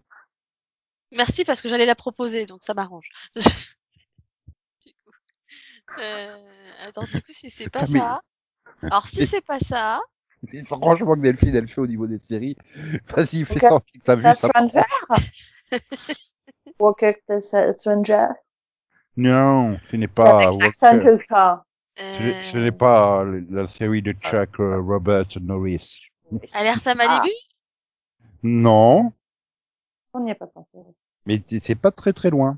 [SPEAKER 4] Merci parce que j'allais la proposer, donc ça m'arrange. du coup. Euh, attends, du coup, si c'est pas
[SPEAKER 1] Mais-
[SPEAKER 4] ça. Alors, si c'est pas ça.
[SPEAKER 1] Mais Franchement, que Delphine, elle fait au niveau des séries. Vas-y, fais
[SPEAKER 9] Ok.
[SPEAKER 1] ça, que t'as vu
[SPEAKER 9] Ça,
[SPEAKER 1] Ah, ça.
[SPEAKER 9] Stranger? Walker the Sa- Stranger?
[SPEAKER 1] Non, ce n'est
[SPEAKER 9] Avec
[SPEAKER 1] pas,
[SPEAKER 9] Jackson
[SPEAKER 1] Ah, Walker.
[SPEAKER 9] Tucker.
[SPEAKER 1] ce ce
[SPEAKER 4] euh,
[SPEAKER 1] n'est pas la série de Chuck euh, Robert Norris.
[SPEAKER 4] Alerte
[SPEAKER 9] Ah.
[SPEAKER 4] à Malibu
[SPEAKER 1] Non.
[SPEAKER 9] On n'y a pas pensé.
[SPEAKER 1] Mais t- c'est pas très très loin.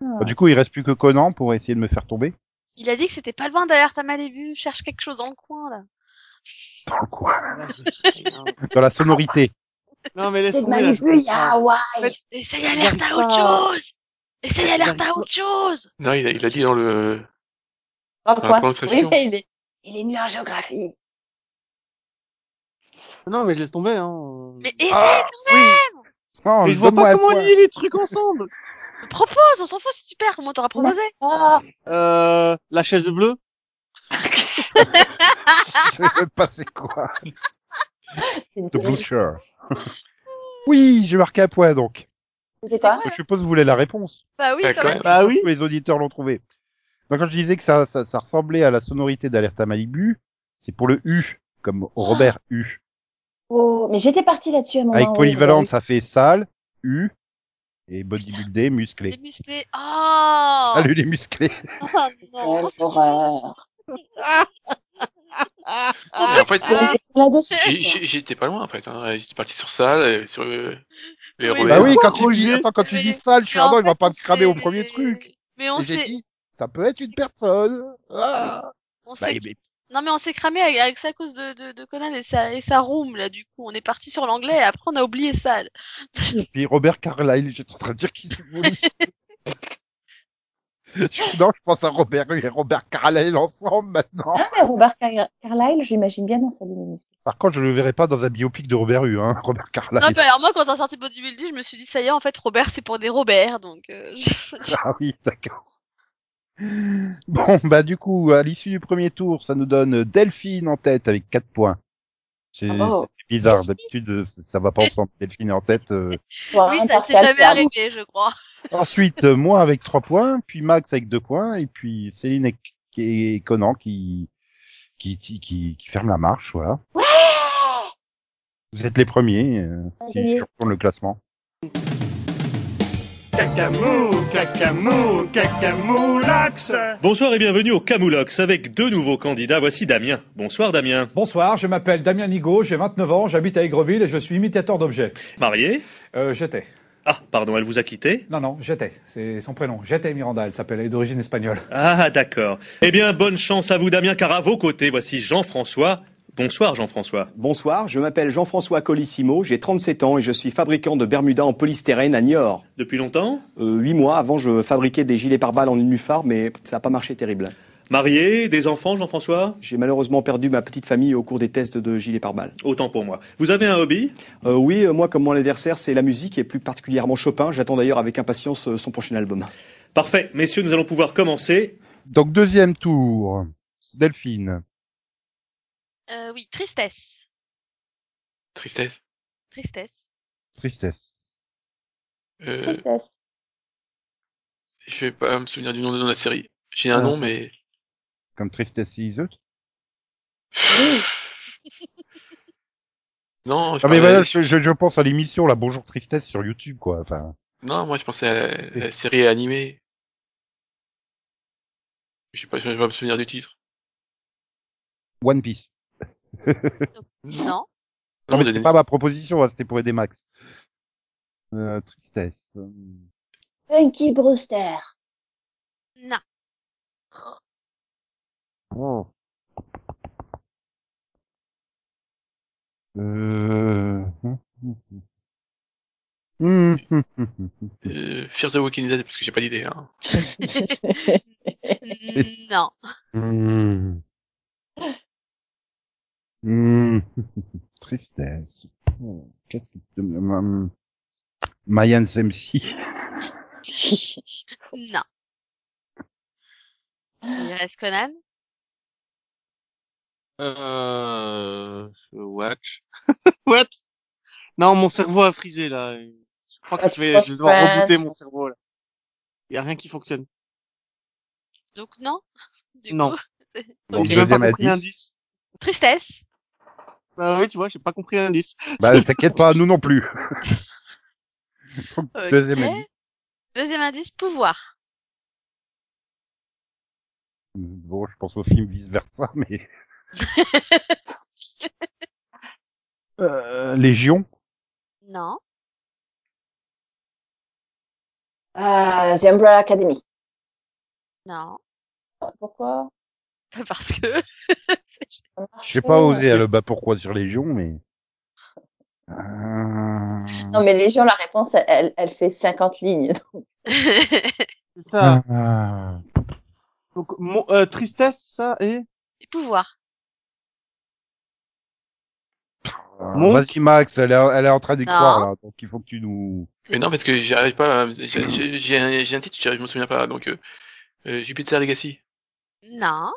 [SPEAKER 9] Ah.
[SPEAKER 1] Bah, Ah. Du coup, il reste plus que Conan pour essayer de me faire tomber
[SPEAKER 4] Il a dit que c'était pas loin d'Alerte à Malibu. Cherche quelque chose dans le coin, là.
[SPEAKER 1] dans le coin, dans la sonorité.
[SPEAKER 6] Non, mais
[SPEAKER 3] C'est de
[SPEAKER 6] laisse-moi.
[SPEAKER 3] Malibu, à
[SPEAKER 1] ah,
[SPEAKER 3] Hawaï.
[SPEAKER 4] Essaye à
[SPEAKER 6] Regarde
[SPEAKER 4] l'alerte à autre
[SPEAKER 6] ça.
[SPEAKER 4] chose Essaye à l'alerte à autre chose
[SPEAKER 5] Non, il a, il a dit dans le,
[SPEAKER 3] Dans
[SPEAKER 5] dans la prononciation.
[SPEAKER 3] il est, il est nul en géographie.
[SPEAKER 6] Non, mais je laisse tomber, hein.
[SPEAKER 4] Mais essaye
[SPEAKER 1] Non,
[SPEAKER 6] Mais je vois
[SPEAKER 1] donne-moi
[SPEAKER 6] pas
[SPEAKER 1] un
[SPEAKER 6] comment
[SPEAKER 1] point.
[SPEAKER 6] lier les trucs ensemble.
[SPEAKER 4] Propose, on s'en fout si tu perds, comment t'auras proposé
[SPEAKER 3] Oh,
[SPEAKER 6] Euh, la chaise bleue.
[SPEAKER 1] Je sais même pas c'est quoi.
[SPEAKER 3] c'est une
[SPEAKER 1] The
[SPEAKER 3] connerie.
[SPEAKER 1] Blucher. oui, j'ai marqué un point donc.
[SPEAKER 3] C'était quoi
[SPEAKER 1] Je suppose que vous voulez la réponse.
[SPEAKER 4] Bah oui,
[SPEAKER 5] Ah,
[SPEAKER 4] quand
[SPEAKER 5] quand
[SPEAKER 4] même.
[SPEAKER 5] même.
[SPEAKER 6] Bah oui.
[SPEAKER 1] Tous les auditeurs l'ont trouvé. Donc quand je disais que ça, ça, ça ressemblait à la sonorité d'Alerte à Malibu, c'est pour le U, comme Robert U.
[SPEAKER 3] Oh, mais j'étais partie là-dessus à un
[SPEAKER 4] Ah,
[SPEAKER 3] moment.
[SPEAKER 1] Avec
[SPEAKER 3] oui,
[SPEAKER 1] polyvalente,
[SPEAKER 3] oui.
[SPEAKER 1] ça fait sale, U, et bodybuildé,
[SPEAKER 4] Les
[SPEAKER 1] musclé.
[SPEAKER 4] musclés. Oh
[SPEAKER 1] Salut les musclés
[SPEAKER 4] Ah, non
[SPEAKER 3] Quelle horreur.
[SPEAKER 5] Mais en fait,
[SPEAKER 4] Ah.
[SPEAKER 3] J'étais pas là-dessus.
[SPEAKER 5] j'ai-
[SPEAKER 3] quoi.
[SPEAKER 5] j'ai- j'étais pas loin, en fait. hein. J'étais parti sur ça, là, sur le... les
[SPEAKER 1] Bah
[SPEAKER 4] Oui,
[SPEAKER 5] Robert.
[SPEAKER 1] oui,
[SPEAKER 6] pourquoi
[SPEAKER 1] quand tu dis,
[SPEAKER 6] Roger
[SPEAKER 1] attends, quand tu
[SPEAKER 4] Mais-
[SPEAKER 1] dis sale, je suis
[SPEAKER 4] Mais en
[SPEAKER 1] vraiment, il
[SPEAKER 4] fait,
[SPEAKER 1] va pas
[SPEAKER 4] on
[SPEAKER 1] te cramer au
[SPEAKER 4] s'est-
[SPEAKER 1] premier truc.
[SPEAKER 4] Mais
[SPEAKER 1] Et
[SPEAKER 4] on
[SPEAKER 1] j'ai
[SPEAKER 4] s'est,
[SPEAKER 1] dit, ça peut être une personne. Ah
[SPEAKER 4] on
[SPEAKER 1] Bah,
[SPEAKER 4] s'est,
[SPEAKER 1] eh ben,
[SPEAKER 4] non mais on s'est cramé avec, avec ça à cause de, de, de Conan et sa, et sa room, là, du coup. On est parti sur l'anglais et après on a oublié ça.
[SPEAKER 1] Puis Robert Carlyle, j'étais en train de dire qu'il est joli. Je- non, je pense à Robert Hue et Robert Carlyle ensemble maintenant.
[SPEAKER 3] Ah, mais Robert Car- Carlyle, j'imagine bien dans sa ligne.
[SPEAKER 1] Par contre, je le verrai pas dans un biopic de Robert Hue, hein, Robert
[SPEAKER 4] Non,
[SPEAKER 1] Carlyle.
[SPEAKER 4] mais alors moi, quand on sorti Bodybuilding, je me suis dit, ça y est, en fait, Robert, c'est pour des Robert, donc, euh, je-
[SPEAKER 1] Ah oui, d'accord. Bon, bah du coup, à l'issue du premier tour, ça nous donne Delphine en tête avec 4 points. C'est
[SPEAKER 4] Ah
[SPEAKER 3] Bravo.
[SPEAKER 1] c'est bizarre, d'habitude, euh, ça va pas ensemble, Delphine est en tête. euh,
[SPEAKER 3] Toi,
[SPEAKER 4] oui,
[SPEAKER 3] hein,
[SPEAKER 4] ça s'est
[SPEAKER 3] Pascal,
[SPEAKER 4] jamais
[SPEAKER 3] toi.
[SPEAKER 4] arrivé, je crois.
[SPEAKER 1] Ensuite, euh, moi avec trois points, puis Max avec deux points, et puis Céline et, et Conan qui qui, qui, qui qui ferment la marche, voilà. Vous êtes les premiers, euh,
[SPEAKER 3] Ah,
[SPEAKER 1] si
[SPEAKER 3] oui.
[SPEAKER 1] je retourne le classement.
[SPEAKER 10] Bonsoir et bienvenue au Camoulox avec deux nouveaux candidats. Voici Damien. Bonsoir Damien.
[SPEAKER 11] Bonsoir, je m'appelle Damien Nigaud, j'ai 29 ans, j'habite à Aigreville et je suis imitateur d'objets.
[SPEAKER 10] Marié
[SPEAKER 11] Euh, j'étais.
[SPEAKER 10] Ah, pardon, elle vous a quitté
[SPEAKER 11] Non, non, j'étais. C'est son prénom. J'étais Miranda, elle s'appelle, elle est d'origine espagnole.
[SPEAKER 10] Ah, d'accord. Eh bien, bonne chance à vous Damien, car à vos côtés, voici Jean-François. Bonsoir Jean-François.
[SPEAKER 8] Bonsoir, je m'appelle Jean-François Colissimo, j'ai 37 ans et je suis fabricant de Bermuda en polystyrène à Niort.
[SPEAKER 10] Depuis longtemps
[SPEAKER 8] Euh, 8 mois avant, je fabriquais des gilets pare-balles en nénuphar, mais ça n'a pas marché terrible.
[SPEAKER 10] Marié Des enfants Jean-François
[SPEAKER 8] J'ai malheureusement perdu ma petite famille au cours des tests de gilets pare-balles.
[SPEAKER 10] Autant pour moi. Vous avez un hobby
[SPEAKER 8] Euh, oui, euh, moi, comme mon adversaire, c'est la musique et plus particulièrement Chopin. J'attends d'ailleurs avec impatience euh, son prochain album.
[SPEAKER 10] Parfait. Messieurs, nous allons pouvoir commencer.
[SPEAKER 1] Donc deuxième tour, Delphine.
[SPEAKER 4] Euh, oui, tristesse.
[SPEAKER 5] Tristesse.
[SPEAKER 4] Tristesse.
[SPEAKER 1] Tristesse.
[SPEAKER 5] Euh,
[SPEAKER 3] Tristesse.
[SPEAKER 5] je vais pas me souvenir du nom de de la série. J'ai un
[SPEAKER 1] Non.
[SPEAKER 5] nom, mais...
[SPEAKER 1] Comme Tristesse Ah, et Iseut.
[SPEAKER 5] Non, je
[SPEAKER 1] Ah mais
[SPEAKER 5] parlais-
[SPEAKER 1] voilà, je, je- je pense à l'émission là, Bonjour Tristesse sur YouTube quoi. Enfin,
[SPEAKER 5] Non, moi je pensais à la, la série animée. Je sais pas, je vais pas me souvenir du titre.
[SPEAKER 1] One Piece.
[SPEAKER 4] Non.
[SPEAKER 1] Non Ah, mais
[SPEAKER 5] vous
[SPEAKER 1] c'est
[SPEAKER 5] avez-
[SPEAKER 1] pas ma proposition, hein, c'était pour aider Max. Euh, tristesse. euh,
[SPEAKER 3] Funky Brewster.
[SPEAKER 4] Non.
[SPEAKER 1] Oh. Euh... Hmm.
[SPEAKER 5] euh, Fear the Walking Dead, parce que j'ai pas d'idée. Hein.
[SPEAKER 4] Non.
[SPEAKER 1] Hmm. Hmm. Tristesse. Oh, Qu'est-ce que... Hmm. Mayans MC.
[SPEAKER 4] Non. Ah. Il reste Conan.
[SPEAKER 6] Euh, what? what? Non, mon cerveau a frisé, là. Je crois que je vais, je vais devoir rebooter mon cerveau, là. Il y a rien qui fonctionne.
[SPEAKER 4] Donc non. Du
[SPEAKER 6] Non.
[SPEAKER 4] coup,
[SPEAKER 1] Bon,
[SPEAKER 6] j'ai même pas
[SPEAKER 1] deuxième
[SPEAKER 6] compris
[SPEAKER 1] indice.
[SPEAKER 6] l'indice.
[SPEAKER 4] tristesse.
[SPEAKER 6] Bah oui, tu vois, j'ai pas compris l'indice.
[SPEAKER 1] Bah, t'inquiète pas, nous non plus. Donc,
[SPEAKER 4] Ok.
[SPEAKER 1] Deuxième indice.
[SPEAKER 4] Deuxième indice, pouvoir.
[SPEAKER 1] Bon, je pense au film vice-versa, mais... Euh, Légion.
[SPEAKER 4] Non.
[SPEAKER 9] Euh,
[SPEAKER 3] Ah, The Umbrella Academy.
[SPEAKER 4] Non.
[SPEAKER 3] Pourquoi
[SPEAKER 4] Parce que.
[SPEAKER 1] hein, J'ai pas osé, à le bas pourquoi sur Légion, mais...
[SPEAKER 9] Non, mais les gens, la réponse, elle- elle, elle fait 50 lignes. donc.
[SPEAKER 6] C'est
[SPEAKER 1] Ah.
[SPEAKER 6] ça. Donc, mon- euh, tristesse, ça, et
[SPEAKER 4] Et pouvoir.
[SPEAKER 1] Euh, Vas-y Max, elle est, elle est en train d'y
[SPEAKER 4] Non.
[SPEAKER 1] croire là, donc il faut que tu nous...
[SPEAKER 5] Mais non, parce que j'arrive pas. à- J'ai j'ai- j'ai un, j'ai un titre, j'arrive- je me souviens pas. Donc, euh, euh, Jupiter Legacy.
[SPEAKER 4] Non.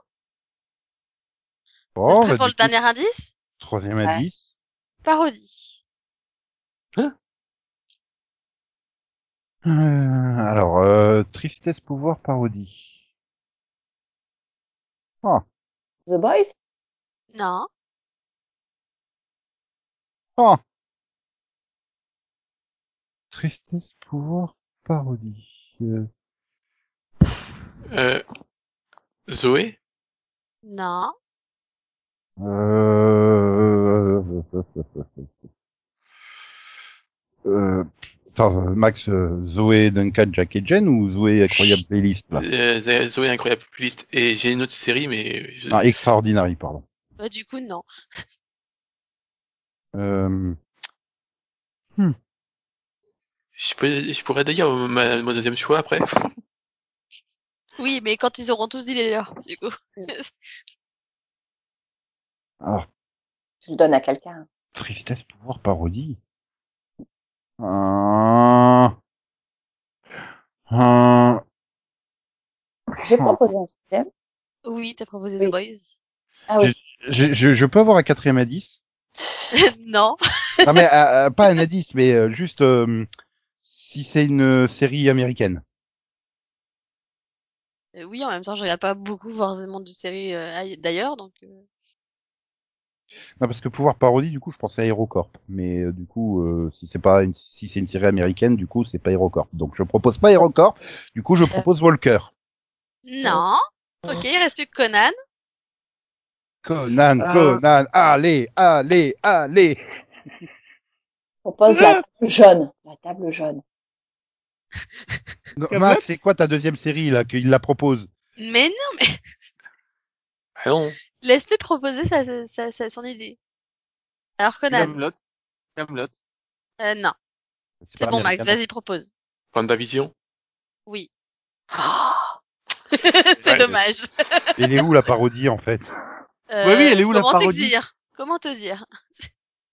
[SPEAKER 1] Bon,
[SPEAKER 4] Prêt
[SPEAKER 1] bah,
[SPEAKER 4] pour
[SPEAKER 1] du
[SPEAKER 4] le dernier indice
[SPEAKER 1] coup, troisième
[SPEAKER 4] Ouais.
[SPEAKER 1] indice.
[SPEAKER 4] Parodie.
[SPEAKER 1] Euh, alors, euh, tristesse, pouvoir, parodie. Ah,
[SPEAKER 9] The Boys
[SPEAKER 4] Non.
[SPEAKER 1] ah. Tristesse, pouvoir, parodie. Euh,
[SPEAKER 5] Euh, Zoé
[SPEAKER 4] Non.
[SPEAKER 1] euh, euh, attends, euh, Max, euh, Zoé, Duncan, Jack et Jen ou Zoé incroyable playlist là
[SPEAKER 5] Euh, Zoé- Zoé incroyable playlist. Et j'ai une autre série, mais je-
[SPEAKER 1] Non, Ah, extraordinary, pardon.
[SPEAKER 4] Bah, du coup, non.
[SPEAKER 1] Euh,
[SPEAKER 5] je, peux- je pourrais d'ailleurs ma- mon deuxième choix après.
[SPEAKER 4] Oui, mais quand ils auront tous dit les leurs, du coup.
[SPEAKER 1] alors,
[SPEAKER 9] Je le donne à quelqu'un.
[SPEAKER 1] Tristesse, pouvoir, parodie. Euh... Euh...
[SPEAKER 9] J'ai
[SPEAKER 1] Hmm.
[SPEAKER 9] proposé un troisième.
[SPEAKER 4] oui, t'as proposé
[SPEAKER 9] Oui.
[SPEAKER 4] The Boys.
[SPEAKER 9] Ah oui.
[SPEAKER 1] Je, je, je peux avoir un quatrième indice
[SPEAKER 4] non.
[SPEAKER 1] Non mais euh, euh, pas un indice, mais euh, juste euh, si c'est une série américaine.
[SPEAKER 4] Euh, oui, en même temps, je regarde pas beaucoup forcément de séries euh, aille- d'ailleurs, donc. euh,
[SPEAKER 1] Non parce que pouvoir parodie, du coup, je pensais à Aerocorp, mais euh, du coup, euh, si c'est pas une, si c'est une série américaine, du coup, c'est pas Aerocorp. Donc je propose pas Aerocorp, du coup, je propose Walker.
[SPEAKER 4] Non. Ok, il reste plus que Conan.
[SPEAKER 1] Conan,
[SPEAKER 6] Ah.
[SPEAKER 1] Conan, allez, allez, allez.
[SPEAKER 9] Je propose la table jaune. La table jaune.
[SPEAKER 1] Non,
[SPEAKER 6] Capote
[SPEAKER 1] Max, c'est quoi ta deuxième série là qu'il la propose
[SPEAKER 4] Mais non, mais
[SPEAKER 5] Ah non.
[SPEAKER 4] laisse-le proposer sa, sa- sa- sa- son idée. Alors Conan.
[SPEAKER 6] Camelot. Camelot.
[SPEAKER 4] Euh, non. C'est
[SPEAKER 5] pas
[SPEAKER 4] bon, Max,
[SPEAKER 5] américain.
[SPEAKER 4] vas-y, propose.
[SPEAKER 5] WandaVision.
[SPEAKER 4] Oui. c'est
[SPEAKER 5] Ouais.
[SPEAKER 4] dommage.
[SPEAKER 1] Elle est où la parodie en fait
[SPEAKER 6] Ouais, oui, elle est où, la
[SPEAKER 4] Euh, comment te
[SPEAKER 6] parodie
[SPEAKER 4] dire Comment te dire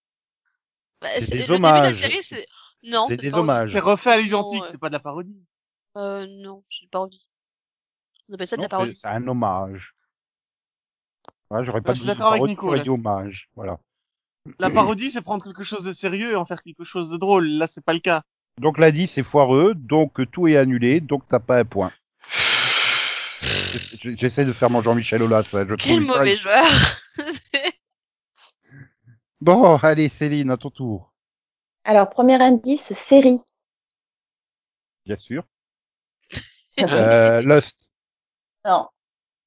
[SPEAKER 4] Bah,
[SPEAKER 1] C'est des
[SPEAKER 4] le début de la
[SPEAKER 1] hommages.
[SPEAKER 4] série, c'est. Non.
[SPEAKER 1] C'est
[SPEAKER 4] pas
[SPEAKER 1] des
[SPEAKER 4] parodie.
[SPEAKER 1] hommages.
[SPEAKER 6] C'est refait à
[SPEAKER 4] Non,
[SPEAKER 6] l'identique,
[SPEAKER 4] Oh, ouais.
[SPEAKER 6] c'est pas de la parodie.
[SPEAKER 4] Euh, non, c'est une parodie. On appelle ça de
[SPEAKER 1] Non,
[SPEAKER 4] la parodie.
[SPEAKER 1] C'est c'est un hommage. Ouais, j'aurais pas
[SPEAKER 6] Ah, je suis
[SPEAKER 1] dit
[SPEAKER 6] d'accord avec
[SPEAKER 1] parodie,
[SPEAKER 6] Nico,
[SPEAKER 1] j'aurais
[SPEAKER 6] là.
[SPEAKER 1] dit hommage. Voilà.
[SPEAKER 6] La parodie, c'est prendre quelque chose de sérieux et en faire quelque chose de drôle. Là, c'est pas le cas.
[SPEAKER 1] Donc la diff c'est foireux, donc euh, tout est annulé, donc t'as pas un point. J- J'essaie de faire mon Jean-Michel Aulas. là, Je
[SPEAKER 4] Quel
[SPEAKER 1] trouve une
[SPEAKER 4] mauvais
[SPEAKER 1] phrase.
[SPEAKER 4] joueur
[SPEAKER 1] Bon, allez Céline, à ton tour.
[SPEAKER 9] Alors, premier indice, série.
[SPEAKER 1] Bien sûr. Euh, Lost.
[SPEAKER 9] Non.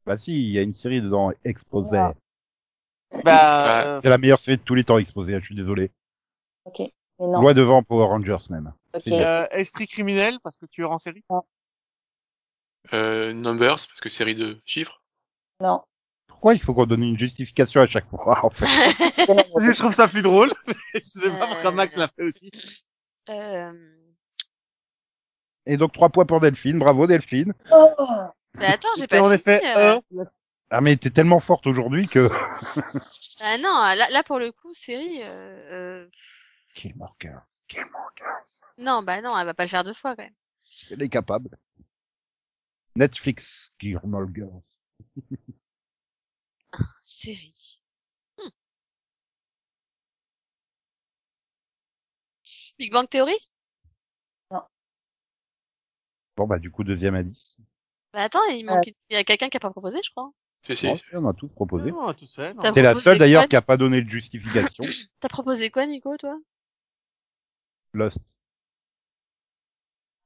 [SPEAKER 1] Bah si, il y a une série dedans, Exposé.
[SPEAKER 9] Ah.
[SPEAKER 6] Bah, euh,
[SPEAKER 1] C'est la meilleure série de tous les temps, Exposé. Je suis désolé.
[SPEAKER 9] Ok. Mais non.
[SPEAKER 1] Loin devant Power Rangers même.
[SPEAKER 9] Ok.
[SPEAKER 1] c'est bien.
[SPEAKER 6] euh, esprit criminel, parce que tu es en série.
[SPEAKER 5] Euh, Numbers, parce que série de chiffres.
[SPEAKER 9] Non.
[SPEAKER 1] Pourquoi il faut qu'on donne une justification à chaque fois en fait
[SPEAKER 9] C'est non.
[SPEAKER 6] Parce que je trouve ça plus drôle. je sais pas
[SPEAKER 4] Euh.
[SPEAKER 6] pourquoi Max l'a fait aussi.
[SPEAKER 4] Euh,
[SPEAKER 1] Et donc trois points pour Delphine. Bravo Delphine.
[SPEAKER 9] Oh.
[SPEAKER 4] Mais attends, j'ai
[SPEAKER 6] Et
[SPEAKER 4] pas
[SPEAKER 6] en
[SPEAKER 4] fini.
[SPEAKER 6] effet,
[SPEAKER 4] euh.
[SPEAKER 6] un, hein, la-
[SPEAKER 1] Ah mais t'es tellement forte aujourd'hui que.
[SPEAKER 4] Ah non, là, là pour le coup, série. euh, euh,
[SPEAKER 1] Killmonger. Killmonger.
[SPEAKER 4] Non, bah non, elle va pas le faire deux fois quand même.
[SPEAKER 1] Elle est capable. Netflix, Killmonger.
[SPEAKER 4] Série. Hmm. Big Bang Theory
[SPEAKER 1] Bon bah du coup deuxième indice.
[SPEAKER 4] Bah attends, il manque. une- Il y a quelqu'un qui a pas proposé, je crois.
[SPEAKER 5] Si, si.
[SPEAKER 1] Bon, Ah, on a tous proposé.
[SPEAKER 6] Non, tout seul. non.
[SPEAKER 4] T'as
[SPEAKER 1] T'es la
[SPEAKER 4] proposé
[SPEAKER 1] seule d'ailleurs
[SPEAKER 4] quoi
[SPEAKER 1] qui a pas donné de justification.
[SPEAKER 4] T'as proposé quoi, Nico, toi
[SPEAKER 1] Lost.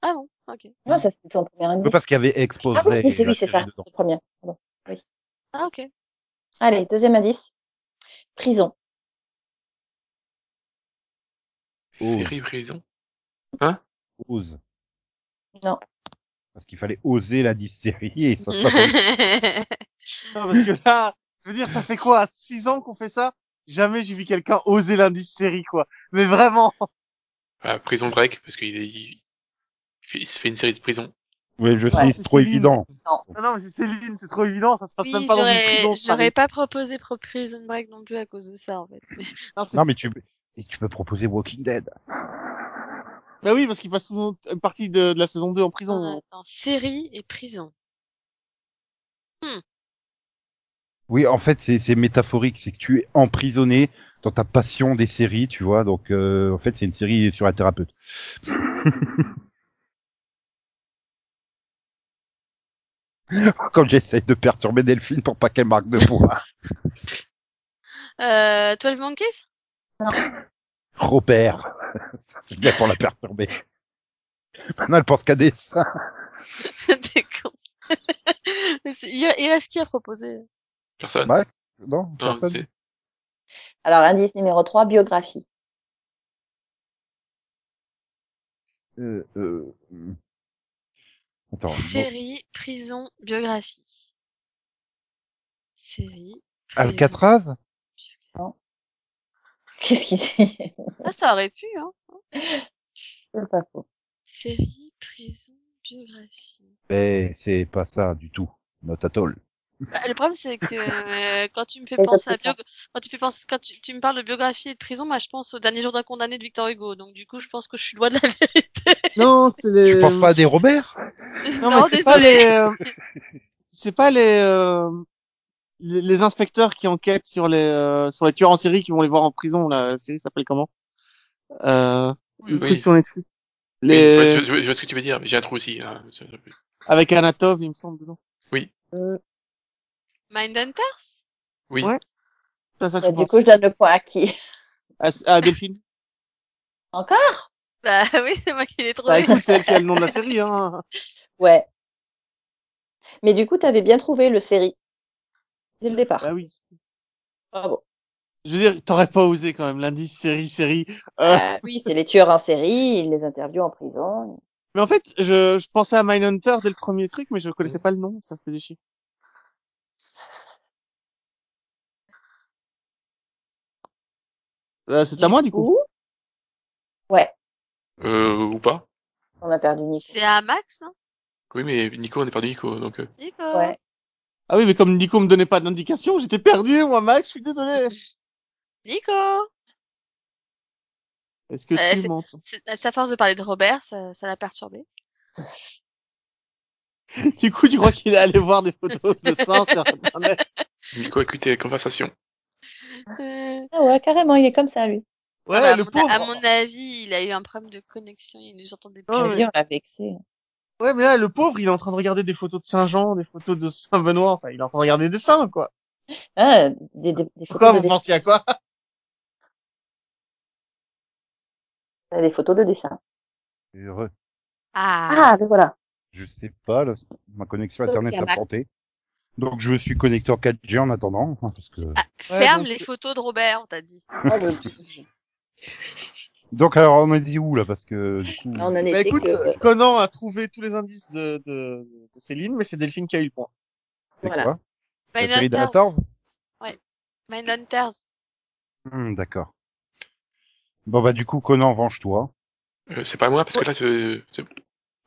[SPEAKER 4] Ah bon, ok.
[SPEAKER 9] Non, ça c'est ton premier
[SPEAKER 1] Oui,
[SPEAKER 9] indice.
[SPEAKER 1] parce qu'il y avait exposé.
[SPEAKER 9] Ah oui, oui, c'est
[SPEAKER 1] la
[SPEAKER 9] oui, c'est
[SPEAKER 1] série
[SPEAKER 9] ça.
[SPEAKER 1] dedans.
[SPEAKER 9] Le premier. Pardon.
[SPEAKER 4] Ah ok.
[SPEAKER 9] Allez, deuxième indice. Prison.
[SPEAKER 1] Oh.
[SPEAKER 5] Série prison.
[SPEAKER 1] Ose.
[SPEAKER 9] Non.
[SPEAKER 1] Parce qu'il fallait oser la 10 série et ça se passe.
[SPEAKER 6] Non, parce que là, je veux dire, ça fait quoi? Six ans qu'on fait ça? Jamais j'ai vu quelqu'un oser l'indice série, quoi. Mais vraiment.
[SPEAKER 5] Voilà, prison break, parce qu'il est- il, il se fait une série de prison.
[SPEAKER 1] Oui, je
[SPEAKER 6] Ouais,
[SPEAKER 1] suis
[SPEAKER 6] c'est
[SPEAKER 1] trop
[SPEAKER 6] Céline.
[SPEAKER 1] évident.
[SPEAKER 6] Non, non, mais c'est Céline, c'est trop évident, ça se passe
[SPEAKER 4] Oui,
[SPEAKER 6] même pas dans une
[SPEAKER 4] j'aurais-
[SPEAKER 6] prison. ça
[SPEAKER 4] j'aurais
[SPEAKER 6] arrive.
[SPEAKER 4] pas proposé Pro- Prison Break non plus à cause de ça, en fait. Mais-
[SPEAKER 1] Non, mais tu, et tu peux proposer Walking Dead.
[SPEAKER 6] Bah oui, parce qu'il passe souvent une partie de, de la saison 2 en prison.
[SPEAKER 4] Attends, série et prison.
[SPEAKER 1] Oui, en fait, c'est c'est métaphorique, c'est que tu es emprisonné dans ta passion des séries, tu vois. Donc, euh, en fait, c'est une série sur un thérapeute. Comme j'essaye de perturber Delphine pour pas qu'elle marque de points.
[SPEAKER 4] Euh, 12 Monkeys?
[SPEAKER 1] Robert. C'est bien pour la perturber. Maintenant, elle pense qu'à des seins.
[SPEAKER 4] T'es con. Mais c'est- il y a- Et est-ce qu'il a proposé?
[SPEAKER 5] Personne.
[SPEAKER 1] Max Non,
[SPEAKER 5] Non,
[SPEAKER 1] Bah, personne.
[SPEAKER 5] c'est-
[SPEAKER 9] Alors, indice numéro 3, biographie.
[SPEAKER 1] Euh, euh, hmm. Attends.
[SPEAKER 4] Série, prison, biographie. Série.
[SPEAKER 1] Alcatraz
[SPEAKER 9] Qu'est-ce qu'il dit
[SPEAKER 4] Ah, ça aurait pu, hein.
[SPEAKER 9] C'est pas faux.
[SPEAKER 4] Série, prison, biographie.
[SPEAKER 1] Eh, c'est pas ça du tout. Not at all.
[SPEAKER 4] Bah, le problème, c'est que euh, quand tu me fais
[SPEAKER 9] Oui,
[SPEAKER 4] penser à
[SPEAKER 9] c'est ça.
[SPEAKER 4] bio... quand tu fais penser... quand tu, tu me parles de biographie et de prison, moi, je pense au dernier jour d'un condamné de Victor Hugo. Donc, du coup, je pense que je suis loin de la vérité.
[SPEAKER 6] Non, Euh, c'est
[SPEAKER 1] Tu
[SPEAKER 6] les...
[SPEAKER 1] penses pas à des Robert
[SPEAKER 6] Non,
[SPEAKER 4] Non,
[SPEAKER 6] mais c'est pas
[SPEAKER 4] désolé.
[SPEAKER 6] les... euh, c'est pas les, euh, les... les inspecteurs qui enquêtent sur les, euh, sur les tueurs en série qui vont les voir en prison. là. La série s'appelle comment euh, Le
[SPEAKER 5] Oui.
[SPEAKER 6] truc sur Netflix.
[SPEAKER 5] Oui,
[SPEAKER 6] Les...
[SPEAKER 1] bah,
[SPEAKER 5] je, je- je vois ce que tu veux dire, mais j'ai un trou aussi. hein.
[SPEAKER 6] Avec Anatov, il me semble, dedans.
[SPEAKER 5] Oui.
[SPEAKER 6] Euh,
[SPEAKER 4] Mindhunters?
[SPEAKER 5] Oui.
[SPEAKER 6] Ouais. c'est à ça que
[SPEAKER 9] Bah,
[SPEAKER 6] je
[SPEAKER 9] du
[SPEAKER 6] pense.
[SPEAKER 9] coup, je donne le point à qui
[SPEAKER 6] À, à ah, Delphine.
[SPEAKER 9] Encore
[SPEAKER 4] Bah oui, c'est moi qui l'ai trouvé.
[SPEAKER 6] Bah écoute, c'est elle qui a le nom de la série. Hein.
[SPEAKER 9] Ouais. Mais du coup, t'avais bien trouvé le série dès le départ.
[SPEAKER 6] Bah oui.
[SPEAKER 9] Bravo.
[SPEAKER 6] Je veux dire, t'aurais pas osé quand même l'indice série série. Euh,
[SPEAKER 9] Bah oui, c'est les tueurs en série, ils les interviewent en prison.
[SPEAKER 6] Mais en fait, je, je pensais à Mindhunter dès le premier truc, mais je connaissais pas le nom, ça me faisait chier. Euh, c'est à moi du coup.
[SPEAKER 9] Ouh. Ouais,
[SPEAKER 5] Euh, ou pas.
[SPEAKER 9] on a perdu Nico.
[SPEAKER 4] C'est à Max, non?
[SPEAKER 5] Oui, mais Nico, on est perdu Nico, donc euh,
[SPEAKER 4] Nico?
[SPEAKER 9] Ouais.
[SPEAKER 6] Ah oui, mais comme Nico me donnait pas d'indication, j'étais perdu, moi Max, je suis désolé.
[SPEAKER 4] Nico!
[SPEAKER 6] Est-ce que
[SPEAKER 4] Euh,
[SPEAKER 6] tu
[SPEAKER 4] c'est-
[SPEAKER 6] m'entends
[SPEAKER 4] C'est c'est à force de parler de Robert, ça ça l'a perturbé.
[SPEAKER 6] Du coup, tu crois qu'il est allé voir des photos de ça sur internet
[SPEAKER 5] Nico écoute tes conversations.
[SPEAKER 4] Euh,
[SPEAKER 9] Ah ouais, carrément, il est comme ça, lui.
[SPEAKER 6] Ouais,
[SPEAKER 4] ah bah, à,
[SPEAKER 6] le
[SPEAKER 4] mon,
[SPEAKER 6] pauvre.
[SPEAKER 4] à mon avis, il a eu un problème de connexion, il nous entendait plus.
[SPEAKER 6] Ah
[SPEAKER 9] Ah
[SPEAKER 6] ouais.
[SPEAKER 9] lui, on l'a vexé.
[SPEAKER 6] Ouais, mais là, le pauvre, il est en train de regarder des photos de Saint-Jean, des photos de Saint-Benoît. Enfin, il est en train de regarder des saints, quoi.
[SPEAKER 9] Ah, des, des, des
[SPEAKER 6] Pourquoi
[SPEAKER 9] photos de
[SPEAKER 6] vous
[SPEAKER 9] dessin.
[SPEAKER 6] pensiez à quoi
[SPEAKER 9] Ah, Des photos de dessin.
[SPEAKER 1] Heureux.
[SPEAKER 4] Ah.
[SPEAKER 9] Ah, mais voilà.
[SPEAKER 1] Je sais pas, là, ma connexion
[SPEAKER 9] Donc,
[SPEAKER 1] internet
[SPEAKER 9] c'est
[SPEAKER 1] a
[SPEAKER 9] Mac.
[SPEAKER 1] planté. Donc je suis connecté en 4G en attendant, hein, parce que.
[SPEAKER 4] Ah, ferme
[SPEAKER 6] donc-
[SPEAKER 4] les photos de Robert, on t'a dit.
[SPEAKER 9] Ah, ouais, pff.
[SPEAKER 1] Donc alors on a dit où là, parce que du coup.
[SPEAKER 9] Là, on en était
[SPEAKER 6] Bah écoute,
[SPEAKER 9] que...
[SPEAKER 6] euh, Conan a trouvé tous les indices de, de, de Céline, mais c'est Delphine qui a eu le point.
[SPEAKER 1] c'est
[SPEAKER 9] voilà.
[SPEAKER 1] quoi La série de la
[SPEAKER 4] Mindhunters. Mindhunters.
[SPEAKER 1] Hmm, D'accord. Bon bah du coup Conan venge-toi.
[SPEAKER 5] Euh, c'est pas à moi parce que là, c'est... c'est-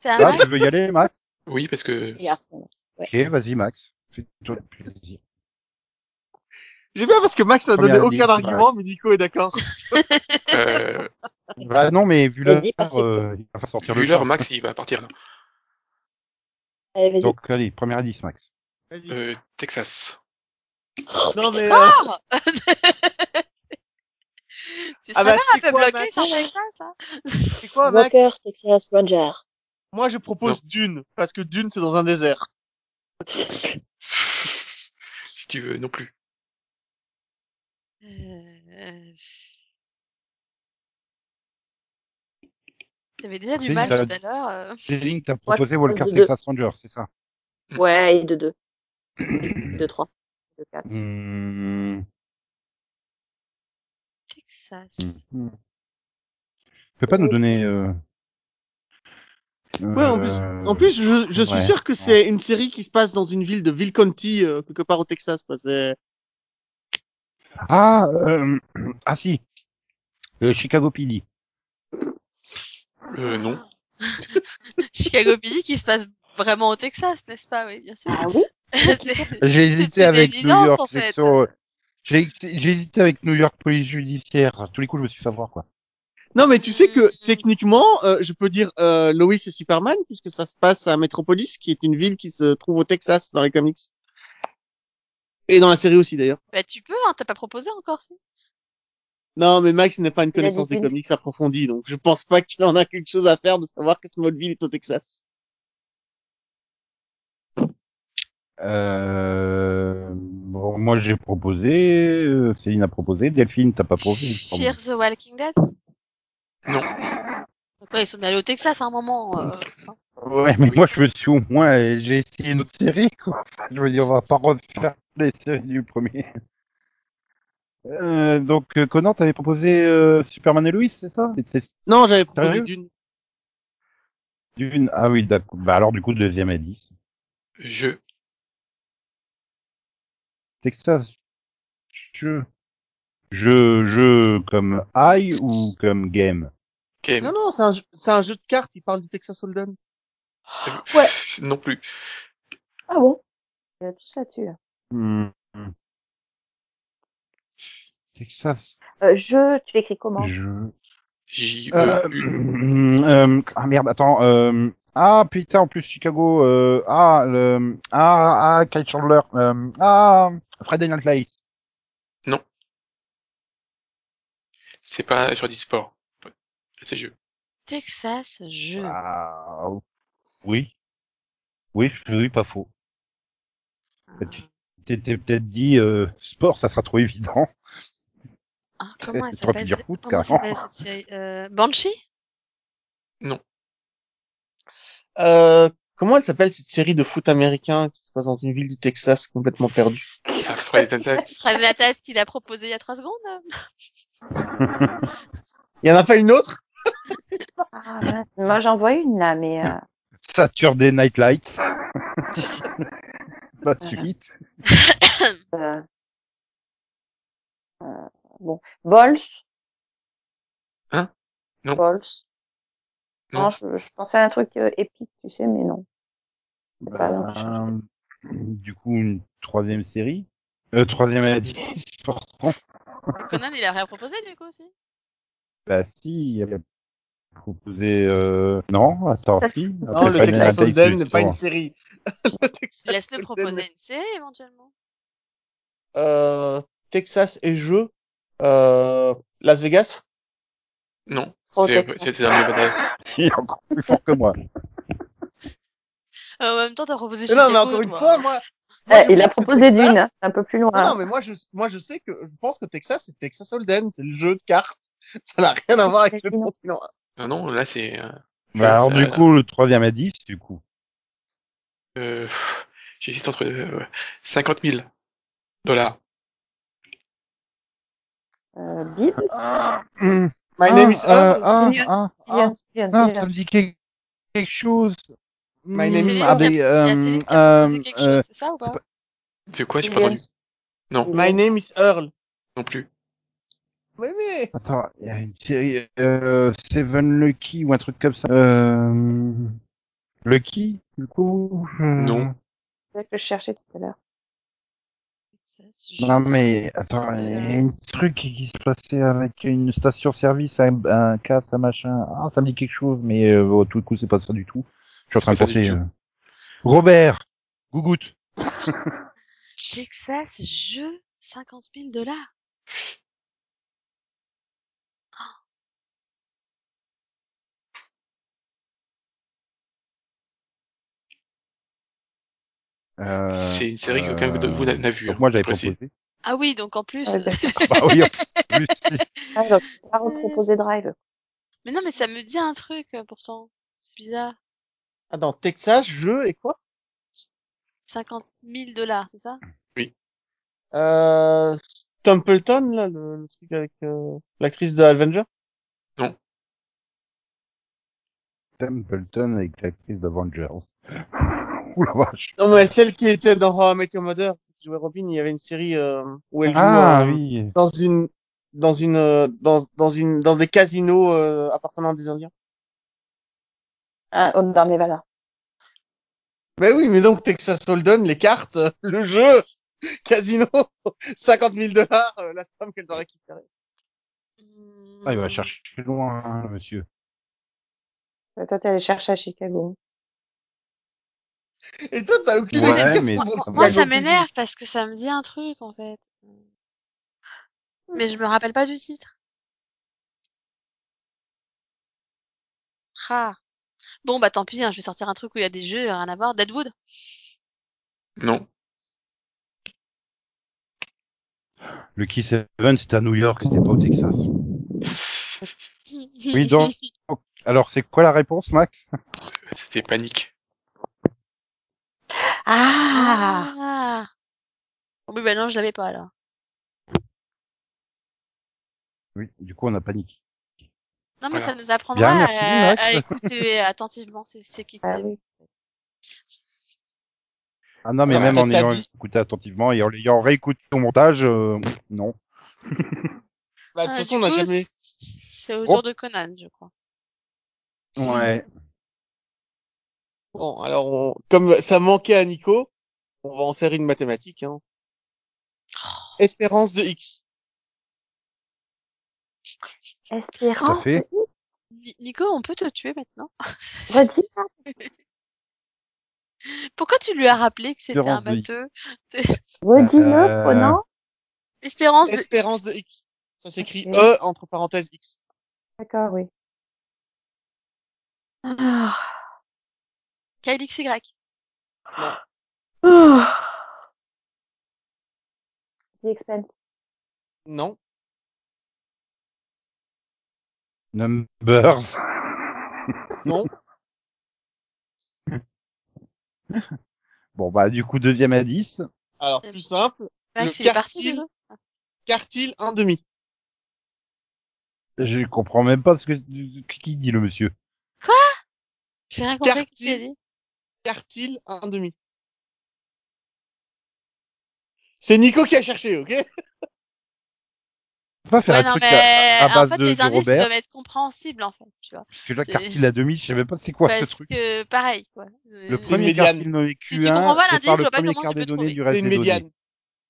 [SPEAKER 6] Ah
[SPEAKER 4] C'est
[SPEAKER 9] Ah,
[SPEAKER 1] Là
[SPEAKER 6] bah,
[SPEAKER 4] à Max?
[SPEAKER 1] Ah, tu veux y aller Max
[SPEAKER 5] oui, parce que
[SPEAKER 9] garçon.
[SPEAKER 1] Ok, vas-y Max. Fais-toi plaisir.
[SPEAKER 6] J'ai bien parce que Max n'a
[SPEAKER 1] Premier
[SPEAKER 6] donné
[SPEAKER 1] indice,
[SPEAKER 6] aucun
[SPEAKER 1] ouais.
[SPEAKER 6] argument, mais Nico est d'accord.
[SPEAKER 5] euh,
[SPEAKER 1] Bah non mais vu
[SPEAKER 9] Le
[SPEAKER 1] l'heure,
[SPEAKER 9] dit par ses
[SPEAKER 1] euh, il va sortir
[SPEAKER 5] vu
[SPEAKER 1] le
[SPEAKER 5] l'heure,
[SPEAKER 1] champ.
[SPEAKER 5] Max, il va partir là.
[SPEAKER 9] Allez, vas-y.
[SPEAKER 1] Donc allez, premier indice Max.
[SPEAKER 6] Vas-y.
[SPEAKER 5] Euh, Texas.
[SPEAKER 6] non mais euh,
[SPEAKER 4] Victor Tu seras
[SPEAKER 6] bah,
[SPEAKER 4] pas
[SPEAKER 6] c'est
[SPEAKER 4] un peu
[SPEAKER 6] quoi,
[SPEAKER 4] bloqué
[SPEAKER 6] Max
[SPEAKER 4] sur Texas, là?
[SPEAKER 6] c'est quoi Max
[SPEAKER 9] Walker, Texas Ranger.
[SPEAKER 6] Moi je propose Dune parce que Dune c'est dans un désert.
[SPEAKER 5] Si tu veux, non plus.
[SPEAKER 4] Euh... J'avais déjà du
[SPEAKER 1] Si,
[SPEAKER 4] mal
[SPEAKER 1] t'as-
[SPEAKER 4] tout à l'heure. euh.
[SPEAKER 1] Céline, t'as proposé
[SPEAKER 9] propose
[SPEAKER 1] Walker
[SPEAKER 9] de deux.
[SPEAKER 1] Texas Ranger, c'est ça
[SPEAKER 9] Ouais, et de 2. De 3. De 4.
[SPEAKER 1] Hmm.
[SPEAKER 4] Texas.
[SPEAKER 6] Mmh.
[SPEAKER 1] Hmm. Peux pas nous donner. Euh...
[SPEAKER 6] Ouais, en plus, en plus je, je suis
[SPEAKER 1] ouais.
[SPEAKER 6] sûr que c'est une série qui se passe dans une ville de Ville County euh, quelque part au Texas. Quoi. C'est
[SPEAKER 1] Ah, euh, ah si. Euh, Chicago PD.
[SPEAKER 5] Euh, non.
[SPEAKER 4] Chicago PD qui se passe vraiment au Texas, n'est-ce pas Oui, bien sûr.
[SPEAKER 9] Ah oui
[SPEAKER 1] J'ai hésité avec
[SPEAKER 4] une
[SPEAKER 1] New
[SPEAKER 4] évidence,
[SPEAKER 1] York
[SPEAKER 4] en fait.
[SPEAKER 1] section, euh, J'ai ex- j'ai hésité avec New York police judiciaire. À tous les coups, je me suis fait avoir, quoi.
[SPEAKER 6] Non, mais tu sais que techniquement, euh, je peux dire euh, Lois et Superman puisque ça se passe à Metropolis, qui est une ville qui se trouve au Texas dans les comics et dans la série aussi d'ailleurs.
[SPEAKER 4] Bah, tu peux, hein, t'as pas proposé encore, si.
[SPEAKER 6] Non, mais Max n'a pas une
[SPEAKER 4] Il a dit
[SPEAKER 6] connaissance des
[SPEAKER 4] une.
[SPEAKER 6] comics approfondie, donc je pense pas qu'il en a quelque chose à faire de savoir que Smallville est au Texas.
[SPEAKER 1] Euh, bon, moi, j'ai proposé, euh, Céline a proposé, Delphine, t'as pas proposé. il me semble.
[SPEAKER 4] Fear the Walking Dead
[SPEAKER 5] Non.
[SPEAKER 4] Quoi, ils sont bien allés au Texas à un moment. euh, enfin.
[SPEAKER 1] Ouais, mais moi, je me suis au moins, euh, j'ai essayé une autre série, quoi. Je veux dire, on va pas refaire les séries du premier. Euh, donc, euh, Conan, t'avais proposé euh, Superman et Lois, c'est ça T'étais
[SPEAKER 6] Non, j'avais proposé
[SPEAKER 1] sérieux
[SPEAKER 6] d'une.
[SPEAKER 1] Dune. Ah oui, d'accord. Bah alors, du coup, deuxième à 10.
[SPEAKER 5] Je.
[SPEAKER 1] Texas. Je. Je, je, comme I ou comme game
[SPEAKER 5] Game.
[SPEAKER 6] Non, non, c'est un, jeu- c'est un jeu de cartes. Il parle du Texas Hold'em.
[SPEAKER 9] Ouais.
[SPEAKER 5] Non plus.
[SPEAKER 9] Ah bon Il y a tout ça dessus, là.
[SPEAKER 1] Hmm. Texas.
[SPEAKER 9] Euh, je, tu l'écris comment
[SPEAKER 1] Je.
[SPEAKER 5] J. E
[SPEAKER 1] Euh, euh, ah merde, attends. Euh, ah putain, en plus Chicago. Euh, ah, le, ah, ah, Kyle Chandler. Euh, ah, Friday Night Lights.
[SPEAKER 5] C'est pas sur Disport. C'est jeu.
[SPEAKER 4] Texas, je.
[SPEAKER 1] Ah, oui. Oui, oui, pas faux.
[SPEAKER 9] Ah.
[SPEAKER 1] Tu t'étais peut-être dit euh, sport, ça sera trop évident.
[SPEAKER 4] Ah, comment elle
[SPEAKER 1] Ça aurait pu
[SPEAKER 4] s'appelle
[SPEAKER 1] dire
[SPEAKER 4] cette-
[SPEAKER 1] foot,
[SPEAKER 4] Comment elle
[SPEAKER 1] carrément.
[SPEAKER 4] s'appelle cette série euh, Banshee
[SPEAKER 6] Euh, comment elle s'appelle cette série de foot américain qui se passe dans une ville du Texas complètement perdue
[SPEAKER 5] Ah, Fred Tatat.
[SPEAKER 4] Fred Latas qu'il a proposé il y a trois secondes hein,
[SPEAKER 6] Il y en a pas une autre
[SPEAKER 9] Ah, mince. Moi, j'en vois une, là, mais... euh,
[SPEAKER 1] Saturday Night Lights. La suite.
[SPEAKER 9] euh, euh, bon. Bols
[SPEAKER 5] Hein Non.
[SPEAKER 9] Bols.
[SPEAKER 5] Non.
[SPEAKER 9] Non, je, je pensais à un truc euh, épique, tu sais, mais non. C'est pas dans le champ.
[SPEAKER 1] Euh, du coup, une troisième série. Euh, troisième à 10, pardon.
[SPEAKER 4] Conan, il a rien proposé du coup aussi.
[SPEAKER 1] Bah si, il avait proposé... Euh... Non, attends,
[SPEAKER 9] Ça,
[SPEAKER 1] si.
[SPEAKER 6] Non, le Texas Hold'em n'est pas une série. Le Texas
[SPEAKER 4] Laisse-le
[SPEAKER 6] Hold'em-
[SPEAKER 4] proposer une série éventuellement.
[SPEAKER 6] Euh, Texas et jeu. Euh, Las Vegas.
[SPEAKER 5] Non.
[SPEAKER 9] Oh,
[SPEAKER 5] C'est
[SPEAKER 9] d'accord.
[SPEAKER 5] c'est- c'est un Nevada.
[SPEAKER 1] Il est encore plus fort que moi. Bah,
[SPEAKER 4] Euh, en même temps, t'as proposé
[SPEAKER 6] Mais non,
[SPEAKER 4] Chicago,
[SPEAKER 6] mais encore une
[SPEAKER 4] toi.
[SPEAKER 6] fois, moi.
[SPEAKER 9] Eh,
[SPEAKER 6] moi, je
[SPEAKER 9] il a
[SPEAKER 6] pense que
[SPEAKER 9] proposé
[SPEAKER 6] Texas-
[SPEAKER 9] d'une, hein, c'est un peu plus loin.
[SPEAKER 6] Non, non, mais moi je, moi je sais que je pense que Texas c'est Texas Hold'em, c'est le jeu de cartes. Ça n'a rien à voir avec le
[SPEAKER 9] Exactement.
[SPEAKER 6] continent.
[SPEAKER 5] Ah non, là c'est. euh,
[SPEAKER 1] Bah, alors
[SPEAKER 5] ça-
[SPEAKER 1] du coup, le troisième à 10, du coup.
[SPEAKER 5] Euh, pff, J'hésite entre euh, 50 000 dollars.
[SPEAKER 9] Euh, Bill
[SPEAKER 1] Ah, hum,
[SPEAKER 6] My
[SPEAKER 1] ah,
[SPEAKER 6] name is
[SPEAKER 1] euh,
[SPEAKER 6] Earl.
[SPEAKER 1] ah,
[SPEAKER 9] Julian,
[SPEAKER 1] ah, ah,
[SPEAKER 9] Julian, Julian,
[SPEAKER 1] ah,
[SPEAKER 9] Julian.
[SPEAKER 1] ça me dit quelque, quelque chose.
[SPEAKER 6] My name is
[SPEAKER 1] Ah,
[SPEAKER 6] Earl.
[SPEAKER 1] des,
[SPEAKER 4] Il y a
[SPEAKER 1] euh,
[SPEAKER 4] Céline qui a proposé
[SPEAKER 1] euh,
[SPEAKER 4] quelque
[SPEAKER 1] euh,
[SPEAKER 4] chose, c'est ça ou pas
[SPEAKER 5] C'est quoi J'ai pas
[SPEAKER 9] Julian.
[SPEAKER 5] entendu. Non,
[SPEAKER 6] My name is Earl.
[SPEAKER 5] non plus.
[SPEAKER 6] Mais mais
[SPEAKER 1] Attends, il y a une série euh, Seven Lucky ou un truc comme ça. Euh, Lucky, du coup. euh, je-
[SPEAKER 5] Non.
[SPEAKER 9] C'est ça que je cherchais tout à l'heure.
[SPEAKER 4] Texas, je-
[SPEAKER 1] Non mais attends, il y a un truc qui qui se passait avec une station-service, un, un casse, un machin. Ah, ça me dit quelque chose, mais euh, au tout coup, c'est pas ça du tout. Je suis en train
[SPEAKER 5] C'est
[SPEAKER 1] de
[SPEAKER 5] pas ça du
[SPEAKER 1] penser.
[SPEAKER 5] tout.
[SPEAKER 1] euh, Robert, Gougoute.
[SPEAKER 4] Texas, je. 50 000 dollars.
[SPEAKER 1] Euh,
[SPEAKER 5] C'est une série que aucun de vous n'a- n'a vue,
[SPEAKER 1] donc
[SPEAKER 5] hein,
[SPEAKER 1] Moi, j'avais
[SPEAKER 5] je précise.
[SPEAKER 1] proposé.
[SPEAKER 4] Ah oui, donc en plus.
[SPEAKER 9] Ouais, d'accord.
[SPEAKER 1] bah oui, en plus.
[SPEAKER 9] Ah, j'aurais pas reproposé Drive.
[SPEAKER 4] mais non, mais ça me dit un truc euh, pourtant. C'est bizarre.
[SPEAKER 6] attends, Texas jeu et quoi
[SPEAKER 4] 50 000 dollars, c'est ça
[SPEAKER 6] Euh, Templeton là, le, le truc avec euh, l'actrice de Avenger.
[SPEAKER 1] Templeton avec l'actrice d'Avengers. Ouh la vache.
[SPEAKER 6] Non, mais celle qui était dans How I Met Your Mother, celle qui jouait Robin, il y avait une série euh, où elle joue
[SPEAKER 1] Ah,
[SPEAKER 6] euh,
[SPEAKER 1] oui.
[SPEAKER 6] dans une dans une euh, dans dans une dans des casinos euh, appartenant à des Indiens.
[SPEAKER 9] Ah, on- dans Nevada.
[SPEAKER 6] Ben oui, mais donc Texas Hold'em, les cartes, euh, le jeu, casino, 50 000 dollars, euh, la somme qu'elle doit récupérer.
[SPEAKER 1] Ah, il va chercher loin, hein, le monsieur.
[SPEAKER 9] Euh, Toi, t'es allé chercher à Chicago.
[SPEAKER 6] Et toi, t'as aucune
[SPEAKER 1] Ouais,
[SPEAKER 6] idée de
[SPEAKER 1] mais
[SPEAKER 6] ce qu'on
[SPEAKER 1] ça va.
[SPEAKER 6] vend Chicago
[SPEAKER 4] Moi, ça
[SPEAKER 6] PD.
[SPEAKER 4] m'énerve parce que ça me dit un truc, en fait.
[SPEAKER 1] Mmh.
[SPEAKER 4] Mais je me rappelle pas du titre. Ah. Bon, bah tant pis, hein, je vais sortir un truc où il y a des jeux, rien à voir. Deadwood
[SPEAKER 5] Non.
[SPEAKER 1] Le Kiss Event, c'était à New York, c'était pas au Texas. Oui, donc. Alors, c'est quoi la réponse, Max
[SPEAKER 5] C'était panique.
[SPEAKER 9] Ah!
[SPEAKER 4] Ah. Oh, bah non, je l'avais pas, là.
[SPEAKER 1] Oui, du coup, on a paniqué.
[SPEAKER 4] Non, mais
[SPEAKER 1] Voilà.
[SPEAKER 4] ça nous apprendra
[SPEAKER 1] Bien,
[SPEAKER 4] à,
[SPEAKER 1] merci, Max. Bah
[SPEAKER 4] à écouter attentivement, c'est c'est qui.
[SPEAKER 9] Ah oui.
[SPEAKER 1] Ah non, mais
[SPEAKER 6] Alors,
[SPEAKER 1] même
[SPEAKER 6] toi,
[SPEAKER 1] en
[SPEAKER 6] t'as
[SPEAKER 1] ayant
[SPEAKER 6] dit-
[SPEAKER 1] écouté attentivement et en l'ayant réécouté au montage, euh, non.
[SPEAKER 6] Bah, de
[SPEAKER 4] Ah,
[SPEAKER 6] toute
[SPEAKER 4] du
[SPEAKER 6] façon, on n'a
[SPEAKER 4] coup,
[SPEAKER 6] jamais...
[SPEAKER 4] c'est c'est autour
[SPEAKER 1] Oh.
[SPEAKER 4] de Conan, je crois.
[SPEAKER 1] Ouais.
[SPEAKER 6] Bon, alors, on- comme ça manquait à Nico, on va en faire une mathématique. Hein. Oh. Espérance de X.
[SPEAKER 4] Oh.
[SPEAKER 9] Espérance.
[SPEAKER 1] fait.
[SPEAKER 4] Ni- Nico, on peut te tuer maintenant
[SPEAKER 9] Redis.
[SPEAKER 4] Pourquoi tu lui as rappelé que c'était un
[SPEAKER 1] Espérance de X.
[SPEAKER 4] matheux
[SPEAKER 9] Redis-le, oh
[SPEAKER 1] Euh,
[SPEAKER 9] Conan.
[SPEAKER 4] Espérance de...
[SPEAKER 6] Espérance de X. Ça s'écrit
[SPEAKER 9] Ok.
[SPEAKER 6] E entre parenthèses X.
[SPEAKER 9] D'accord, oui. Ah.
[SPEAKER 4] KLXY.
[SPEAKER 9] Ah. The Expense.
[SPEAKER 6] Non.
[SPEAKER 1] Numbers.
[SPEAKER 6] Non.
[SPEAKER 1] Bon, bah, du coup, deuxième à 10.
[SPEAKER 6] Alors, plus simple. Le
[SPEAKER 4] Max, il est parti,
[SPEAKER 6] quartile.
[SPEAKER 4] déjà
[SPEAKER 6] Quartile, un demi.
[SPEAKER 1] Je comprends même pas ce que, qui dit le monsieur.
[SPEAKER 4] J'ai rien compris que tu as
[SPEAKER 6] Quartile.
[SPEAKER 4] dit.
[SPEAKER 6] Quartile, un demi. C'est Nico qui a cherché, ok
[SPEAKER 1] Faut pas faire
[SPEAKER 4] Ouais,
[SPEAKER 1] un
[SPEAKER 4] non,
[SPEAKER 1] truc
[SPEAKER 4] mais
[SPEAKER 1] à, à
[SPEAKER 4] en
[SPEAKER 1] base
[SPEAKER 4] fait,
[SPEAKER 1] de,
[SPEAKER 4] les
[SPEAKER 1] de
[SPEAKER 4] indices ils
[SPEAKER 1] Robert.
[SPEAKER 4] doivent être compréhensibles, en fait, tu vois.
[SPEAKER 1] Parce que là,
[SPEAKER 4] c'est-
[SPEAKER 1] quartile à demi, je sais même pas c'est quoi ce
[SPEAKER 4] Parce
[SPEAKER 1] truc.
[SPEAKER 4] que, pareil, quoi.
[SPEAKER 1] Le
[SPEAKER 4] Euh,
[SPEAKER 6] C'est une
[SPEAKER 1] premier
[SPEAKER 6] médiane.
[SPEAKER 1] quartile nommé
[SPEAKER 4] Si
[SPEAKER 1] Q1
[SPEAKER 4] tu comprends pas
[SPEAKER 1] c'est par
[SPEAKER 4] l'indice, je
[SPEAKER 1] le
[SPEAKER 4] vois pas
[SPEAKER 1] premier
[SPEAKER 4] comment
[SPEAKER 1] quart
[SPEAKER 4] tu peux
[SPEAKER 1] des données
[SPEAKER 4] trouver.
[SPEAKER 1] du
[SPEAKER 6] C'est
[SPEAKER 1] reste
[SPEAKER 6] une
[SPEAKER 1] des données.
[SPEAKER 6] médiane.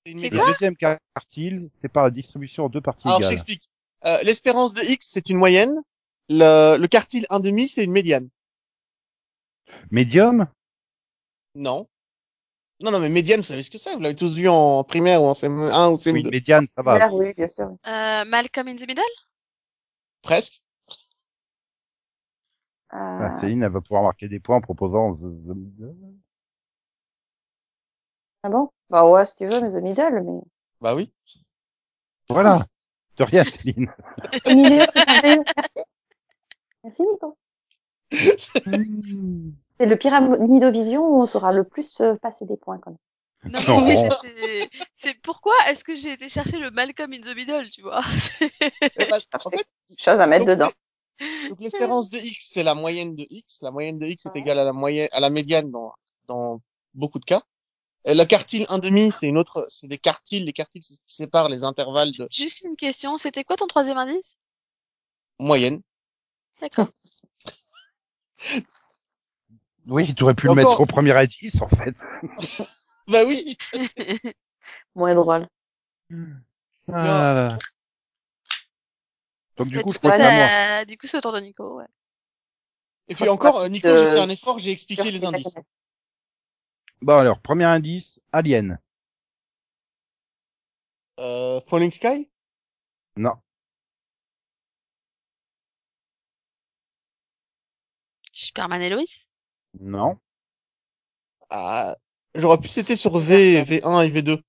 [SPEAKER 6] C'est une
[SPEAKER 4] C'est
[SPEAKER 1] Le
[SPEAKER 6] médiane.
[SPEAKER 1] deuxième quartile, c'est par la distribution en deux parties
[SPEAKER 6] Alors, je
[SPEAKER 1] égales.
[SPEAKER 6] t'explique. Euh, L'espérance de X, c'est une moyenne. Le, le quartile, un demi, c'est une médiane.
[SPEAKER 1] Médium
[SPEAKER 6] Non. Non, non, mais médiane, vous savez ce que c'est Vous l'avez tous vu en primaire ou en CM1 ou
[SPEAKER 1] Oui,
[SPEAKER 6] CM2
[SPEAKER 1] médiane, ça va.
[SPEAKER 9] Claire, oui, bien sûr.
[SPEAKER 4] Euh, Malcolm in the Middle
[SPEAKER 6] Presque.
[SPEAKER 1] Ah,
[SPEAKER 9] Euh,
[SPEAKER 1] Céline, elle va pouvoir marquer des points en proposant euh, The- The Middle.
[SPEAKER 9] Ah bon? Bah ouais, si tu veux, mais The Middle, mais.
[SPEAKER 6] Bah oui.
[SPEAKER 1] Voilà. De rien, Céline.
[SPEAKER 9] The Middle, c'est merveilleux. Merci, Nico. C'est le pyramidovision où on saura le plus euh, passer des points, quand même.
[SPEAKER 4] Non,
[SPEAKER 1] Non.
[SPEAKER 4] mais c'est- c'est pourquoi est-ce que j'ai été chercher le Malcolm in the Middle, tu vois C'est-
[SPEAKER 6] Mais parce- en fait,
[SPEAKER 9] Chose à mettre
[SPEAKER 6] donc,
[SPEAKER 9] dedans.
[SPEAKER 6] donc l'espérance de X, c'est la moyenne de X. La moyenne de X est
[SPEAKER 9] Ouais.
[SPEAKER 6] égale à la moyenne, à la médiane dans, dans beaucoup de cas. Et la quartile un demi, c'est une autre, c'est des quartiles. Les quartiles, c'est ce qui sépare les intervalles de
[SPEAKER 4] Juste une question, c'était quoi ton troisième indice
[SPEAKER 6] moyenne.
[SPEAKER 4] D'accord.
[SPEAKER 1] Oui, tu aurais pu le
[SPEAKER 6] Encore.
[SPEAKER 1] mettre au premier indice, en fait.
[SPEAKER 6] Bah oui.
[SPEAKER 9] Moins drôle.
[SPEAKER 1] Ah. Donc,
[SPEAKER 4] Bah,
[SPEAKER 1] du coup, je
[SPEAKER 9] crois
[SPEAKER 1] passe
[SPEAKER 9] que
[SPEAKER 1] à
[SPEAKER 6] euh,
[SPEAKER 1] moi.
[SPEAKER 4] ça- du coup, c'est autour de Nico, ouais.
[SPEAKER 6] Et puis encore, euh, Nico,
[SPEAKER 9] Euh,
[SPEAKER 6] j'ai fait un effort, j'ai expliqué
[SPEAKER 9] Sûr que
[SPEAKER 6] les
[SPEAKER 9] t'as
[SPEAKER 6] indices.
[SPEAKER 9] connaître.
[SPEAKER 1] Bon, alors, premier indice, Alien.
[SPEAKER 6] Euh, Falling Sky?
[SPEAKER 1] Non.
[SPEAKER 4] Superman et Lois
[SPEAKER 1] Non.
[SPEAKER 6] Ah, j'aurais pu c'était sur V, V1 et V2.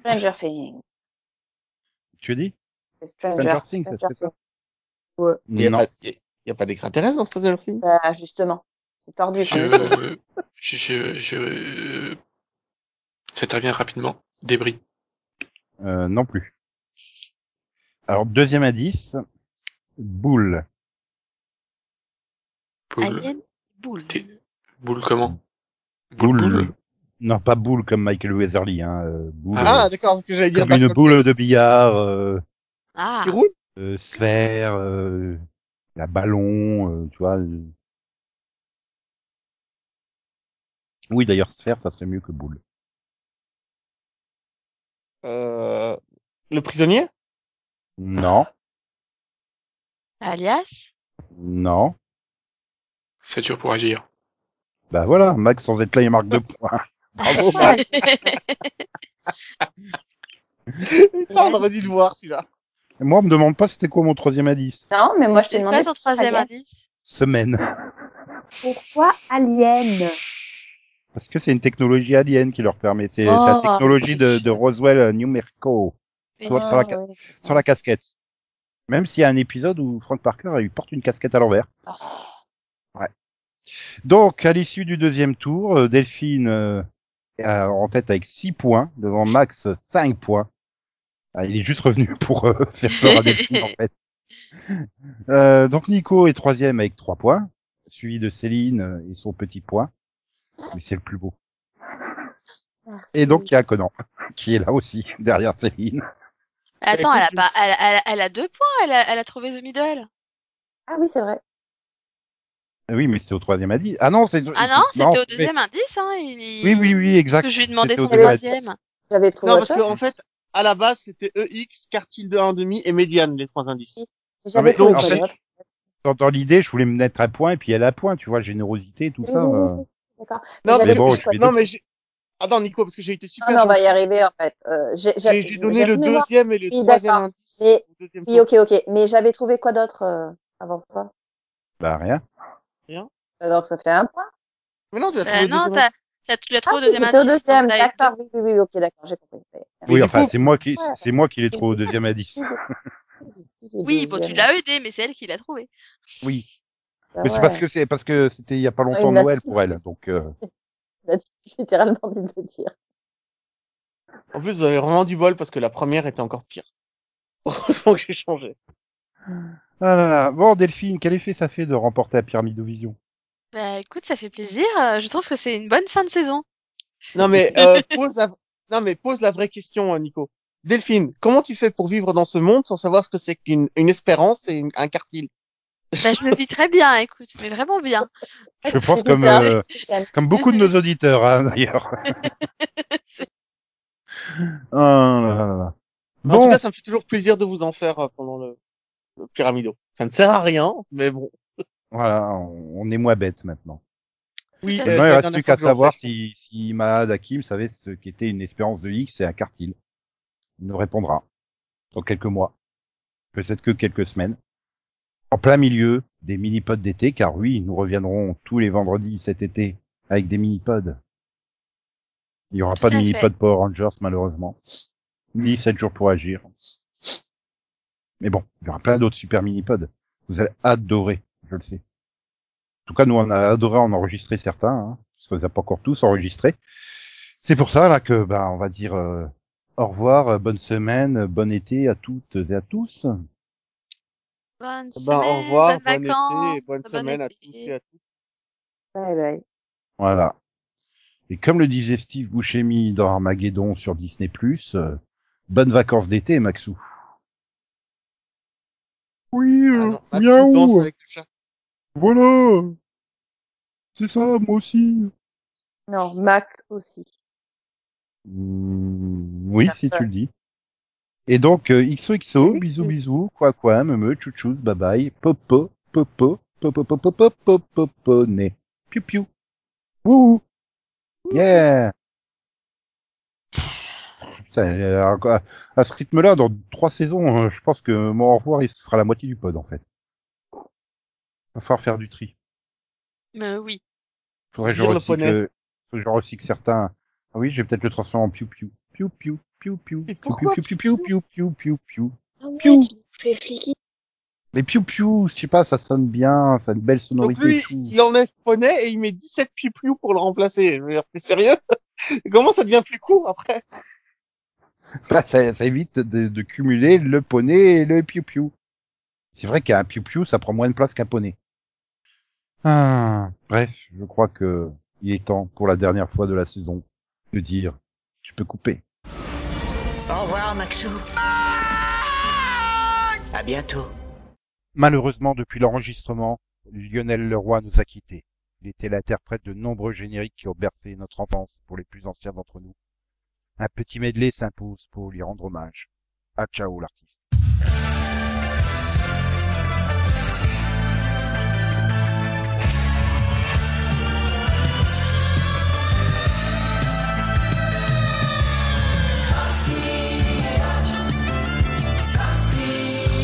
[SPEAKER 9] Stranger Things.
[SPEAKER 1] Tu as dit?
[SPEAKER 9] C'est
[SPEAKER 1] Stranger
[SPEAKER 9] Stranger.
[SPEAKER 1] Things, ça
[SPEAKER 9] Stranger
[SPEAKER 1] serait ça?
[SPEAKER 9] Ouais.
[SPEAKER 6] Il y a
[SPEAKER 1] Non.
[SPEAKER 6] pas, il y a pas d'extraterrestre dans Stranger Things?
[SPEAKER 9] Bah, justement. C'est tordu.
[SPEAKER 5] Je,
[SPEAKER 9] c'est métier.
[SPEAKER 5] euh, je, je, je, j'interviens rapidement. Débris.
[SPEAKER 1] Euh, non plus. Alors, deuxième indice, boule.
[SPEAKER 5] Boule.
[SPEAKER 4] Alien Boule.
[SPEAKER 5] T'es- Boule comment
[SPEAKER 1] Boule. Non, pas boule comme Michael Weatherly. Hein, euh, boule,
[SPEAKER 6] Ah,
[SPEAKER 1] euh,
[SPEAKER 6] d'accord, parce que j'allais dire
[SPEAKER 1] Comme une
[SPEAKER 6] d'accord.
[SPEAKER 1] boule de billard, euh,
[SPEAKER 4] Ah.
[SPEAKER 6] qui roule.
[SPEAKER 1] euh, sphère, euh, la ballon, euh, tu vois. euh. Oui, d'ailleurs, sphère, ça serait mieux que boule.
[SPEAKER 6] Euh, le prisonnier
[SPEAKER 1] Non,
[SPEAKER 4] Alias
[SPEAKER 1] non.
[SPEAKER 5] C'est dur pour agir.
[SPEAKER 1] Bah voilà, Max sans être là, il marque deux points.
[SPEAKER 9] Ah
[SPEAKER 1] Bravo,
[SPEAKER 6] Ah,
[SPEAKER 1] Max.
[SPEAKER 6] Putain, on aurait dû le voir, celui-là.
[SPEAKER 1] Et Moi, on me demande pas c'était quoi mon troisième indice.
[SPEAKER 9] Non, mais moi je te
[SPEAKER 4] C'est
[SPEAKER 9] demandais
[SPEAKER 4] quoi ton troisième
[SPEAKER 9] Alien.
[SPEAKER 4] indice
[SPEAKER 1] Semaine.
[SPEAKER 9] pourquoi Alien
[SPEAKER 1] Parce que c'est une technologie alien qui leur permet. C'est
[SPEAKER 4] Oh,
[SPEAKER 1] la technologie de, de Roswell euh, New Mexico.
[SPEAKER 4] Mais
[SPEAKER 1] Toi,
[SPEAKER 4] c'est-
[SPEAKER 1] sur, la,
[SPEAKER 9] Ah,
[SPEAKER 1] ca- sur la casquette. Même s'il y a un épisode où Frank Parker il porte une casquette à l'envers.
[SPEAKER 4] Ah.
[SPEAKER 1] Ouais. Donc, à l'issue du deuxième tour, euh, Delphine euh, est euh, en tête avec 6 points, devant Max 5 points. Ah, il est juste revenu pour euh, faire peur à Delphine en fait. Euh, donc Nico est troisième avec 3 points, suivi de Céline euh, et son petit point. Mais c'est le plus beau.
[SPEAKER 9] Ah,
[SPEAKER 1] Et donc il y a Conan, qui est là aussi, derrière Céline.
[SPEAKER 4] Bah, Attends, elle a
[SPEAKER 6] Écoute,
[SPEAKER 4] pas, elle, elle- elle a deux points. Elle a, elle a trouvé The Middle.
[SPEAKER 9] Ah oui, c'est vrai.
[SPEAKER 1] Ah Oui, mais c'est au troisième indice. Ah non, c'est...
[SPEAKER 4] Ah non,
[SPEAKER 1] non,
[SPEAKER 4] c'était au
[SPEAKER 1] c'est-
[SPEAKER 4] deuxième indice. Hein, il- il-
[SPEAKER 1] Oui, oui, oui,
[SPEAKER 4] Parce
[SPEAKER 1] exact.
[SPEAKER 4] que je lui demandais
[SPEAKER 1] C'était
[SPEAKER 4] son
[SPEAKER 1] au deuxième indice.
[SPEAKER 4] troisième.
[SPEAKER 9] J'avais trouvé
[SPEAKER 6] Non, parce
[SPEAKER 9] ça.
[SPEAKER 6] que en fait, à la base, c'était E EX, quartile de 1,5 et médiane, les trois indices.
[SPEAKER 9] J'avais
[SPEAKER 1] mais
[SPEAKER 9] trouvé
[SPEAKER 1] donc,
[SPEAKER 9] ça.
[SPEAKER 1] en
[SPEAKER 9] j'avais trouvé.
[SPEAKER 1] Dans, dans l'idée, je voulais me mettre à point, et puis elle a point, tu vois, générosité, tout ça.
[SPEAKER 9] Oui, oui,
[SPEAKER 1] euh.
[SPEAKER 9] oui, D'accord.
[SPEAKER 6] Non,
[SPEAKER 9] j'avais
[SPEAKER 1] mais bon,
[SPEAKER 9] trouvé
[SPEAKER 1] je suis
[SPEAKER 9] ça.
[SPEAKER 6] Non, mais j'ai... Attends, Nico, parce que j'ai été super
[SPEAKER 9] Non, non, on va
[SPEAKER 6] gentil.
[SPEAKER 9] y arriver en fait. Euh, j'ai-
[SPEAKER 6] J'ai
[SPEAKER 9] j'ai
[SPEAKER 6] j'ai donné le
[SPEAKER 9] deuxième.
[SPEAKER 6] deuxième et le
[SPEAKER 9] Oui,
[SPEAKER 6] troisième
[SPEAKER 9] d'accord.
[SPEAKER 6] indice.
[SPEAKER 9] Mais-
[SPEAKER 6] au deuxième
[SPEAKER 9] Oui,
[SPEAKER 6] tour.
[SPEAKER 9] ok, ok. Mais j'avais trouvé quoi d'autre euh, avant ça
[SPEAKER 1] Bah rien.
[SPEAKER 9] Euh, Donc ça fait un point.
[SPEAKER 6] Mais
[SPEAKER 9] Euh,
[SPEAKER 6] non, tu l'as
[SPEAKER 4] Bah
[SPEAKER 6] trouvé au
[SPEAKER 4] non,
[SPEAKER 6] deuxième
[SPEAKER 4] t'as-
[SPEAKER 6] indice.
[SPEAKER 4] T'as- Tu l'as
[SPEAKER 9] Ah,
[SPEAKER 4] trouvé au
[SPEAKER 9] oui,
[SPEAKER 4] deuxième
[SPEAKER 9] c'était au
[SPEAKER 4] indice. donc
[SPEAKER 9] deuxième.
[SPEAKER 4] t'as eu
[SPEAKER 9] D'accord. Oui, oui, oui, ok, d'accord, j'ai compris. Ça y est.
[SPEAKER 6] Mais
[SPEAKER 1] oui,
[SPEAKER 6] du
[SPEAKER 1] enfin,
[SPEAKER 6] coup-
[SPEAKER 1] c'est moi qui,
[SPEAKER 9] Ouais.
[SPEAKER 1] c'est moi qui l'ai
[SPEAKER 9] Il
[SPEAKER 1] trouvé au
[SPEAKER 9] est-
[SPEAKER 1] deuxième indice.
[SPEAKER 9] Ah
[SPEAKER 4] deux. Oui, bon, tu l'as aidé, mais c'est elle qui l'a trouvé.
[SPEAKER 1] Oui.
[SPEAKER 9] Bah
[SPEAKER 1] Mais c'est
[SPEAKER 9] ouais.
[SPEAKER 1] parce que c'est parce que c'était il y a pas longtemps
[SPEAKER 9] il l'a
[SPEAKER 1] Noël
[SPEAKER 9] su.
[SPEAKER 1] pour elle, donc. euh,
[SPEAKER 9] Il a littéralement dit de le dire.
[SPEAKER 6] En plus, vous avez vraiment du bol parce que la première était encore pire. Heureusement que j'ai changé.
[SPEAKER 1] Ah là là. Bon, Delphine, quel effet ça fait de remporter la Pyramidovision
[SPEAKER 4] Bah écoute, ça fait plaisir. euh, Je trouve que c'est une bonne fin de saison.
[SPEAKER 6] Non, mais, euh, pose la... non, mais pose la vraie question, euh, Nico. Delphine, comment tu fais pour vivre dans ce monde sans savoir ce que c'est qu'une une espérance et une- un quartile
[SPEAKER 4] Bah je le vis très bien, écoute, mais vraiment bien.
[SPEAKER 1] Je pense
[SPEAKER 9] C'est
[SPEAKER 1] comme
[SPEAKER 9] bizarre.
[SPEAKER 1] euh, comme beaucoup de nos auditeurs, hein, d'ailleurs. Ah là là là.
[SPEAKER 6] En tout
[SPEAKER 1] Bon,
[SPEAKER 6] cas, ça me fait toujours plaisir de vous en faire euh, pendant le, le pyramido. Ça ne sert à rien, mais bon.
[SPEAKER 1] voilà, on on est moins bête maintenant.
[SPEAKER 6] Oui,
[SPEAKER 4] Tout à
[SPEAKER 6] euh,
[SPEAKER 4] fait.
[SPEAKER 1] Maintenant, il
[SPEAKER 6] c'est la
[SPEAKER 1] reste
[SPEAKER 6] dernière
[SPEAKER 1] plus qu'à
[SPEAKER 6] fois que j'en fais,
[SPEAKER 1] savoir
[SPEAKER 6] je pense.
[SPEAKER 1] si si Mahad Hakim savait ce qu'était une espérance de X et un quartile. Il nous répondra dans quelques mois, peut-être que quelques semaines. en plein milieu des mini-pods d'été, car oui, nous reviendrons tous les vendredis cet été avec des mini-pods. Il n'y aura
[SPEAKER 4] Tout
[SPEAKER 1] pas de
[SPEAKER 4] à fait.
[SPEAKER 1] mini-pods Power Rangers, malheureusement. Ni 7 jours pour agir. Mais bon, il y aura plein d'autres super mini-pods. Vous allez adorer, je le sais. En tout cas, nous, on a adoré en enregistrer certains, hein, parce qu'on les a pas encore tous enregistrés. C'est pour ça, là, que, bah, on va dire, euh, au revoir, euh, bonne semaine, euh, bon été à toutes et à tous.
[SPEAKER 4] Bonne
[SPEAKER 1] Bah,
[SPEAKER 6] Eh Ben,
[SPEAKER 4] semaine,
[SPEAKER 6] au revoir, bon
[SPEAKER 4] bonnes
[SPEAKER 6] été et
[SPEAKER 4] vacances,
[SPEAKER 6] bonne
[SPEAKER 4] bon
[SPEAKER 6] semaine à
[SPEAKER 4] été.
[SPEAKER 6] tous et à toutes.
[SPEAKER 9] Bye bye.
[SPEAKER 1] Voilà. Et comme le disait Steve Buscemi dans Armageddon sur Disney+, euh, bonnes vacances d'été, Maxou. Oui, euh,
[SPEAKER 6] Ah non, Maxou danse avec le chat.
[SPEAKER 1] voilà. C'est ça, moi aussi.
[SPEAKER 3] Non, Max aussi.
[SPEAKER 1] oui, si
[SPEAKER 3] Ouais.
[SPEAKER 1] tu le dis. Et donc, euh, XOXO, bisous bisous, quoi quoi, me me, chou chou, bye bye, popo, popo, popo, popo, popo, popo, né. Piu piu. Wouhou. Yeah. Putain, euh, à, à ce rythme-là, dans trois saisons, euh, je pense que mon au revoir, il se fera la moitié du pod, en fait. Va falloir faire du tri.
[SPEAKER 4] Mais oui.
[SPEAKER 1] Faudrait
[SPEAKER 6] Dire
[SPEAKER 1] genre
[SPEAKER 6] le
[SPEAKER 1] aussi
[SPEAKER 6] poney.
[SPEAKER 1] que, faudrait genre aussi que certains, ah oui, je vais peut-être le transformer en piou piou. Piou piou, piou piou.
[SPEAKER 6] Mais
[SPEAKER 1] Piou
[SPEAKER 6] pourquoi
[SPEAKER 1] piou piou piou piou piou piou piou.
[SPEAKER 9] Ah ouais,
[SPEAKER 1] Piou.
[SPEAKER 9] tu fais fliquer.
[SPEAKER 1] Mais piou piou, je sais pas, ça sonne bien, ça a une belle
[SPEAKER 6] Donc
[SPEAKER 1] sonorité.
[SPEAKER 6] lui,
[SPEAKER 1] et tout.
[SPEAKER 6] il enlève Poney et il met 17 pipiou pour le remplacer. Je veux dire, t'es sérieux Comment ça devient plus court après
[SPEAKER 1] Bah, ça, ça évite de, de cumuler le poney et le piou piou. C'est vrai qu'un piou piou, ça prend moins de place qu'un poney. Ah, bref, je crois que il est temps pour la dernière fois de la saison de dire tu peux couper.
[SPEAKER 10] Au revoir, Maxou. À bientôt.
[SPEAKER 1] Malheureusement, depuis l'enregistrement, Lionel Leroy nous a quittés. Il était l'interprète de nombreux génériques qui ont bercé notre enfance pour les plus anciens d'entre nous. Un petit medley s'impose pour lui rendre hommage. À ciao l'artiste.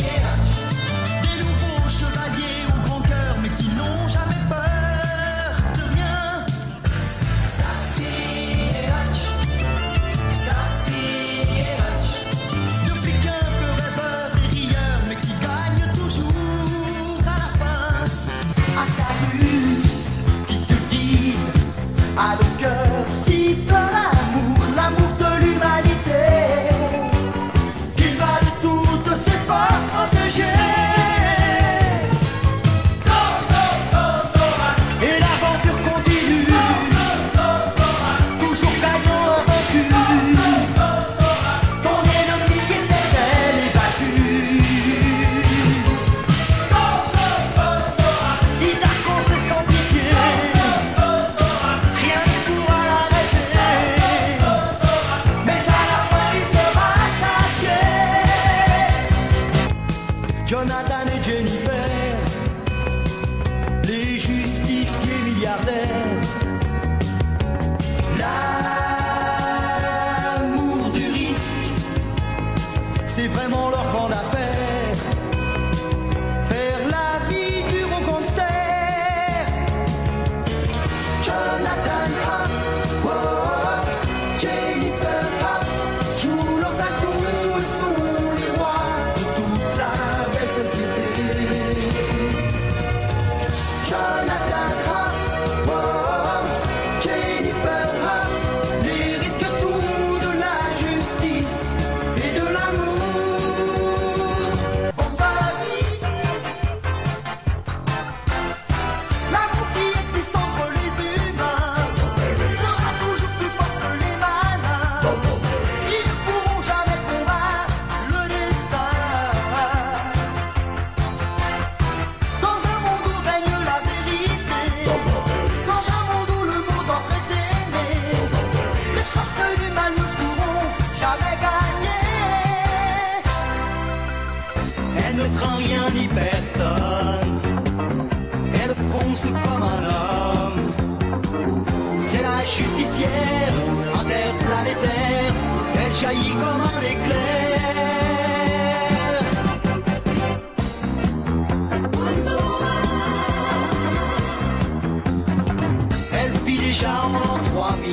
[SPEAKER 10] Des nouveaux chevaliers au grand cœur, mais qui n'ont jamais peur de rien. Depuis qu'un peu rêveur et rieur, mais qui gagne toujours à la fin. Atarius qui te guide à le cœur si plein d'amour, l'amour de l'humanité. Qu'il va de toutes ses forces protéger. Et l'aventure continue. Toujours gagnant invaincu. Ton ennemi éternel est battu. Il t'accorde sans pitié. Rien ne pourra l'arrêter. Mais à la fin, il sera châtié. Jonathan et Jennifer. Les justifiés milliardaires. L'amour du risque, c'est vraiment leur grande affaire. Faire la vie dure au gangster. Jonathan Hart, oh, oh, Jennifer Hart, jouent leurs atouts, sont les rois de toute la belle société. Jonathan Hart, oh, oh, Jennifer Hart, les risques fous de la justice et de l'amour. On va vite. L'amour qui existe entre les humains sera toujours plus fort que les malins. Ils ne pourront jamais combattre le destin. Dans un monde où règne la vérité, dans un monde où le monde en est les forces du mal ne pourront jamais gagner. Elle ne craint rien ni personne, elle fonce comme un homme. C'est la justicière interplanétaire, elle jaillit comme un éclair. Elle vit déjà en l'an 3000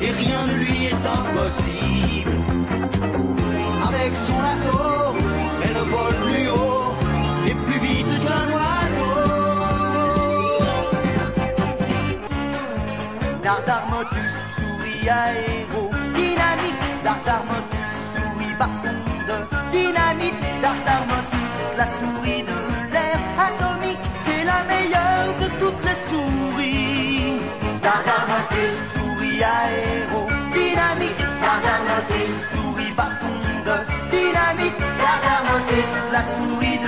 [SPEAKER 10] Et rien ne lui est impossible Avec son lasso, elle vole plus haut Et plus vite qu'un oiseau Dardar Motus sourit à héros Dynamite, Dardar Motus sourit baronde Dynamite, Dardar Motus, la souris de l'air atomique C'est la meilleure de toutes les souris Dardar Motus sourit à héros Dynamite, Dardar Motus sourit baronde Dynamite, Dardar Motus, la souris